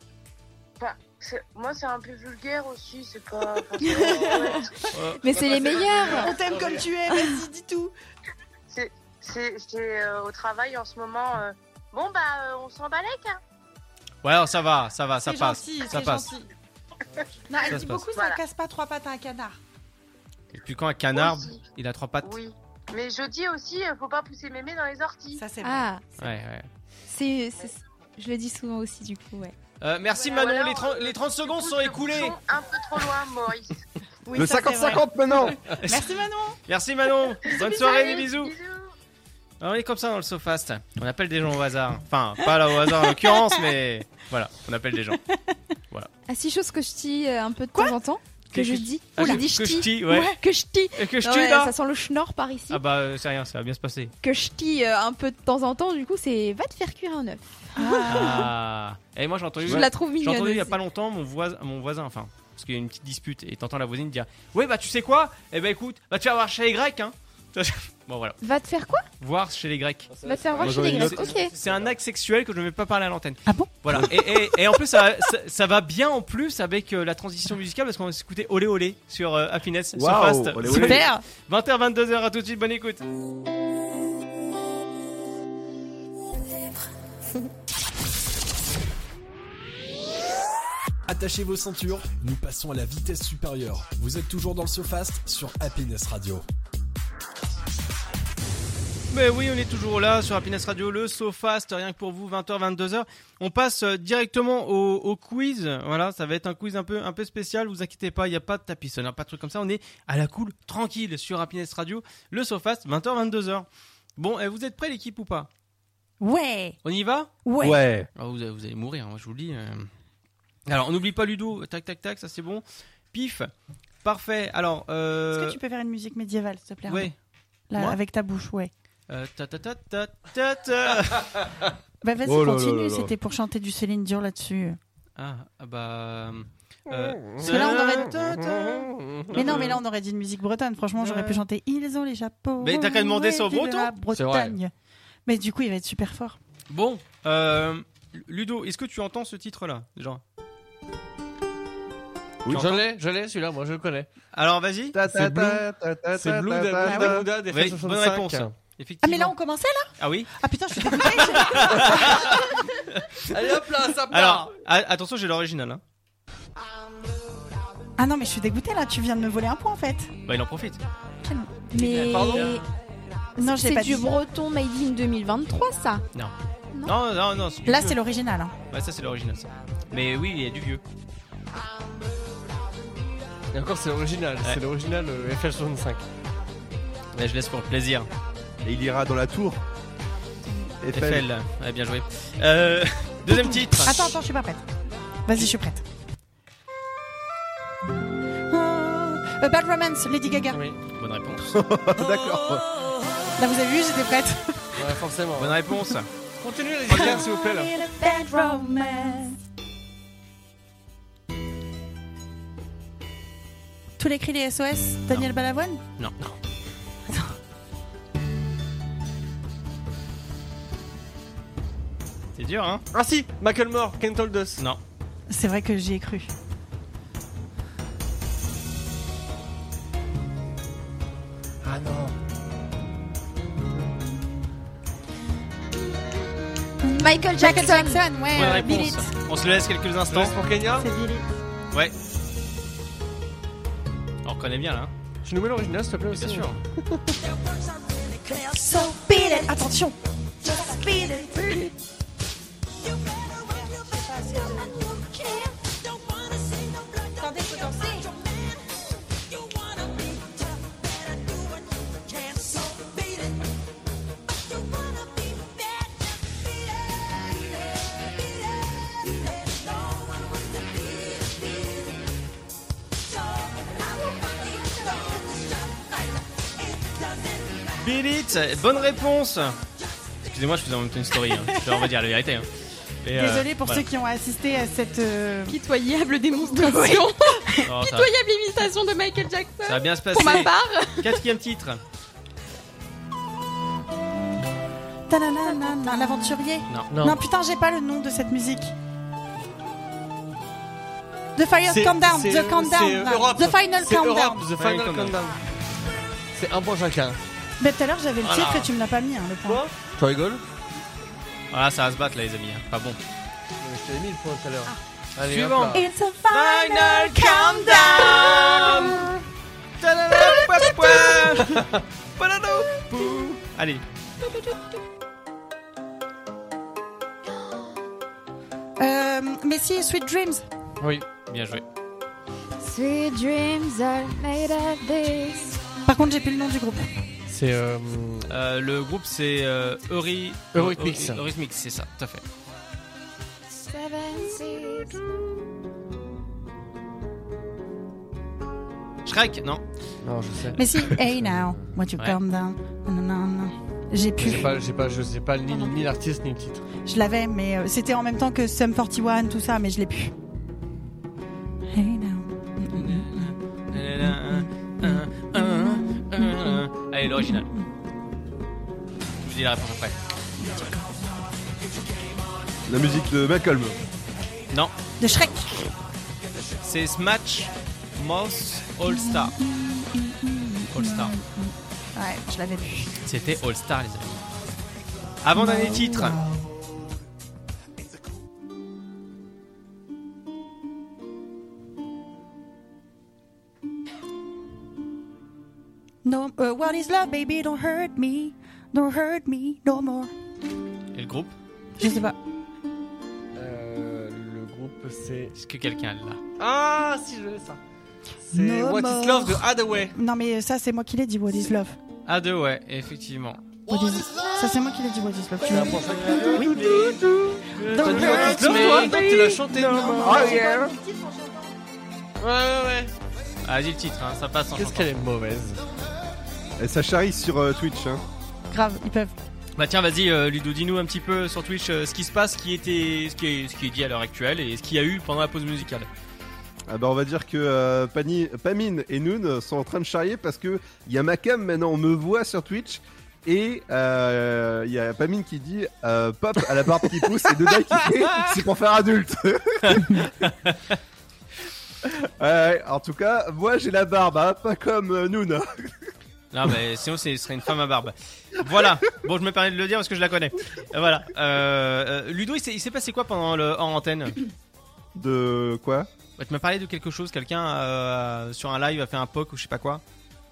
S14: enfin, c'est- moi c'est un peu vulgaire aussi, c'est pas. enfin,
S2: Euh,
S3: Mais c'est les meilleurs
S5: On t'aime comme tu es, vas-y, dis tout
S14: C'est c'est- c'est, euh, au travail en ce moment. euh, bon bah, euh, on s'en balèque, hein
S2: Ouais, alors ça va, ça va, Ah, ça
S5: C'est
S2: passe.
S5: gentil,
S2: ça
S5: c'est
S2: passe.
S5: gentil. Non,
S2: Ça se
S5: elle dit
S2: passe.
S5: beaucoup, ça
S14: Voilà.
S5: casse pas trois pattes à un canard.
S2: Et puis quand un canard, il a trois pattes.
S14: Oui. Mais je dis aussi, euh, faut pas pousser mémé dans les orties.
S5: Ça c'est
S3: Ah,
S2: Ouais, ouais.
S3: c'est, c'est- je le dis souvent aussi du coup, ouais.
S2: Euh, merci
S14: Voilà,
S2: Manon,
S14: alors,
S2: les, 30, les 30 secondes sont écoulées.
S14: Un peu trop loin, Maurice.
S4: Le 50-50 maintenant
S5: Merci Manon
S2: Merci Manon. Bonne soirée, des bisous.
S14: bisous.
S2: Alors, on est comme ça dans le SoFast. On appelle des gens au hasard. Enfin, pas là au hasard en l'occurrence, mais voilà, on appelle des gens. Voilà.
S3: Ah, six choses que je dis euh, un peu de temps en temps. Que
S2: Que-
S3: je dis.
S2: ah,
S3: J'ai
S2: que-
S3: dit
S2: que je dis, ouais.
S3: ouais. Que je dis.
S2: Et que je
S3: Ah
S2: dis,
S3: ouais,
S2: là
S3: Ça sent le schnorr par ici.
S2: Ah bah, euh, c'est rien, ça va bien se passer.
S3: Que je dis euh, un peu de temps en temps, du coup, c'est va te faire cuire un œuf.
S2: Ah. Et moi, j'ai entendu.
S3: Je la trouve
S2: j'ai
S3: mignonne
S2: entendu il y a
S3: aussi.
S2: pas longtemps mon voisin, mon voisin, enfin, parce qu'il y a une petite dispute et t'entends la voisine dire, ouais bah tu sais quoi Eh bah écoute, va te faire voir chez les Grecs, hein. bon voilà,
S3: Va te faire quoi
S2: voir chez les Grecs.
S3: Va te faire voir
S2: Moi,
S5: Bah,
S3: chez
S2: j'en ai
S3: les
S2: une
S3: Grecs.
S2: autre.
S3: Ok.
S2: C'est un acte sexuel que je ne vais pas parler à l'antenne.
S5: Ah bon
S2: Voilà. Et, et- et en plus, ça, ça, ça va bien en plus avec euh, la transition musicale parce qu'on va s'écouter Olé Olé sur euh, Happiness, sur
S4: Waouh,
S2: Fast.
S4: Olé Olé.
S5: Super
S2: 20h, 22h, à tout de suite, bonne écoute.
S1: Attachez vos ceintures, nous passons à la vitesse supérieure. Vous êtes toujours dans le SoFast sur Happiness Radio.
S2: Mais oui, on est toujours là sur Happiness Radio, le SoFast, rien que pour vous, 20h, 22h. On passe euh, directement au, au quiz. Voilà, ça va être un quiz un peu, un peu spécial. Vous inquiétez pas, il n'y a pas de tapis sonore, pas de truc comme ça. On est à la cool, tranquille sur Happiness Radio, le SoFast, 20h, 22h. Bon, eh, vous êtes prêts l'équipe ou pas
S5: Ouais
S2: On y va
S5: Ouais,
S2: Ah, vous, vous allez mourir, hein, je vous le dis. euh. Alors, on n'oublie pas Ludo. Tac, tac, tac, ça c'est bon. Pif. Parfait. Alors,
S5: Est-ce
S2: euh...
S5: que tu peux faire une musique médiévale, s'il te plaît
S2: ouais.
S5: Arnaud Là,
S2: Moi
S5: avec ta bouche, ouais.
S2: Euh, ta, ta, ta, ta, ta, ta.
S5: Bah vas-y,
S4: Oh là là là
S5: continue,
S4: là.
S5: c'était pour chanter du Céline Dion là-dessus.
S2: ah, ah, bah. Euh...
S6: Mmh.
S5: Parce que là, on aurait-
S2: ta, ta.
S5: Mais non, mais là on aurait dit une musique bretonne. Franchement, j'aurais pu chanter Ils ont les chapeaux.
S2: Mais t'as qu'à demander
S5: ouais,
S2: ça au
S5: vive
S2: breton.
S5: la
S6: C'est
S5: Bretagne. Mais du coup, il va être super fort.
S2: Bon, euh, Ludo, est-ce que tu entends ce titre-là Genre.
S6: Oui,
S2: Tu
S6: je
S2: entends
S6: l'ai, je l'ai celui-là, moi je le connais.
S2: Alors, vas-y.
S6: C'est Blue. C'est Blue
S5: ta, ta,
S6: d'Abouda des
S2: Ah Oui,
S6: Fêtes
S2: bonne
S6: 65.
S2: réponse.
S5: Ah mais là
S2: Effectivement.
S5: on commençait là
S2: Ah oui.
S5: Ah putain, je suis dégoûtée.
S6: Allez hop là, ça part
S2: Alors, a- attention, j'ai l'original. hein.
S5: ah non, mais je suis dégoûtée là, tu viens de me voler un point en fait.
S2: Bah, il en profite.
S5: Eh ben,
S6: Eh,
S3: Mais
S2: Pardon
S5: Non, je l'ai
S3: c'est
S5: pas
S3: du
S5: dit.
S3: breton made in 2023, ça.
S2: Non, non, non. si tu
S5: Là,
S2: veux.
S5: c'est l'original. hein.
S2: Ouais, ça c'est l'original. ça. Mais oui, il y a du vieux.
S6: Et encore, c'est l'original, c'est l'original euh, FL65.
S2: Mais je laisse pour le plaisir.
S4: Et il ira dans la tour. Eiffel.
S2: FL, ouais, bien joué. Euh, deuxième titre.
S5: Attends, attends, je suis pas prête. Vas-y, je suis prête. Ah, A Bad Romance, Lady Gaga.
S2: Oui, bonne réponse.
S4: D'accord.
S5: Là, vous avez vu, j'étais prête.
S6: Ouais, forcément.
S2: Bonne réponse.
S6: Continuez les gars, s'il vous plaît là.
S5: Tous les cris des SOS, Daniel Balavoine
S2: Non. C'est dur, hein
S6: Ah si, Macklemore, Can't Hold Us.
S2: Non.
S5: C'est vrai que j'y ai cru.
S6: Ah non.
S3: Michael Jackson. euh,
S5: Michael Jackson,
S2: Bonne
S5: ouais, Billy.
S2: réponse. On se le laisse quelques
S6: Je
S2: instants.
S6: laisse pour Kenya.
S5: C'est Billy.
S2: Ouais. On reconnaît bien là. hein.
S6: Tu nous mets l'original s'il te plaît aussi.
S2: Bien sûr.
S5: So Billy. Attention
S13: Attendez, faut danser.
S2: Beat it. bonne réponse. Excusez-moi, je faisais en même temps une story. hein. Je leur on va dire la vérité. hein. Et, euh,
S5: Désolée pour
S2: voilà.
S5: ceux qui ont assisté à cette euh,
S13: pitoyable démonstration.
S2: Non, Oh, ça va.
S13: Pitoyable imitation de Michael Jackson.
S2: Ça va bien se passer.
S13: Pour ma part.
S2: Quatrième titre.
S5: Tananana, L'aventurier
S2: Non.
S5: non. putain, j'ai pas le nom de cette musique. The Final
S6: C'est-
S5: Countdown,
S6: c'est-
S5: The Countdown,
S6: c'est
S5: non,
S6: Europe.
S5: The Final
S6: C'est
S5: Countdown.
S6: Europe, The Final Countdown. C'est un point chacun.
S5: Mais tout à l'heure j'avais le
S2: Voilà.
S5: titre et tu me l'as pas mis, hein, le point.
S6: Tu rigoles
S2: Voilà, Ah, ça va se battre là, les amis. hein. Pas bon.
S6: Je t'avais mis le point tout à l'heure.
S5: Ah.
S6: Allez,
S2: Suivant.
S6: hop là.
S5: It's a Final Countdown.
S2: Allez.
S5: Euh, mais si, Sweet Dreams.
S2: Oui. Bien joué.
S3: Sweet dreams are made of this.
S5: Par contre, j'ai plus le nom du groupe.
S10: C'est. euh,
S2: Euh, le groupe c'est euh, Eury...
S10: Eurythmics.
S2: Eurythmics, c'est ça, tout à fait.
S3: Seven seas.
S2: Shrek, non
S6: Non, je sais.
S5: Mais si, Hey Now, What You
S6: Ouais.
S5: Come Down. Nanana. J'ai plus.
S6: J'ai pas, j'ai pas, je sais pas ni, ni l'artiste ni le titre.
S5: Je l'avais, mais euh, c'était en même temps que Sum 41, tout ça, mais je l'ai plus. Hey now.
S2: Allez, l'original. Je vous dis la réponse après.
S4: La musique de Malcolm.
S2: Non.
S5: De Shrek.
S2: C'est Smash Moss All Star. All Star.
S5: Ouais, je l'avais plus.
S2: C'était All Star, les amis. Avant-dernier titre.
S5: No, euh, what is love, baby? Don't hurt me. Don't hurt me no more.
S2: Et le groupe
S5: Je sais pas.
S6: Euh, le groupe c'est.
S2: Est-ce que quelqu'un l'a
S6: Ah, si, je l'ai ça. C'est
S5: No
S6: What
S5: more.
S6: is Love de Hadaway.
S5: Non, mais ça, c'est moi qui l'ai dit, What is love.
S2: Ah, deux, ouais, effectivement.
S5: What is- Ça, c'est moi qui l'ai dit, What is love. Tu
S6: C'est
S5: l'as
S6: un point chacun.
S5: Oui.
S6: T'as dit What is Love, toi Tu l'as chanté.
S5: Oh, yeah.
S6: Ouais, ouais, ouais.
S2: Ah, dis le titre, hein, ça passe en
S6: Qu'est-ce
S2: chantant.
S6: qu'elle est mauvaise.
S4: Et ça charrie sur euh, Twitch. Hein.
S5: Grave, ils peuvent.
S2: Bah tiens, vas-y, euh, Ludo, dis-nous un petit peu sur Twitch euh, ce qui se passe, ce qui, était, ce, qui est, ce qui est dit à l'heure actuelle et ce qu'il y a eu pendant la pause musicale.
S4: Ah bah on va dire que euh, Pani- Pamine et Noon sont en train de charrier parce que il y a ma cam maintenant, on me voit sur Twitch. Et euh, il y a Pamine qui dit euh, pop à la barbe qui pousse et Dodai qui fait c'est pour faire adulte. Ouais, en tout cas, moi j'ai la barbe, hein, pas comme euh, Noon.
S2: Non, mais sinon, c'est- ce serait une femme à barbe. Voilà. Bon, je me permets de le dire parce que je la connais. Euh, Voilà. Euh, euh, Ludo, il s'est il s'est passé quoi pendant le hors antenne
S4: De quoi
S2: Bah, Tu m'as parlé de quelque chose, quelqu'un euh, sur un live a fait un POC ou je sais pas quoi.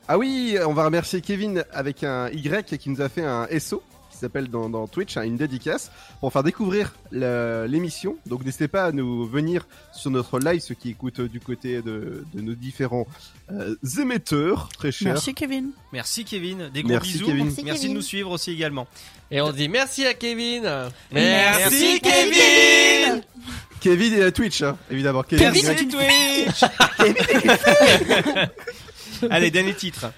S4: Ah oui, on va remercier Kevin avec un Y qui nous a fait un SO qui s'appelle dans, dans Twitch, hein, une dédicace, pour faire découvrir le- l'émission. Donc n'hésitez pas à nous venir sur notre live, ceux qui écoutent euh, du côté de, de nos différents euh, émetteurs, très chers.
S5: Merci, Kevin.
S2: Merci Kevin, des gros
S4: Merci,
S2: bisous.
S4: Kevin.
S2: Merci,
S4: Merci,
S2: de
S3: Kevin.
S2: nous suivre aussi également.
S6: Et on dit merci à Kevin.
S2: Merci, Kevin.
S4: Kevin et la Twitch, hein, évidemment. Kevin,
S2: Merci
S4: Y.
S2: Twitch. Allez, dernier titre.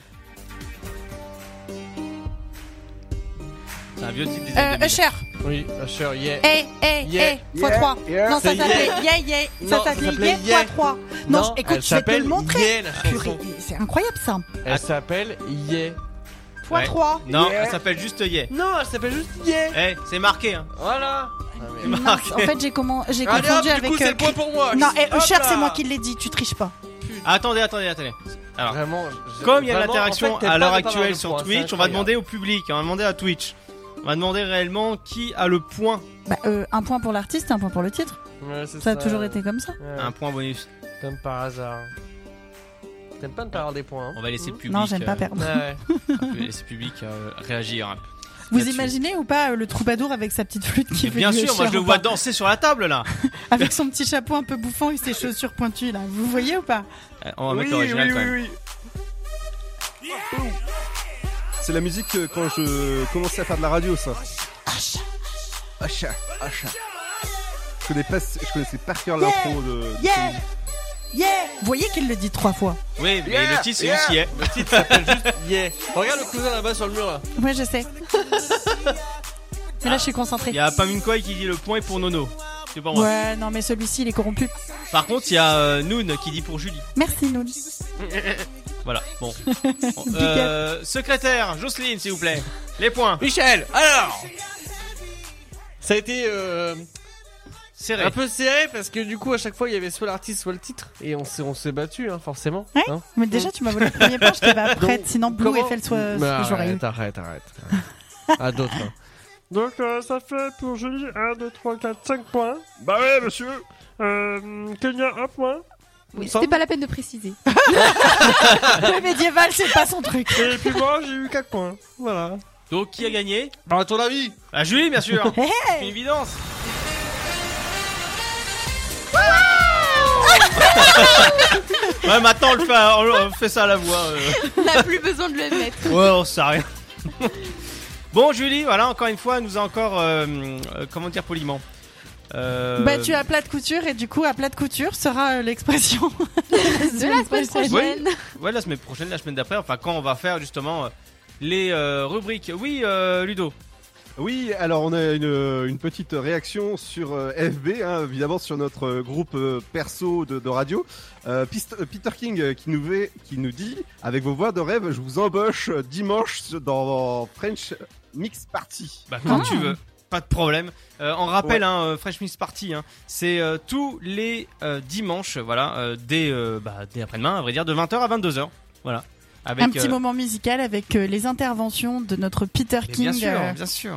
S2: C'est un vieux titre des années
S5: Euh,
S2: 2000.
S5: Usher. Eh,
S6: Oui, Usher, yeah.
S5: Hey, hey,
S6: Yeah,
S5: hey, x3.
S6: yeah.
S5: non, ça
S6: C'est
S5: s'appelait
S6: yeah.
S5: yeah, yeah.
S6: Non,
S5: Ça
S6: ça
S5: s'appelait
S6: s'appelait
S5: yeah,
S6: yeah.
S5: x3. Non,
S6: Non,
S5: écoute,
S6: elle
S5: je vais te
S6: s'appelle
S5: le montrer.
S6: Yeah, la chanson.
S5: Purée, c'est incroyable ça.
S6: Elle s'appelle Yeah.
S5: Fois
S2: Ouais.
S5: 3.
S2: Non, elle s'appelle juste Yeah.
S6: Non, elle s'appelle juste Yeah.
S2: Eh, c'est marqué. Hein.
S6: Voilà.
S5: Mince, en fait, j'ai comment... j'ai
S6: Ah, Allez, hop,
S5: confondu
S6: du
S5: avec.
S6: coup, c'est
S5: euh,
S6: le point pour moi.
S5: Non, et
S6: Hop
S5: Usher,
S6: là.
S5: c'est moi qui l'ai dit, tu triches pas.
S2: Ah, Attendez, attendez, attendez. Alors,
S6: Vraiment, je-
S2: comme il y a de
S6: vraiment,
S2: l'interaction
S6: en fait, t'es
S2: à
S6: pas
S2: l'heure
S6: capable d'avoir
S2: actuelle
S6: le
S2: sur
S6: point, c'est
S2: Twitch, on va
S6: incroyable.
S2: demander au public, hein, on va demander à Twitch. On va demander réellement qui a le point.
S5: Bah, euh, un point pour l'artiste, un point pour le titre.
S6: Ouais, c'est
S5: Ça a toujours été comme ça.
S6: Ouais,
S2: Un point bonus.
S6: Comme par hasard. T'aimes pas me parler des points. hein
S2: On va laisser le public.
S5: Non, j'aime pas
S2: euh,
S5: perdre.
S6: Ouais, ouais.
S2: on va laisser le public euh, réagir.
S5: Vous imaginez ou pas euh, le troubadour avec sa petite flûte qui fait
S2: Bien
S5: du
S2: sûr, moi je
S5: Escher
S2: le
S5: en
S2: vois
S5: bas.
S2: danser sur la table là.
S5: Avec son petit chapeau un peu bouffant et ses chaussures pointues là. Vous voyez ou pas
S2: Euh, On va mettre l'original quand même.
S4: C'est la musique euh, quand je commençais à faire de la radio, ça. Acha, acha. Je, connais pas, je connaissais par cœur l'intro de. de
S5: Yeah
S4: ce-
S5: Yeah Vous voyez qu'il le dit trois fois.
S2: Oui, mais
S6: Yeah,
S2: le titre c'est
S6: yeah.
S2: aussi, hein.
S6: Le titre s'appelle juste Yeah. Regarde le cousin là-bas sur le mur là.
S5: Moi je sais. Mais là je suis concentrée.
S2: Il y a Paminkoy qui dit le point est pour Nono. C'est pas moi.
S5: Ouais, non mais celui-ci il est corrompu.
S2: Par contre, il y a euh, Noon qui dit pour Julie.
S5: Merci Noun.
S6: Mm,
S2: Voilà, bon. Euh, secrétaire, Jocelyne, s'il vous plaît. Les points.
S6: Michel, alors Ça a été euh,
S2: serré.
S6: un peu serré parce que du coup à chaque fois il y avait soit l'artiste soit le titre et on s'est on s'est battu hein, forcément.
S5: Ouais
S6: hein.
S5: Mais déjà tu m'as volé le premier point, j'étais pas prête, euh,
S6: Donc,
S5: sinon Blue
S6: comment-
S5: Eiffel soit
S6: Mais
S5: j'aurais eu.
S6: arrête, arrête, arrête, arrête. à d'autres. hein.
S15: Donc euh, ça fait pour Julie 1, 2, 3, 4, 5 points. Bah ouais, monsieur. Euh, Kenya, 1 point.
S3: Oui, c'était pas la peine de préciser.
S5: Le médiéval c'est pas son truc.
S15: Et puis moi, j'ai eu 4 points. Voilà.
S2: Donc, qui a gagné
S6: Bah, à ton avis
S2: Bah, Julie, bien sûr.
S15: Hey
S2: C'est une évidence. Ah. ouais, maintenant on, le fait, à- on le- on fait ça à la voix. euh.
S13: On n'a plus besoin de le mettre.
S2: Ouais, on sait rien. bon, Julie, voilà, encore une fois, elle nous a encore. euh, euh, comment dire poliment Euh,
S3: Bah,
S5: Battu à Bah, plat de couture et du coup à plat de couture sera euh, l'expression de
S3: la semaine prochaine.
S2: Ouais, la semaine prochaine, la semaine d'après, enfin quand on va faire justement euh, les euh, rubriques. Oui, euh, Ludo.
S4: Oui, alors on a une, euh, une petite réaction sur euh, FB, hein, évidemment sur notre euh, groupe euh, perso de, de radio. Euh, Pist- euh, Peter King euh, qui nous, fait- qui nous dit avec vos voix de rêve, je vous embauche euh, dimanche dans French Mix Party.
S2: Bah,
S3: Ah.
S2: quand tu veux, pas de problème. Euh, en rappel, hein, euh, Fresh Miss Party, hein, c'est euh, tous les euh, dimanches, voilà, euh, dès, euh, bah, dès après-demain, à vrai dire, de 20h à 22h. Voilà. Avec,
S5: un petit
S2: euh,
S5: moment musical avec euh, les interventions de notre Peter
S2: mais
S5: King.
S2: Bien sûr,
S5: euh,
S2: bien sûr.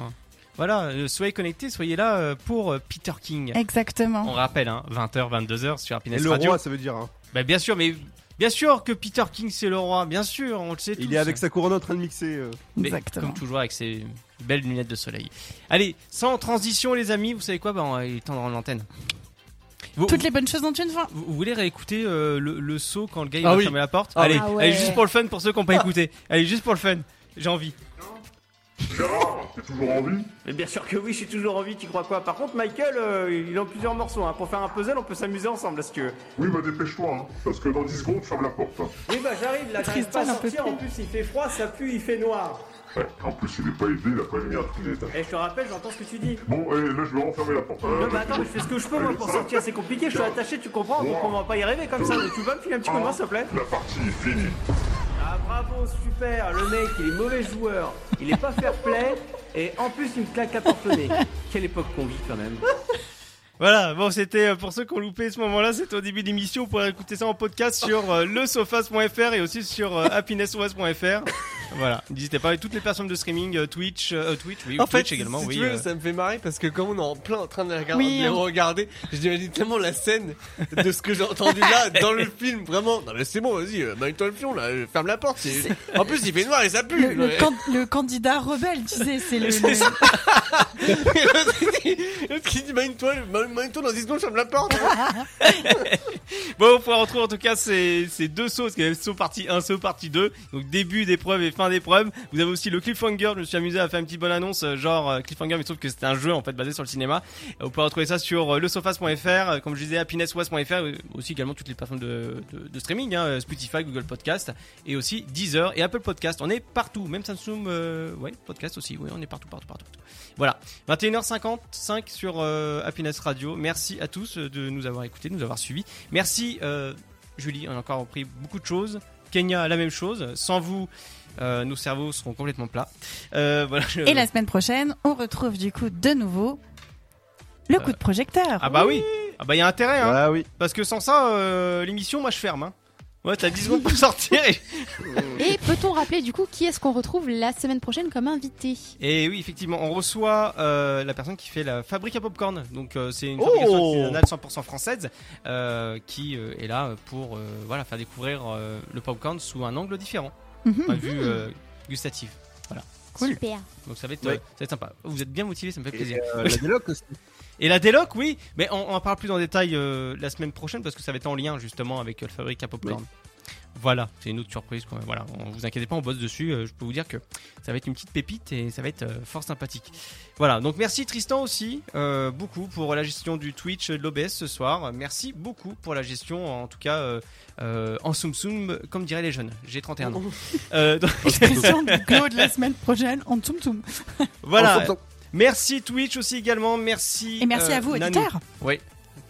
S2: Voilà, euh, soyez connectés, soyez là euh, pour euh, Peter King.
S5: Exactement.
S2: On rappelle, hein, 20h, 22h sur
S4: Et
S2: Happiness
S4: le
S2: Radio.
S4: roi, ça veut dire. hein.
S2: Bah, bien sûr, mais bien sûr que Peter King c'est le roi, bien sûr, on le sait tous.
S4: Il est avec sa couronne en train de mixer. euh.
S2: Mais, Comme toujours avec ses belles lunettes de soleil. Allez, sans transition les amis, vous savez quoi Bah, on va- il est temps de rendre l'antenne. Vous,
S5: Toutes les bonnes choses ont une fin.
S2: vous- vous voulez réécouter euh, le, le saut quand le gars il
S6: Ah
S2: va
S6: oui.
S2: fermer la porte
S6: Ah
S2: allez,
S6: oui. Ah ouais. Ah.
S2: allez, juste pour le fun pour ceux qui n'ont pas écouté. Allez, juste pour le fun, j'ai envie.
S7: T'es toujours en vie Mais bien sûr que oui, je suis toujours en vie, tu crois quoi Par contre, Michael, euh, il est en plusieurs morceaux. hein. Pour faire un puzzle, on peut s'amuser ensemble, là, si tu veux.
S11: Oui, bah dépêche-toi, hein, parce que dans 10 secondes, ferme la porte. hein.
S7: Oui, bah j'arrive, là, j'arrive pas à
S5: Tristan, un peu
S7: sortir. En plus, il fait froid, ça pue, il fait noir.
S11: Ouais, en plus, il est pas aidé, il a pas mis à tous les
S8: Eh,
S11: étages.
S7: Et je te rappelle, j'entends ce que tu dis.
S11: Bon, et là, je vais renfermer la porte. Euh,
S7: Non, mais attends, mais je fais ce que je peux, moi, pour sortir, c'est compliqué, je suis attaché, tu comprends Donc, on va pas y rêver comme ça. Tu vas me filer un petit coup de main, s'il te plaît
S11: La partie est finie.
S7: Ah, bravo, super Ah, Le mec, il est mauvais joueur, il est pas fair-play, et en plus, il me claque la porte au nez. Quelle époque qu'on vit, quand même.
S2: Voilà, bon, c'était euh, pour ceux qui ont loupé ce moment-là, c'était au début d'émission. Vous pourrez écouter ça en podcast sur euh, lesofas.fr et aussi sur euh, happinessos.fr. Voilà, n'hésitez pas. Et toutes les plateformes de streaming, euh, Twitch, euh, Twitch, oui,
S6: en
S2: Twitch
S6: fait,
S2: également,
S6: si
S2: oui.
S6: tu veux,
S2: euh.
S6: ça me fait marrer parce que comme on est en plein en train de les regarder,
S2: Oui, hein.
S6: de les
S2: on-
S6: regarder, je j'imagine tellement la scène de ce que j'ai entendu là dans le film, vraiment. Non mais c'est bon, vas-y, euh, maille-toi le fion là, euh, ferme la porte. c'est- En plus, il fait noir et ça pue.
S5: Le, le
S6: Ouais.
S5: can- le candidat rebelle, tu sais, c'est le. le-
S6: L'autre qui dit maille-toi, le- maille-toi dans 10 secondes, ferme la porte. hein.
S2: Bon, on pourra retrouver en tout cas ces, ces deux sauts, parce qu'il y avait saut partie 1, saut partie 2. Donc début d'épreuve et fin d'épreuve. Vous avez aussi le cliffhanger, je me suis amusé à faire une petite bonne annonce, euh, genre euh, cliffhanger, mais sauf que c'était un jeu en fait basé sur le cinéma. Euh, Vous pouvez retrouver ça sur euh, lesofas.fr, euh, comme je disais, happinesswas.fr, euh, aussi également toutes les plateformes de, de- de streaming, hein, euh, Spotify, Google Podcast, et aussi Deezer et Apple Podcast. On est partout, même Samsung, euh, ouais, podcast aussi, oui, on est partout, partout, partout. Voilà, 21h55 sur euh, Happiness Radio. Merci à tous euh, de nous avoir écoutés, de nous avoir suivis. Merci euh, Julie, on a encore appris beaucoup de choses. Kenya, la même chose. Sans vous, euh, nos cerveaux seront complètement plats. Euh, voilà, je-
S5: Et la semaine prochaine, on retrouve du coup de nouveau le coup de projecteur.
S2: Ah bah oui, ah bah il y a intérêt. Hein.
S4: Ah oui.
S2: Parce que sans ça, euh, l'émission, moi je ferme. Hein. Ouais, t'as 10 secondes pour sortir. Et...
S3: Et peut-on rappeler du coup qui est-ce qu'on retrouve la semaine prochaine comme invité
S2: Et oui, effectivement, on reçoit euh, la personne qui fait la fabrique à popcorn. Donc, euh, c'est une
S6: Oh
S2: fabrication artisanale 100% française euh, qui euh, est là pour euh, voilà, faire découvrir euh, le popcorn sous un angle différent,
S6: Mhm.
S2: point de vue euh, gustatif. Voilà.
S3: Cool. Super.
S2: Donc ça va, être,
S4: Ouais.
S2: euh, ça va être sympa. Vous êtes bien motivés, ça me fait
S4: Et,
S2: plaisir.
S4: euh, la déloc aussi.
S2: Et la déloc, oui, mais on, on en parle plus en détail euh, la semaine prochaine parce que ça va être en lien justement avec euh, le fabrique à popcorn. Voilà, c'est une autre surprise. Quoi. Voilà, on, vous inquiétez pas, on bosse dessus. euh, je peux vous dire que ça va être une petite pépite et ça va être euh, fort sympathique. Voilà, donc merci Tristan aussi euh, beaucoup pour la gestion du Twitch euh, de l'OBS ce soir. Merci beaucoup pour la gestion, en tout cas euh, euh, en soum soum, comme diraient les jeunes. J'ai 31
S5: Oh.
S2: ans. Euh, donc-
S5: Question de Claude la semaine prochaine en Tsum Tsum.
S2: voilà. Merci Twitch aussi également. Merci. euh,
S5: Et merci à vous,
S2: Nanou.
S5: auditeurs.
S2: Oui.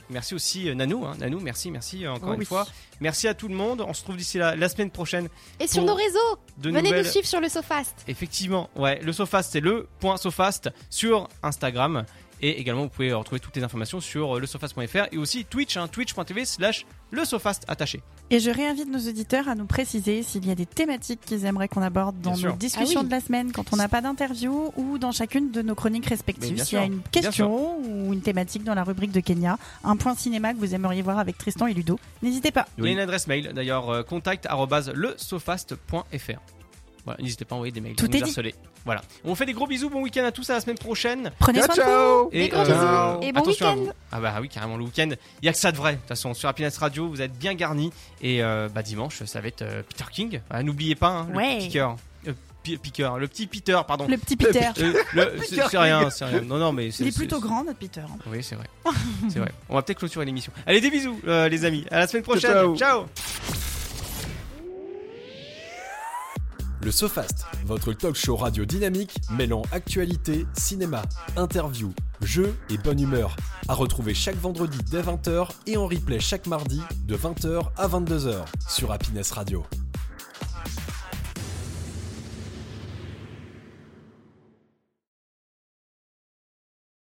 S2: Merci aussi euh, Nanou. hein. Nanou, merci, merci euh, encore
S3: Oh
S2: une
S3: oui.
S2: fois. Merci à tout le monde. On se retrouve d'ici la, la semaine prochaine.
S3: Et sur
S2: pour
S3: nos réseaux,
S2: de
S3: venez
S2: nouvelles-
S3: nous suivre sur le Sofast.
S2: Effectivement, ouais. Le Sofast, c'est le point Sofast sur Instagram. Et également, vous pouvez euh, retrouver toutes les informations sur euh, lesofast.fr et aussi Twitch, hein, twitch.tv slash le Sofast attaché.
S5: Et je réinvite nos auditeurs à nous préciser s'il y a des thématiques qu'ils aimeraient qu'on aborde dans
S2: Bien sûr.
S5: nos discussions
S2: Ah oui.
S5: de la semaine quand on n'a pas d'interview ou dans chacune de nos chroniques
S2: Mais
S5: respectives.
S2: bien
S5: S'il y a
S2: sûr,
S5: une
S2: bien
S5: question ou une thématique dans la rubrique de Kenya, un point cinéma que vous aimeriez voir avec Tristan et Ludo, n'hésitez pas.
S2: Il y a une adresse mail, d'ailleurs, euh, contact arobase lesofast.fr. Voilà, n'hésitez pas à envoyer des mails.
S5: Tout
S2: vous nous
S5: est dit.
S2: harcelez. Voilà. On fait des gros bisous, bon week-end à tous, à la semaine prochaine.
S5: Prenez Ciao, soin de ciao. vous.
S2: Et,
S5: Des gros
S2: euh,
S5: bisous. Et bon
S2: attention à
S5: week-end.
S2: vous. Ah bah oui, carrément le week-end. Il y a que ça de vrai. De toute façon, sur Happiness Radio, vous êtes bien garnis. Et euh, bah, dimanche, ça va être euh, Peter King. Ah, N'oubliez pas, hein,
S5: Ouais.
S2: le petit piqueur. Euh, pi- piqueur. Le petit Peter, pardon.
S5: Le petit Peter.
S2: Euh, le-
S5: Peter
S2: c'est c'est rien,
S5: King.
S2: c'est rien. Non, non, mais c'est-
S5: Il est
S2: c'est-
S5: plutôt
S2: c'est-
S5: grand, notre Peter. hein.
S2: Oui, c'est vrai. C'est vrai. On va peut-être clôturer l'émission. Allez, des bisous, euh, les amis. À la semaine prochaine.
S1: Ciao.
S2: Ciao.
S1: Le Sofast, votre talk show radio dynamique mêlant actualité, cinéma, interview, jeux et bonne humeur. À retrouver chaque vendredi dès 20h et en replay chaque mardi de 20h à 22h sur Happiness Radio.